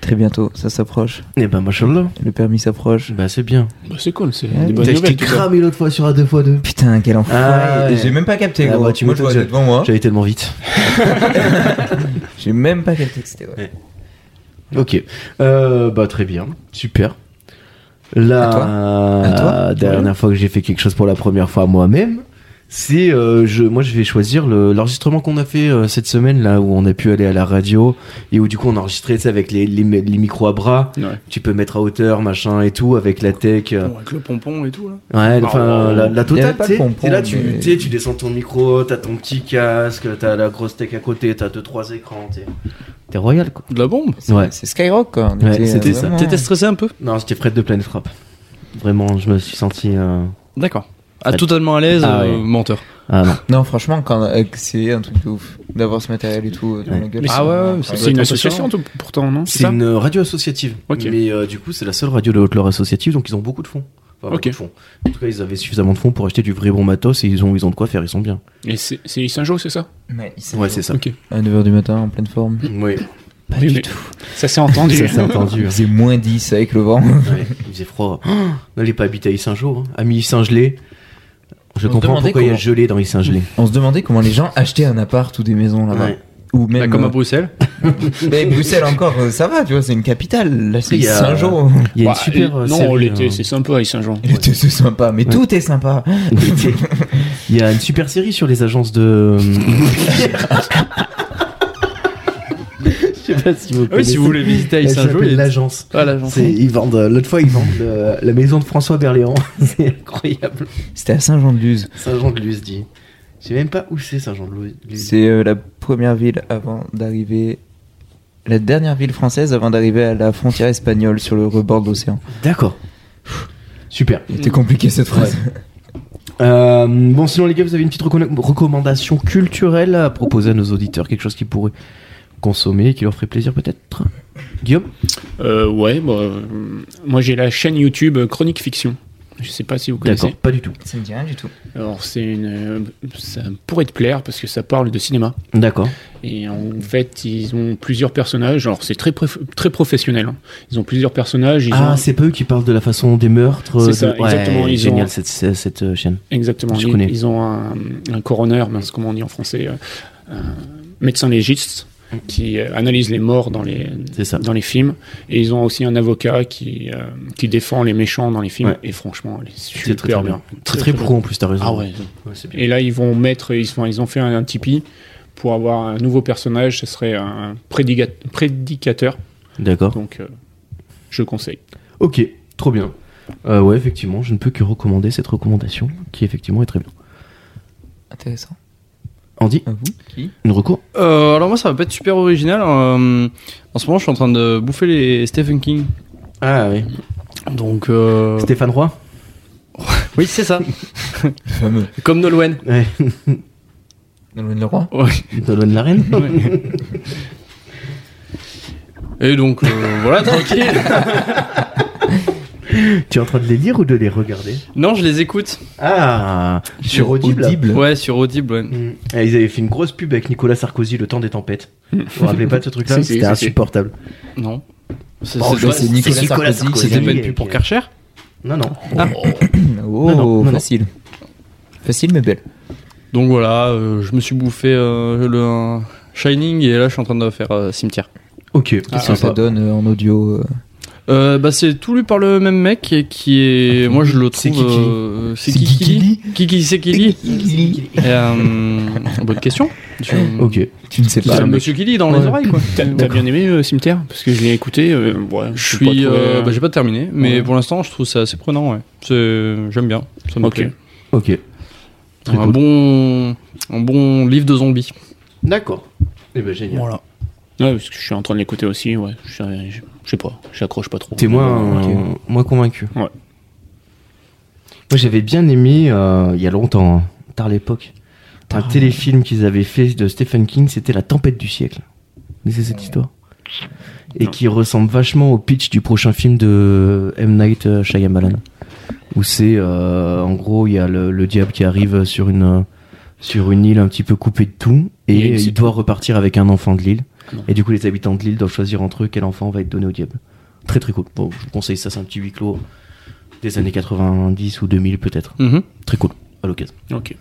Très bientôt ça s'approche, Eh ben, machallah. le permis s'approche. Bah, c'est bien. Bah, c'est cool, c'est Ouais, des Putain, bonnes je t'ai nouvelles. tout ça. cramé l'autre fois sur A2x2. Putain quel enfoiré. Ah, ouais. J'ai même pas capté Ah, gros. bah, tu moi je m'étonnes, vois j'ai- devant moi. J'allais tellement vite. J'ai même pas capté que c'était vrai. Ok. Euh, bah, très bien. Super. La À toi À toi dernière fois que j'ai fait quelque chose pour la première fois moi-même, c'est euh, je, moi je vais choisir le- l'enregistrement qu'on a fait euh, cette semaine là où on a pu aller à la radio et où du coup on a enregistré tu sais, avec les, les, les micros à bras. Ouais. Tu peux mettre à hauteur machin et tout avec la tech. euh, Bon, avec le pompon et tout là. Ouais, enfin, Oh. la, la Il y avait totale, pas tu sais. de pompon, T'es là, tu, mais- tu sais, tu descends ton micro, t'as ton petit casque, t'as la grosse tech à côté, t'as deux, trois écrans, t'es. T'es royal, quoi. De la bombe. C'est- Ouais. C'est Skyrock quoi. On Ouais, était, euh, c'était ça. vraiment- T'étais stressé un peu Non, j'étais prête de pleine frappe. Vraiment, je me suis senti. euh, D'accord. Ah, totalement à l'aise, Ah, euh, ouais. menteur. Ah non. Non, franchement, quand euh, que c'est un truc de ouf d'avoir ce matériel et tout euh, dans Ouais. la gueule. Mais c'est- ah ouais, ouais, ouais, c'est- ouais. C'est une Ouais, association tout- pourtant, non C'est ça une euh, radio associative. Ok. Mais euh, du coup, c'est la seule radio de Haute-Loire associative, donc ils ont beaucoup de fonds. Enfin, Ok. beaucoup de fonds. En tout cas, ils avaient suffisamment de fonds pour acheter du vrai bon matos et ils ont, ils ont de quoi faire, ils sont bien. Et c'est c'est Saint-Jean, c'est ça Ouais, il s'est- Ouais, c'est ça. Ok. À 9h du matin, en pleine forme. Oui, Pas Oui, du mais- tout. Ça s'est entendu. ça c'est entendu. hein. Il faisait moins 10 avec le vent. Ouais, il faisait froid. Oh, N'allez pas habiter à Issingeau, hein. Ami Issingelé. Je On se comprends demandait pourquoi il y a comment- gelé dans Issingelé. On se demandait comment les gens achetaient un appart ou des maisons là-bas. Ouais. Ou Bah, même. comme à euh, Bruxelles. mais Bruxelles encore, euh, ça va, tu vois, c'est une capitale. Là, c'est Il y a- Saint-Jean. Il y a Bah, une super. euh, non, série, l'été, euh, c'est sympa à Saint-Jean. Il était c'est sympa, mais tout est sympa. l'été. Il y a une super série sur les agences de. Je sais pas si vous. Ah oui, si vous voulez visiter à Elle Issingeau, s'appelle il y a- l'agence. Ah, là, j'en C'est- Ils vendent. euh, L'autre fois, ils vendent euh, la maison de François Berléand. c'est incroyable. C'était à Saint-Jean-de-Luz. Saint-Jean de Luz dit. Je sais même pas où c'est Saint-Jean de Luz. C'est euh, la première ville avant d'arriver. La dernière ville française avant d'arriver à la frontière espagnole sur le rebord de l'océan. D'accord. Super. C'était compliqué cette phrase. Euh, bon, sinon, les gars, vous avez une petite reconna- recommandation culturelle à proposer à nos auditeurs Quelque chose qu'ils pourraient consommer, qui leur ferait plaisir peut-être Guillaume Euh, ouais, bah, euh, moi j'ai la chaîne YouTube euh, Chronique Fiction. Je sais pas si vous D'accord, connaissez. pas du tout. Ça me dit rien du tout. Alors c'est une, euh, ça pourrait te plaire parce que ça parle de cinéma. D'accord. Et en fait, ils ont plusieurs personnages. Alors c'est très prof- très professionnel. hein. Ils ont plusieurs personnages. Ils Ah, ont- c'est pas eux qui parlent de la façon des meurtres C'est de- ça, ouais, exactement, ils Génial ont- cette, cette- cette, euh, chaîne. Exactement. Je ils, connais. ils ont un, un coroner, mince, comment on dit en français, euh, un médecin légiste qui euh, analyse les morts dans les C'est ça. dans les films. Et ils ont aussi un avocat qui euh, qui défend les méchants dans les films. Ouais. Et franchement, elle est super C'est très, très bien. Très très pro en plus, t'as raison. Ah ouais. Ouais, c'est bien. Et là, ils vont mettre, ils, font- ils ont fait un, un Tipeee pour avoir un nouveau personnage. Ce serait un prédiga- prédicateur. D'accord. Donc, euh, je conseille. Ok, trop bien. Euh, ouais, effectivement, je ne peux que recommander cette recommandation qui, effectivement, est très bien. Intéressant. Andy, À vous Qui une recours Euh, alors moi ça va pas être super original. euh, en ce moment je suis en train de bouffer les Stephen King. Ah oui. Donc euh, Stéphane Roy oui c'est ça. Le fameux. Comme Nolwenn. Ouais. Nolwenn Leroy Ouais. Nolan la reine Et donc euh, voilà tranquille. Tu es en train de les lire ou de les regarder Non je les écoute. Ah Sur Audible. Ouais sur Audible. ouais. Mm. Ah, Ils avaient fait une grosse pub avec Nicolas Sarkozy, le temps des tempêtes. Vous vous rappelez pas de ce truc-là Si, si, C'était si, si. insupportable. Non. C'est Oh, je ouais, sais, c'est Nicolas Nicolas Sarkozy, Sarkozy. C'était pas une qui- pub pour Karcher Non, non. Oh, Non, non, non, facile. Facile mais Ah, belle. Donc voilà euh, je me suis bouffé euh, le un Shining et là je suis en train de faire euh, Cimetière. Ok, Qu'est-ce que ça sympa. donne euh, en audio euh, Euh, bah c'est tout lu par le même mec et qui est moi je le C'est trouve Kiki. euh, c'est Kiki Kiki c'est Kiki Euh, bonne question. Je- Ok. Tu ne sais C'est pas. un Monsieur Kili dans Ouais. les oreilles, quoi. T'as t'as bien aimé euh, Cimetière Parce que je l'ai écouté. euh, ouais, Je sais pas suis, trop, euh, euh, bah, j'ai pas terminé, mais Ouais. pour l'instant, je trouve ça assez prenant. Ouais, C'est- j'aime bien. Ça me Ok. plaît. Ok. Très un cool. bon, un bon livre de zombies. D'accord. Eh ben génial. Voilà. ouais, parce que je suis en train de l'écouter aussi. Ouais, je sais- je- je sais pas, j'accroche pas trop. T'es moins, Ok. euh, moins convaincu. Ouais. Moi j'avais bien aimé, euh, il y a longtemps, hein, tard l'époque, un téléfilm qu'ils avaient fait de Stephen King, c'était La tempête du siècle. Mais c'est cette histoire. Et Euh, Non. qui ressemble vachement au pitch du prochain film de M. Night euh, Shyamalan. Où c'est, euh, en gros, il y a le, le diable qui arrive sur une, euh, sur une île un petit peu coupée de tout, et Il y a une il, cité. doit repartir avec un enfant de l'île. Ah non. Et du coup, les habitants de l'île doivent choisir entre eux quel enfant va être donné au diable. Très très cool. Bon, je vous conseille ça, c'est un petit huis clos des années 90 ou 2000 peut-être. Mhm. Très cool, à l'occasion. Ok.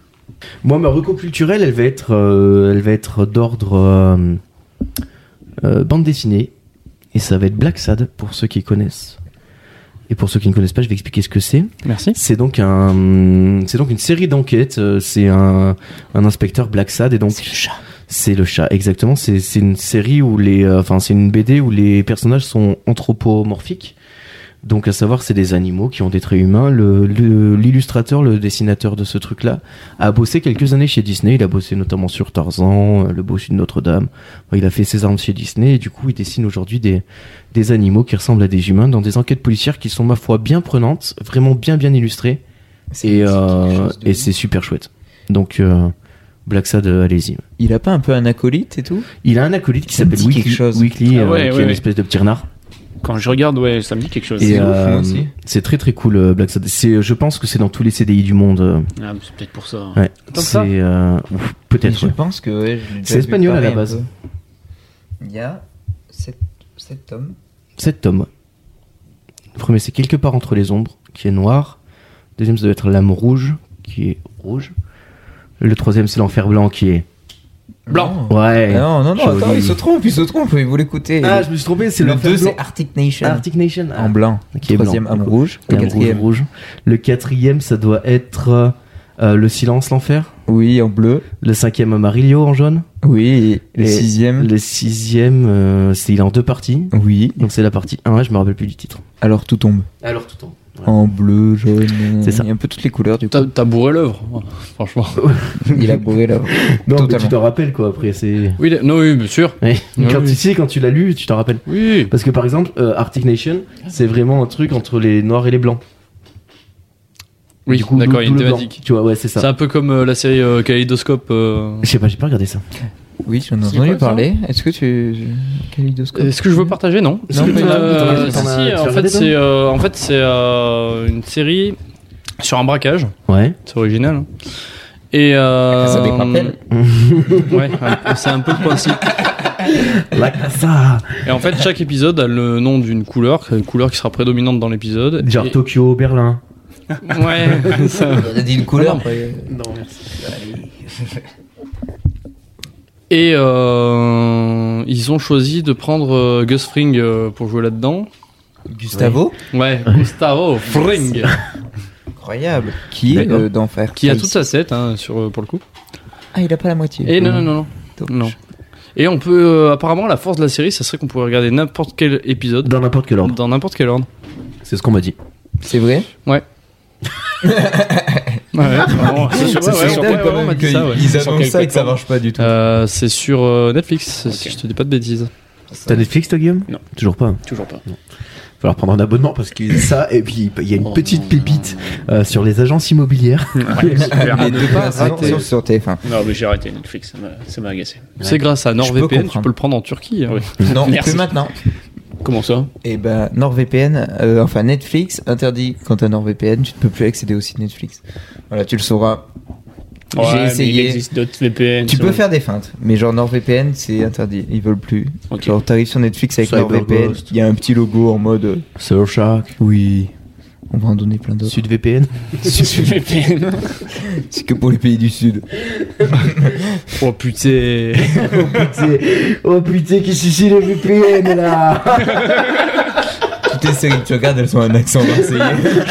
Moi, ma reco culturelle, elle va être, euh, elle va être d'ordre euh, euh, bande dessinée. Et ça va être Black Sad pour ceux qui connaissent. Et pour ceux qui ne connaissent pas, je vais expliquer ce que c'est. Merci. C'est donc un, c'est donc une série d'enquêtes. euh, C'est un, un inspecteur Black Sad et donc c'est le chat. exactement. C'est c'est une série où les, euh, enfin c'est une BD où les personnages sont anthropomorphiques. Donc à savoir, c'est des animaux qui ont des traits humains. Le- le- L'illustrateur, le, dessinateur de ce truc-là, a bossé quelques années chez Disney. Il a bossé notamment sur Tarzan, euh, Le Bossu de Notre-Dame. Enfin, Il a fait ses armes chez Disney et du coup, il dessine aujourd'hui des, des animaux qui ressemblent à des humains dans des enquêtes policières qui sont, ma foi, bien prenantes, vraiment bien bien illustrées. Et, euh, et c'est super chouette. Donc, euh, Black Sad, euh, allez-y. Il a pas un peu un acolyte et tout Il a un acolyte qui Ça me s'appelle dit quelque Weekly, chose. Weekly, Ah euh, ouais, qui ouais, hein, est une ouais. espèce de petit renard. Quand je regarde, ouais, ça me dit quelque chose. Et ouf, moi euh, aussi. c'est très très cool, euh, Black Sad. C'est, je pense que c'est dans tous les CDI du monde. euh, Ah, c'est peut-être pour ça. Ouais. Comme C'est ça euh, ouf, peut-être. Je ouais. pense que ouais, je l'ai déjà C'est vu espagnol à parler la un base. peu. Il y a 7 tomes. Sept tomes. ouais. Le premier, c'est quelque part entre les ombres, qui est noir. Le deuxième, ça doit être l'âme rouge, qui est rouge. Le troisième, c'est l'enfer blanc, qui est Blanc. Non. ouais. Ah, Non, non, non, Joli. attends, il se trompe, il se trompe, il voulait écouter. Ah, je me suis trompé, c'est le l'enfer 2, blanc. c'est Arctic Nation. Arctic Nation. En blanc. ah, qui est Troisième, blanc. homme rouge. Le L'âme rouge, quatrième, rouge. Le quatrième, ça doit être euh, euh, le silence, l'enfer. oui, en bleu. Le cinquième, Amarillo, en jaune. Oui, le Et sixième, Le sixième, euh, c'est il est en deux parties. oui. Donc c'est la partie 1, je me rappelle plus du titre. Alors tout tombe. Alors tout en. En bleu, jaune. C'est ça. Il y a un peu toutes les couleurs du coup. T'as t'as bourré l'œuvre, franchement. Il a bourré là. Non, mais Totalement. tu te rappelles quoi après, c'est. Oui, non, oui, bien sûr. Ouais. Ah Quand oui. tu sais, quand tu l'as lu, tu t'en rappelles. Oui. Parce que par exemple, euh, Arctic Nation, c'est vraiment un truc entre les noirs et les blancs. Oui, Du coup, d'accord, d'où- il y a une d'où le blanc, thématique. Tu vois, ouais, c'est ça. C'est un peu comme euh, la série euh, Kaleidoscope. euh. Je sais pas, j'ai pas regardé ça. Oui, j'en ai C'est entendu quoi, ça Euh, parler. Est-ce que tu. Kaleidoscope Est-ce que je veux partager Non. Est-ce que Euh, t'en as- si, t'en as- si, t'en as en fait, regardé, toi c'est euh, en fait, c'est, euh, une série sur un braquage. Ouais. C'est original. hein. Et euh, Ah, Ça me rappelle. Ouais, un peu- c'est un peu le principe. Like ça. Et en fait, chaque épisode a le nom d'une couleur, une couleur qui sera prédominante dans l'épisode. Genre Et- Tokyo, Berlin. Ouais, ça- On a dit une couleur. Non, merci. Et euh, ils ont choisi de prendre euh, Gus Fring euh, pour jouer là-dedans. Gustavo. Ouais, Gustavo Fring, Incroyable. Qui est D'accord. euh, d'enfer. qui a Ah, toute il- sa set hein, sur, euh, pour le coup. Ah, il a pas la moitié. Et Eh, non, non, non, non. Dommage. non. Et on peut, euh, apparemment, la force de la série, ça serait qu'on pourrait regarder n'importe quel épisode Dans n'importe quel ordre. dans n'importe quel ordre. C'est ce qu'on m'a dit. C'est vrai Ouais, vraiment, Ah, c'est sur, Ça, ouais, c'est ouais, dingue ouais, quand ouais, même on m'a dit qu'ils- ça, ouais. Ils Sur annoncent ça et que quelle ça plateforme marche pas du tout. Euh, c'est sur euh, Netflix, si Ok. je te dis pas de bêtises. T'as Netflix, toi, Guillaume Non. Toujours pas. Toujours pas. Falloir prendre un abonnement parce que ça, et puis il y a Oh une petite pépite euh, sur les agences immobilières. Ouais, super. Les deux pas premières rater. saisons sur TF1. Non, mais j'ai arrêté Netflix, ça m'a- ça m'a agacé. C'est grâce à peux NordVPN, tu comprendre. peux le prendre en Turquie. hein. Oui. Non, Merci. plus maintenant. Comment ça Et ben NordVPN, euh, enfin Netflix interdit quand t'as NordVPN, tu ne peux plus accéder au site Netflix. Voilà, tu le sauras. Ouais, J'ai mais Il essayé. existe d'autres VPN. Tu sur- peux faire des feintes, mais genre NordVPN, c'est interdit. Ils veulent plus. Ok. Genre t'arrives sur Netflix avec Cyber NordVPN, Ghost. il y a un petit logo en mode. euh, Surfshark, Oui. On va en donner plein d'autres. SudVPN. sur VPN. C'est que pour les pays du Sud. Oh putain Putain. Oh putain, qui suffit les VPN là Toutes les séries que tu regardes, elles sont un accent marseillais.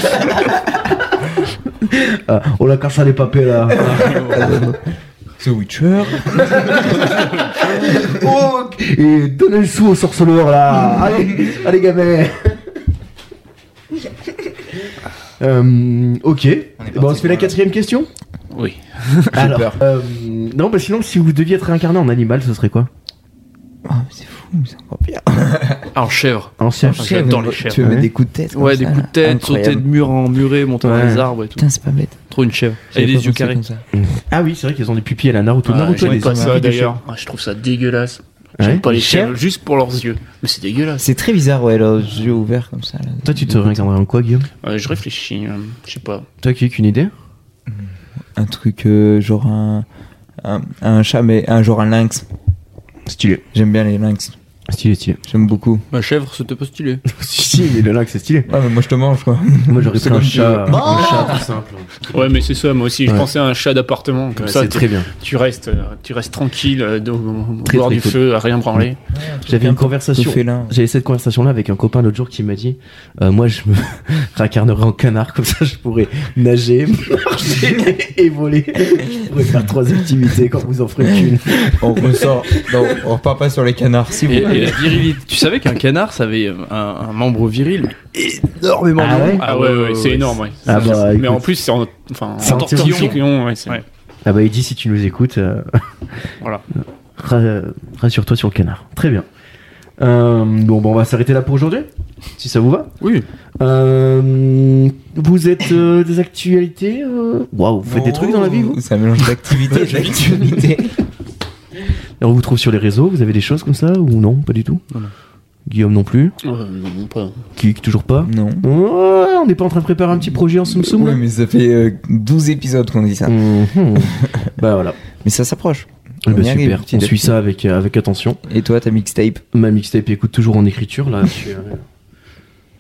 Ah, Oh la casse à les papés là. The Witcher. Oh, et donnez le sou au sorceleur là. Allez, allez gamin. Euh, ok. Bon, on se fait la quatrième question. Oui. Alors, peur. euh, non, bah sinon, si vous deviez être réincarné en animal, ce serait quoi Oh, mais c'est fou, c'est encore pire. En chèvre. En chien. Enfin, j'adore les Tu chèvres. veux mettre Ouais. des coups de tête comme Ouais, des ça, coups de là. tête, Incroyable. sauter de mur en muret, monter dans Ouais. les arbres et tout. Putain, c'est pas bête. Trop une chèvre. Et J'avais les pas yeux pensé carrés. comme ça. Ah oui, c'est vrai qu'ils ont des pupilles à la Naruto. Naruto, J'aime les pas des ça pupilles des d'ailleurs. Ah, je trouve ça dégueulasse. chats. J'aime Ouais. pas les Les chèvres chèvres juste pour leurs yeux. Mais c'est dégueulasse. C'est très bizarre, ouais, leurs yeux ouverts comme ça. là. Toi, tu te réincarnerais en quoi, Guillaume Euh, je réfléchis. euh, je sais pas. Toi qui as qu'une idée Un truc, euh, genre un, un, un chat, mais un, genre un lynx. Stylé. J'aime bien les lynx. Stylé, stylé. J'aime beaucoup. Ma chèvre, c'était pas stylé. si, si, mais le lac, c'est stylé. Ouais, mais moi je te mange, quoi. Moi, j'aurais C'est pris un comme tu chat. veux. Un chat tout simple. Ouais, mais c'est ça. Moi aussi, je Ouais. pensais à un chat d'appartement. Comme Ouais, ça, c'est tu, très bien. tu restes, euh, tu restes tranquille euh, au, au Très, bord très du cool. feu, à rien branler. J'avais une Tout conversation. félin. J'avais cette conversation là avec un copain l'autre jour qui m'a dit euh, moi je me réincarnerai en canard comme ça je pourrais nager, marcher et voler. Je pourrais faire trois activités quand vous en ferez qu'une. On ressort. Non, on repart pas sur les canards, si vous Et, et la virilité. Tu savais qu'un canard, ça avait euh, un, un membre viril énormément Ah long. ouais Ah ouais, ouais, c'est énorme, ouais. Ah bah, mais écoute. en plus, c'est en, enfin, C'est en en tortillon. tortillon. ouais, c'est- Ouais. Ah bah Eddie si tu nous écoutes euh, Voilà. ra- rassure-toi sur le canard. Très bien. Euh, bon bon on va s'arrêter là pour aujourd'hui si ça vous va. Oui. Euh, vous êtes euh, des actualités euh Waouh vous faites des trucs dans la vie vous C'est un mélange d'activité et d'actualité. Alors, on vous trouve sur les réseaux, vous avez des choses comme ça ou non Pas du tout Non, non. Guillaume non plus Euh, non, pas- Kik toujours pas Non. Ouais, on n'est pas en train de préparer un petit projet en soum soum Ouais, mais ça fait euh, 12 épisodes qu'on dit Mm. ça. Bah voilà, Mais ça s'approche. Eh On ben, y arrive, super, petit à on suit petit. ça avec, euh, avec attention. Et toi, ta mixtape Ma mixtape écoute toujours en écriture, là je suis, euh,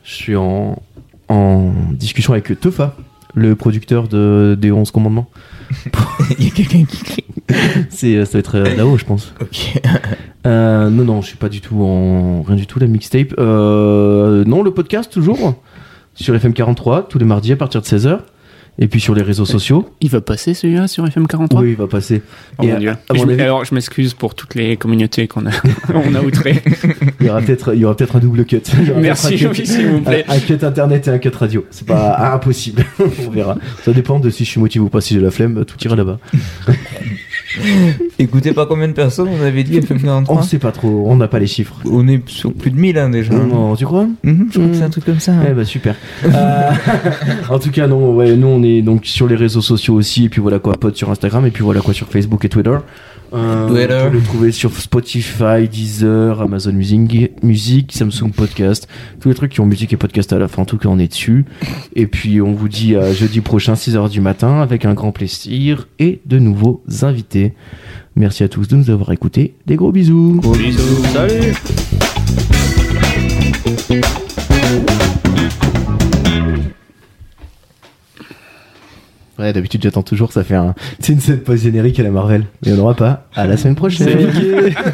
je suis en, en discussion avec Teufa, le producteur de, des 11 commandements. Il y a quelqu'un qui crie. C'est, euh, ça va être euh, là-haut je pense. Ok. Euh, non, non, je suis pas du tout en. Rien du tout, la mixtape. Euh, non, le podcast, toujours. Sur FM43, tous les mardis à partir de 16h. Et puis sur les réseaux sociaux. Il va passer celui-là sur FM43 Oui, il va passer. Oh Et mon à- Dieu. à mon Je- avis- alors, je m'excuse pour toutes les communautés qu'on a, on a outrées. Il y aura peut-être, il y aura peut-être un double cut. Il y aura Merci, peut-être un oui, s'il vous cut- plaît. Un, un cut internet et un cut radio. C'est pas impossible. On verra. Ça dépend de si je suis motivé ou pas. Si j'ai la flemme, tout ira là-bas. Écoutez pas combien de personnes on avait dit On 43 sait pas trop, on n'a pas les chiffres. On est sur plus de 1000 hein, déjà. Non, tu crois Mhm, je crois que Mhm. c'est un truc comme ça. Eh bah super. Euh, en tout cas, non, ouais, nous on est donc sur les réseaux sociaux aussi, et puis voilà quoi, pote sur Instagram, et puis voilà quoi sur Facebook et Twitter. Euh, Twitter. Vous pouvez le trouver sur Spotify, Deezer, Amazon Music, Music, Samsung Podcast, tous les trucs qui ont musique et podcast à la fin. En tout cas, on est dessus. Et puis on vous dit à jeudi prochain, 6h du matin, avec un grand plaisir et de nouveaux invités. Merci à tous de nous avoir écoutés. Des gros bisous. Salut Ouais, d'habitude j'attends toujours, ça fait un. C'est une scène post-générique à la Marvel. Mais on n'aura pas. À la semaine prochaine.